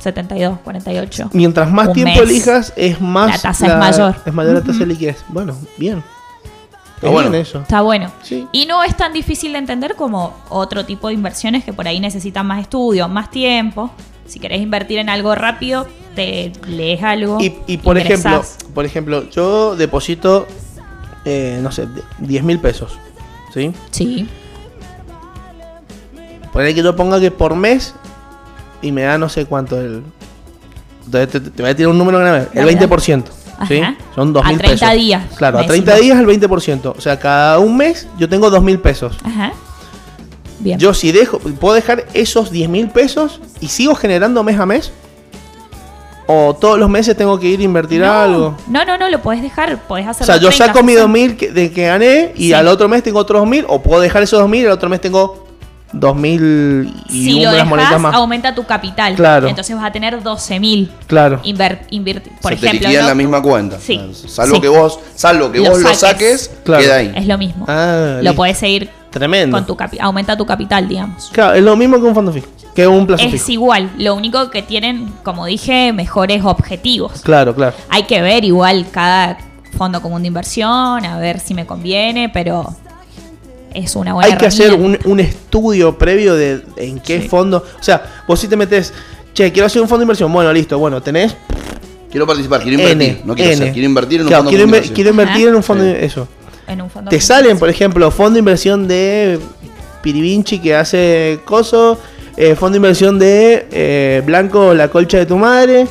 Speaker 8: 72, 48.
Speaker 3: Mientras más
Speaker 8: un
Speaker 3: tiempo
Speaker 8: mes.
Speaker 3: elijas, es más.
Speaker 8: La tasa es mayor.
Speaker 3: Es mayor la tasa de liquidez. Bueno, bien.
Speaker 2: Pero Ah,
Speaker 3: Es
Speaker 2: bueno.
Speaker 3: bien eso.
Speaker 8: Está bueno.
Speaker 3: Sí.
Speaker 8: Y no es tan difícil de entender como otro tipo de inversiones que por ahí necesitan más estudio, más tiempo. Si querés invertir en algo rápido, te lees algo.
Speaker 3: Y, y por ejemplo,
Speaker 8: ingresás.
Speaker 3: por ejemplo, yo deposito, eh, no sé, de- 10 mil pesos. ¿Sí?
Speaker 8: Sí,
Speaker 3: Poner que yo ponga que por mes y me da no sé cuánto el. Entonces te, te voy a tirar un número que no me-
Speaker 8: La
Speaker 3: el
Speaker 8: verdad.
Speaker 3: 20%. ¿sí?
Speaker 8: Ajá.
Speaker 3: Son 2
Speaker 8: A
Speaker 3: mil
Speaker 8: 30
Speaker 3: pesos.
Speaker 8: días,
Speaker 3: Claro, a
Speaker 8: me
Speaker 3: 30
Speaker 8: decís.
Speaker 3: días el 20%. O sea, cada un mes yo tengo 2 mil pesos.
Speaker 8: ajá. Bien.
Speaker 3: Yo si dejo, puedo dejar esos 10 mil pesos y sigo generando mes a mes. O todos los meses tengo que ir a invertir
Speaker 8: no,
Speaker 3: algo.
Speaker 8: No, no, no, lo podés dejar, podés hacer
Speaker 3: O sea, yo saco mis 2000 que- de que gané y
Speaker 8: Sí.
Speaker 3: al otro mes tengo otros 2000 o puedo dejar esos 2000 y al otro mes tengo 2000 y
Speaker 8: Si lo
Speaker 3: unas
Speaker 8: dejas,
Speaker 3: monedas más.
Speaker 8: aumenta tu capital.
Speaker 3: Claro.
Speaker 8: Entonces vas a tener 12 mil.
Speaker 3: Claro.
Speaker 8: Por
Speaker 2: se te
Speaker 8: ejemplo,
Speaker 2: liquida en
Speaker 8: ¿no?
Speaker 2: la misma cuenta.
Speaker 8: Sí,
Speaker 2: Salvo
Speaker 8: sí.
Speaker 2: que vos, salvo que
Speaker 8: Lo
Speaker 2: vos lo
Speaker 8: saques.
Speaker 2: saques,
Speaker 3: Claro.
Speaker 2: queda ahí.
Speaker 8: es lo mismo.
Speaker 3: Ah,
Speaker 8: lo
Speaker 3: listo.
Speaker 8: podés seguir
Speaker 3: Tremendo.
Speaker 8: con tu capi- aumenta tu capital, digamos.
Speaker 3: Claro, es lo mismo que un fondo fijo, que un plazo
Speaker 8: Es
Speaker 3: fijo.
Speaker 8: igual, lo único que tienen, como dije, mejores objetivos.
Speaker 3: Claro, claro.
Speaker 8: Hay que ver igual cada fondo común de inversión, a ver si me conviene, pero es una buena
Speaker 3: Hay que hacer
Speaker 8: herramienta.
Speaker 3: un, un estudio previo de en qué
Speaker 8: Sí.
Speaker 3: fondo. O sea, vos si te metes, che, quiero hacer un fondo de inversión. Bueno, listo, bueno, tenés
Speaker 2: Quiero participar, quiero invertir.
Speaker 3: N,
Speaker 2: no quiero
Speaker 3: N.
Speaker 2: ser, quiero invertir en un
Speaker 3: Claro,
Speaker 2: fondo
Speaker 3: quiero,
Speaker 2: común de
Speaker 3: inver-
Speaker 2: inversión.
Speaker 3: quiero invertir
Speaker 8: Ajá.
Speaker 3: en un fondo
Speaker 2: Sí.
Speaker 3: de eso.
Speaker 8: en un fondo
Speaker 3: Te
Speaker 8: común.
Speaker 3: salen, por ejemplo, fondo de inversión de Piribinchi que hace coso, eh, fondo de inversión de eh, Blanco, la colcha de tu madre.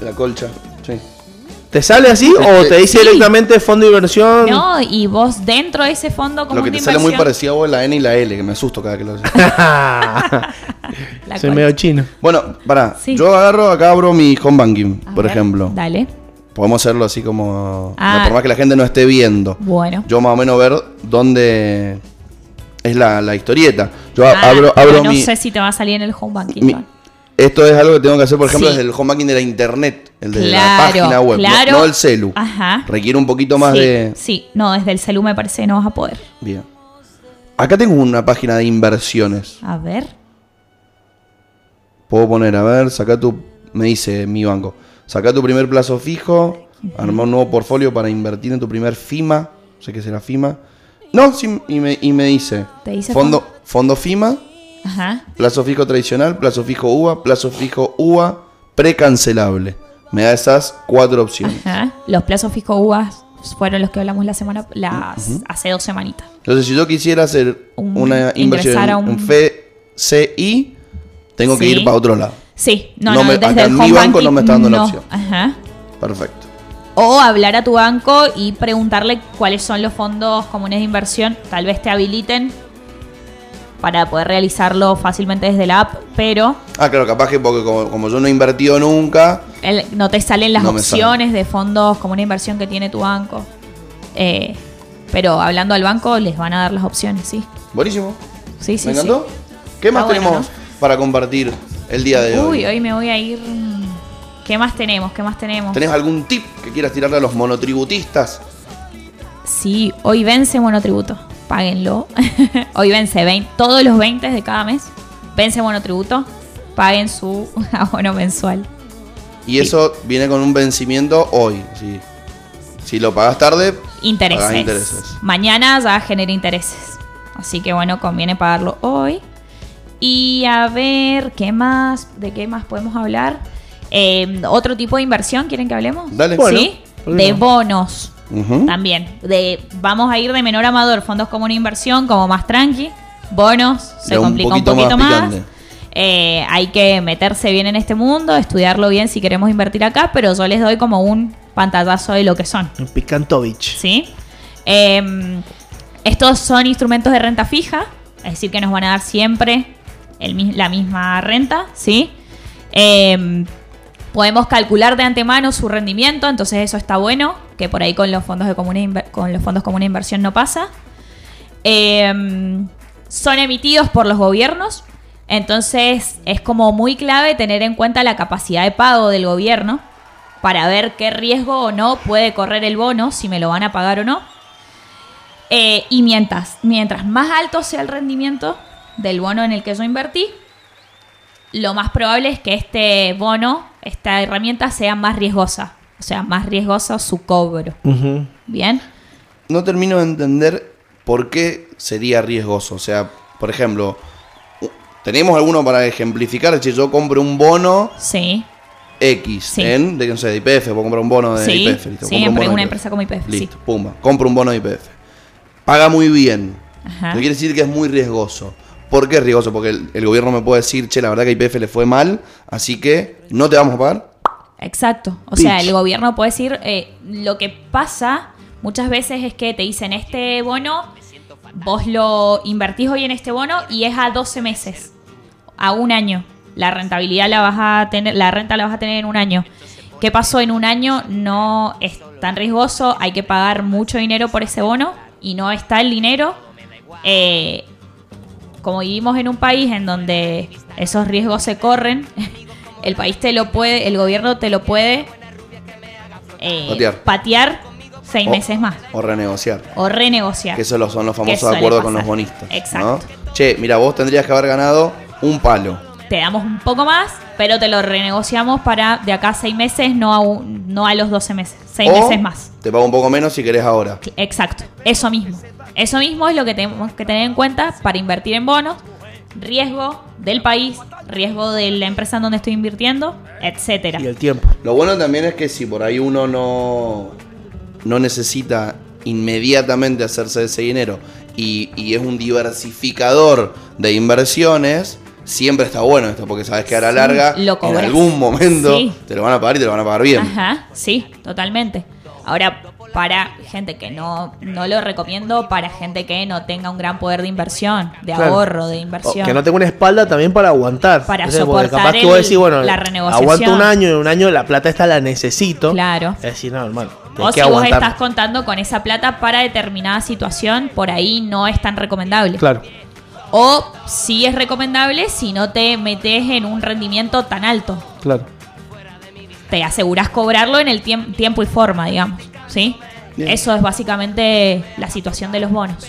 Speaker 2: La colcha. Sí.
Speaker 3: ¿Te sale así o
Speaker 2: Este,
Speaker 3: te dice
Speaker 8: sí.
Speaker 3: directamente fondo de inversión?
Speaker 8: No, y vos dentro de ese fondo común
Speaker 2: Lo que
Speaker 8: de
Speaker 2: te sale muy
Speaker 8: inversión,
Speaker 2: parecido a vos es la N y la L, que me asusto cada que lo haces.
Speaker 3: [LAUGHS]
Speaker 8: la
Speaker 3: Soy
Speaker 8: cual-
Speaker 3: medio chino.
Speaker 2: bueno, pará.
Speaker 8: Sí.
Speaker 2: Yo agarro, acá abro mi home banking,
Speaker 8: A
Speaker 2: por
Speaker 8: ver,
Speaker 2: ejemplo.
Speaker 8: Dale.
Speaker 2: Podemos hacerlo así como.
Speaker 8: Ah.
Speaker 2: no, por más que la gente no esté viendo.
Speaker 8: Bueno.
Speaker 2: Yo más o menos ver dónde es la, la historieta. Yo
Speaker 8: Ah,
Speaker 2: abro,
Speaker 8: pero
Speaker 2: abro
Speaker 8: no
Speaker 2: mi.
Speaker 8: sé si te va a salir en el home banking.
Speaker 2: Mi-
Speaker 8: Juan.
Speaker 2: esto es algo que tengo que hacer, por ejemplo,
Speaker 8: Sí.
Speaker 2: desde el home banking de la internet, el de
Speaker 8: Claro,
Speaker 2: la página web, no-
Speaker 8: claro.
Speaker 2: no, el celu.
Speaker 8: Ajá.
Speaker 2: Requiere un poquito más
Speaker 8: sí,
Speaker 2: de.
Speaker 8: sí, no, desde el celu me parece que no vas a poder.
Speaker 2: Bien. Acá tengo una página de inversiones.
Speaker 8: A ver.
Speaker 2: Puedo poner, a ver, saca tu. Me dice mi banco. Saca tu primer plazo fijo. Arma un nuevo portfolio para invertir en tu primer FIMA. No sé qué será FIMA. No, sí, y me, y me dice.
Speaker 8: Te dice
Speaker 2: fondo, fondo FIMA,
Speaker 8: Ajá.
Speaker 2: plazo fijo tradicional, plazo fijo UVA, plazo fijo UVA, precancelable. Me da esas cuatro opciones.
Speaker 8: [LAUGHS] Ajá. Los plazos fijo uvas fueron los que hablamos la semana, las, hace dos semanitas.
Speaker 2: Entonces, si yo quisiera hacer
Speaker 8: Un-
Speaker 2: una inversión
Speaker 8: ingresar
Speaker 2: en,
Speaker 8: a un-
Speaker 2: en FCI, tengo que
Speaker 8: Sí.
Speaker 2: ir para otro lado.
Speaker 8: Sí, no,
Speaker 2: No
Speaker 8: no,
Speaker 2: me-
Speaker 8: desde
Speaker 2: acá
Speaker 8: el
Speaker 2: en mi
Speaker 8: home
Speaker 2: banco
Speaker 8: banking
Speaker 2: no me está dando la
Speaker 8: no.
Speaker 2: opción.
Speaker 8: Ajá.
Speaker 2: Perfecto.
Speaker 8: O hablar a tu banco y preguntarle cuáles son los fondos comunes de inversión. Tal vez te habiliten para poder realizarlo fácilmente desde la app, pero
Speaker 2: Ah, claro, capaz que porque como, como yo no he invertido nunca,
Speaker 8: el- no te salen las
Speaker 2: No me
Speaker 8: opciones de fondos comunes de inversión que tiene tu banco. Eh, pero hablando al banco, les van a dar las opciones, sí.
Speaker 2: buenísimo.
Speaker 8: Sí, sí.
Speaker 2: ¿Me
Speaker 8: sí.
Speaker 2: encantó? ¿Qué más
Speaker 8: Está bueno,
Speaker 2: tenemos para compartir el día de hoy?
Speaker 8: Uy, hoy me voy a ir. mm, ¿Qué más tenemos? ¿Qué más tenemos?
Speaker 2: ¿Tenés algún tip que quieras tirarle a los monotributistas
Speaker 8: Sí, hoy vence monotributo. Páguenlo. [LAUGHS] hoy vence vein- todos los 20 de cada mes. Vence monotributo. Paguen su [LAUGHS] abono mensual.
Speaker 2: Y eso viene con un vencimiento hoy. sí. Si lo pagas tarde,
Speaker 8: Intereses.
Speaker 2: pagás intereses.
Speaker 8: Mañana ya genera intereses. Así que bueno, conviene pagarlo hoy. Y a ver, ¿qué más? ¿De qué más podemos hablar? Eh, ¿Otro tipo de inversión quieren que hablemos?
Speaker 2: Dale.
Speaker 3: Bueno,
Speaker 8: ¿Sí?
Speaker 3: ¿por qué
Speaker 8: De
Speaker 3: no?
Speaker 8: bonos.
Speaker 2: Ujú.
Speaker 8: También. De, vamos a ir de menor amador, fondos como una inversión, como más tranqui. Bonos, se
Speaker 2: De un
Speaker 8: complica un
Speaker 2: poquito
Speaker 8: poquito
Speaker 2: más
Speaker 8: más.
Speaker 2: picante.
Speaker 8: Eh, hay que meterse bien en este mundo, estudiarlo bien si queremos invertir acá, pero yo les doy como un pantallazo de lo que son.
Speaker 3: Un Picantovich.
Speaker 8: ¿sí? Eh, estos son instrumentos de renta fija, es decir, que nos van a dar siempre el mi- la misma renta, ¿sí? Eh, podemos calcular de antemano su rendimiento, entonces eso está bueno, que por ahí con los fondos de comuna inver- con los fondos comunes de inversión no pasa. Eh, son emitidos por los gobiernos, entonces es como muy clave tener en cuenta la capacidad de pago del gobierno para ver qué riesgo o no puede correr el bono, si me lo van a pagar o no. Eh, y mientras, mientras más alto sea el rendimiento del bono en el que yo invertí, lo más probable es que este bono, esta herramienta sea más riesgosa. O sea, más riesgosa su cobro.
Speaker 3: Ujú.
Speaker 8: ¿Bien?
Speaker 2: No termino de entender por qué sería riesgoso. O sea, por ejemplo, tenemos alguno para ejemplificar. Si yo compro un bono
Speaker 8: Sí.
Speaker 2: X
Speaker 8: Sí.
Speaker 2: en, de, no sé, de IPF, puedo comprar un bono de
Speaker 8: Sí,
Speaker 2: IPF.
Speaker 8: sí, empre- una empresa como YPF, sí.
Speaker 2: Listo, pumba, compro un bono de IPF. Paga muy bien.
Speaker 8: Ajá.
Speaker 2: No quiere decir que es muy riesgoso. ¿Por qué es riesgoso? Porque el, el gobierno me puede decir, che, la verdad que IPF le fue mal, así que no te vamos a pagar.
Speaker 8: Exacto. O sea,
Speaker 3: Pitch.
Speaker 8: el gobierno puede decir, eh, lo que pasa muchas veces es que te dicen este bono, vos lo invertís hoy en este bono y es a 12 meses, a un año. La rentabilidad la vas a tener, la renta la vas a tener en un año. ¿Qué pasó en un año? No es tan riesgoso, hay que pagar mucho dinero por ese bono y no está el dinero. Eh, como vivimos en un país en donde esos riesgos se corren, [LAUGHS] el país te lo puede, el gobierno te lo puede eh,
Speaker 2: Patear.
Speaker 8: patear seis
Speaker 2: O-
Speaker 8: meses más
Speaker 2: O renegociar.
Speaker 8: o renegociar.
Speaker 2: Que eso lo- son los
Speaker 8: Que
Speaker 2: famosos
Speaker 8: suele
Speaker 2: acuerdos con
Speaker 8: pasar.
Speaker 2: los bonistas. ¿no?
Speaker 8: Exacto.
Speaker 2: Che, mira, vos tendrías que haber ganado un palo.
Speaker 8: Te damos un poco más, pero te lo renegociamos para de acá a seis meses, no a, un- no a los 12 meses, seis
Speaker 2: O
Speaker 8: meses más.
Speaker 2: Te pago un poco menos si querés ahora.
Speaker 8: Exacto, eso mismo. Eso mismo es lo que tenemos que tener en cuenta para invertir en bonos, riesgo del país, riesgo de la empresa en donde estoy invirtiendo, etcétera.
Speaker 3: Y el tiempo.
Speaker 2: Lo bueno también es que si por ahí uno no, no necesita inmediatamente hacerse de ese dinero y, y es un diversificador de inversiones, siempre está bueno esto, porque sabes que a la
Speaker 8: Sí,
Speaker 2: larga,
Speaker 8: lo
Speaker 2: en
Speaker 8: cobras.
Speaker 2: algún momento,
Speaker 8: Sí.
Speaker 2: te lo van a pagar y te lo van a pagar bien.
Speaker 8: Ajá, sí, totalmente. Ahora, para gente que no, no lo recomiendo, para gente que no tenga un gran poder de inversión, de
Speaker 3: Claro.
Speaker 8: ahorro, de
Speaker 3: O
Speaker 8: inversión.
Speaker 3: Oh, que no tenga una espalda también para aguantar.
Speaker 8: Para
Speaker 3: No sé, porque
Speaker 8: soportar
Speaker 3: capaz que vos
Speaker 8: el-
Speaker 3: decís, bueno,
Speaker 8: la renegociación.
Speaker 3: aguanto un año, en un año la plata esta la necesito.
Speaker 8: Claro.
Speaker 3: Es decir, no, hermano,
Speaker 8: O
Speaker 3: eh, tenés
Speaker 8: si
Speaker 3: que
Speaker 8: vos
Speaker 3: aguantar.
Speaker 8: estás contando con esa plata para determinada situación, por ahí no es tan recomendable.
Speaker 3: Claro.
Speaker 8: O sí es recomendable si no te metes en un rendimiento tan alto.
Speaker 3: Claro.
Speaker 8: Te aseguras cobrarlo en el tiemp- tiempo y forma, digamos. ¿Sí?
Speaker 2: Bien.
Speaker 8: Eso es básicamente la situación de los bonos.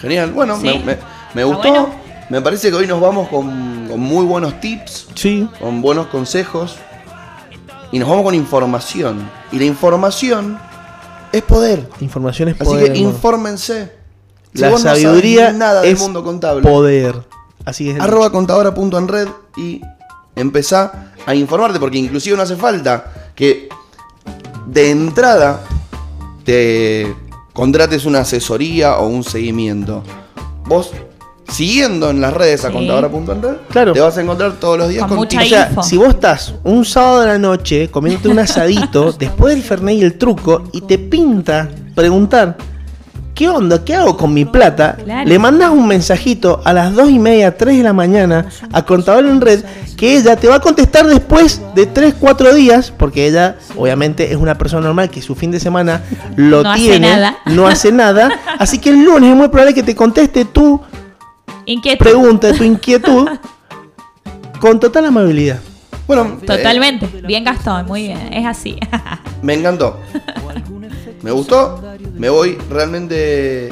Speaker 2: Genial, bueno,
Speaker 8: Sí.
Speaker 2: me, me- me
Speaker 8: Está
Speaker 2: gustó.
Speaker 8: bueno.
Speaker 2: Me parece que hoy nos vamos con, con muy buenos tips,
Speaker 3: Sí.
Speaker 2: con buenos consejos y nos vamos con información. Y la información es poder.
Speaker 3: Información es
Speaker 2: Así
Speaker 3: poder.
Speaker 2: que
Speaker 3: hermano.
Speaker 2: infórmense. Si
Speaker 3: la
Speaker 2: vos no sabés
Speaker 3: sabiduría
Speaker 2: nada del
Speaker 3: es
Speaker 2: mundo contable.
Speaker 3: poder. Así es.
Speaker 2: Arroba contadora.enred y empezá a informarte, porque inclusive no hace falta que de entrada te contrates una asesoría o un seguimiento. Vos siguiendo en las redes a
Speaker 8: Sí.
Speaker 2: contadora.enred,
Speaker 3: Claro.
Speaker 2: te vas a encontrar todos los días
Speaker 8: Con mucha
Speaker 3: O sea,
Speaker 8: info.
Speaker 3: si vos estás un sábado de la noche comiéndote un
Speaker 8: [LAUGHS]
Speaker 3: asadito, después del Fernet y el truco, y te pinta preguntar, ¿qué onda? ¿Qué hago con mi plata?
Speaker 8: Claro.
Speaker 3: Le mandas un mensajito a las 2 y media, 3 de la mañana a Contador en Red, que ella te va a contestar después de 3, 4 días, porque ella obviamente es una persona normal que su fin de semana lo
Speaker 8: No hace
Speaker 3: tiene,
Speaker 8: nada.
Speaker 3: no hace
Speaker 8: [LAUGHS]
Speaker 3: nada, así que el lunes es muy probable que te conteste tú
Speaker 8: Inquieto.
Speaker 3: pregunta, tu inquietud, con total amabilidad.
Speaker 2: Bueno, eh,
Speaker 8: [LAUGHS] Totalmente. Bien, Gastón. Muy bien. Es así.
Speaker 2: me encantó. Me gustó, me voy realmente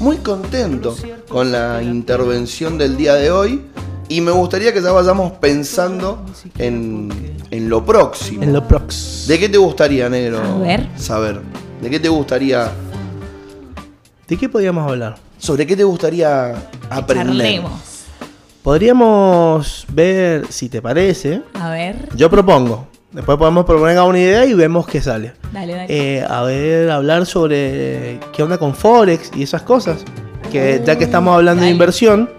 Speaker 2: muy contento con la intervención del día de hoy y me gustaría que ya vayamos pensando en, en lo próximo.
Speaker 3: En lo prox.
Speaker 2: ¿De qué te gustaría, negro?
Speaker 8: A ver.
Speaker 2: Saber. ¿De qué te gustaría?
Speaker 3: ¿De qué podíamos hablar?
Speaker 2: ¿Sobre qué te gustaría aprender?
Speaker 8: Charlemos.
Speaker 3: Podríamos ver, si te parece,
Speaker 8: A ver,
Speaker 3: yo propongo. Después podemos proponer una idea y vemos qué sale.
Speaker 8: dale, dale.
Speaker 3: Eh, a ver, hablar sobre qué onda con Forex y esas cosas. Que ya que estamos hablando de
Speaker 8: dale.
Speaker 3: inversión,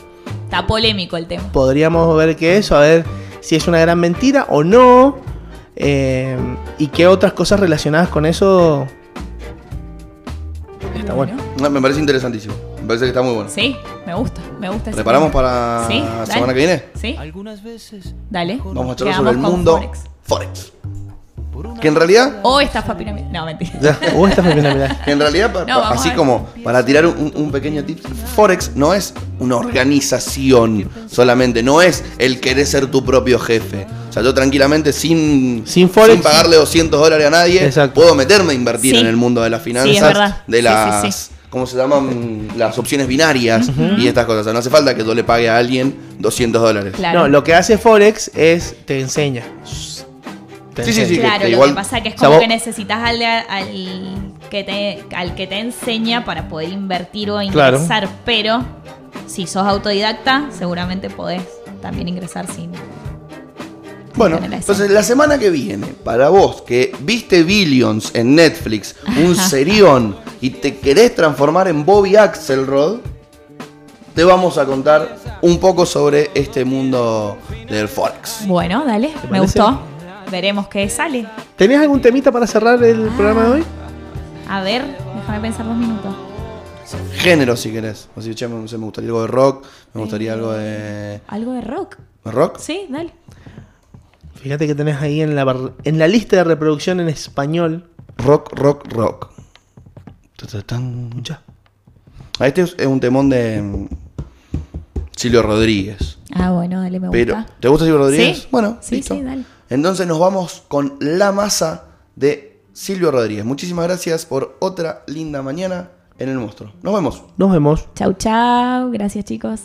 Speaker 8: Está polémico el tema.
Speaker 3: podríamos ver qué es, a ver si es una gran mentira o no. eh, y qué otras cosas relacionadas con eso. Está bueno.
Speaker 2: Ah, Me parece interesantísimo. Me parece que está muy bueno.
Speaker 8: Sí, me gusta, me gusta. ese
Speaker 2: ¿Preparamos
Speaker 8: tema.
Speaker 2: para
Speaker 8: Sí,
Speaker 2: la
Speaker 8: dale.
Speaker 2: semana que viene?
Speaker 8: Sí,
Speaker 7: Algunas veces
Speaker 8: dale.
Speaker 2: Vamos a charlar
Speaker 8: Quedamos
Speaker 2: sobre el
Speaker 8: con
Speaker 2: mundo
Speaker 8: Forex.
Speaker 2: Forex. Que en realidad,
Speaker 8: O estafa piramidal.
Speaker 2: [LAUGHS]
Speaker 8: No, mentira.
Speaker 3: Ya. Uh, esta fue bien, mirá. [LAUGHS]
Speaker 2: que en realidad pa-
Speaker 8: No,
Speaker 2: pa-
Speaker 8: vamos
Speaker 2: así
Speaker 8: a ver.
Speaker 2: como para tirar un, un pequeño tip, Forex no es una organización solamente, no es el querer ser tu propio jefe. O sea, yo tranquilamente sin,
Speaker 3: Sin Forex.
Speaker 2: pagarle 200 dólares a nadie,
Speaker 3: Exacto.
Speaker 2: puedo meterme a invertir
Speaker 8: Sí.
Speaker 2: en el mundo de las finanzas,
Speaker 8: verdad.
Speaker 2: de
Speaker 8: Sí,
Speaker 2: las...
Speaker 8: sí, sí.
Speaker 2: ¿Cómo se llaman las opciones binarias y estas cosas? O sea, no hace falta que yo le pague a alguien 200 dólares.
Speaker 8: Claro.
Speaker 3: No, lo que hace Forex es te enseña. Te
Speaker 2: Sí, sí,
Speaker 3: enseña.
Speaker 2: sí. que-
Speaker 8: claro,
Speaker 2: que
Speaker 8: lo
Speaker 2: igual-
Speaker 8: que pasa que es
Speaker 3: o sea,
Speaker 8: como
Speaker 3: vos-
Speaker 8: que necesitas al, de- al que te, al que te enseña para poder invertir o
Speaker 3: Claro.
Speaker 8: ingresar, pero si sos autodidacta, seguramente podés también ingresar sin.
Speaker 2: Bueno,
Speaker 8: Tener eso.
Speaker 2: entonces la semana que viene, para vos que viste Billions en Netflix,
Speaker 8: [LAUGHS]
Speaker 2: un serión, y te querés transformar en Bobby Axelrod, te vamos a contar un poco sobre este mundo del Forex.
Speaker 8: Bueno, dale, me
Speaker 3: parece?
Speaker 8: gustó. Veremos qué sale.
Speaker 3: ¿Tenés algún temita para cerrar el programa de hoy?
Speaker 8: A ver, déjame pensar dos minutos.
Speaker 2: Género, si querés. O sea, che, me, no sé, me gustaría algo de rock, me gustaría algo de.
Speaker 8: ¿Algo de rock?
Speaker 2: ¿Rock?
Speaker 8: Sí, dale.
Speaker 3: Fíjate que tenés ahí en la, bar- en la lista de reproducción en español.
Speaker 2: Rock, rock, rock. Ta-ta-tan.
Speaker 3: Escucha.
Speaker 2: Ah, Este es es un temón de mm, Silvio Rodríguez.
Speaker 8: Ah, bueno, dale, me
Speaker 2: Pero,
Speaker 8: gusta.
Speaker 2: ¿Te gusta Silvio Rodríguez?
Speaker 8: Sí.
Speaker 2: Bueno,
Speaker 8: Sí,
Speaker 2: listo.
Speaker 8: sí, dale.
Speaker 2: Entonces nos vamos con la masa de Silvio Rodríguez. Muchísimas gracias por otra linda mañana en el monstruo. Nos vemos.
Speaker 3: Nos vemos.
Speaker 8: Chau, chau. Gracias, chicos.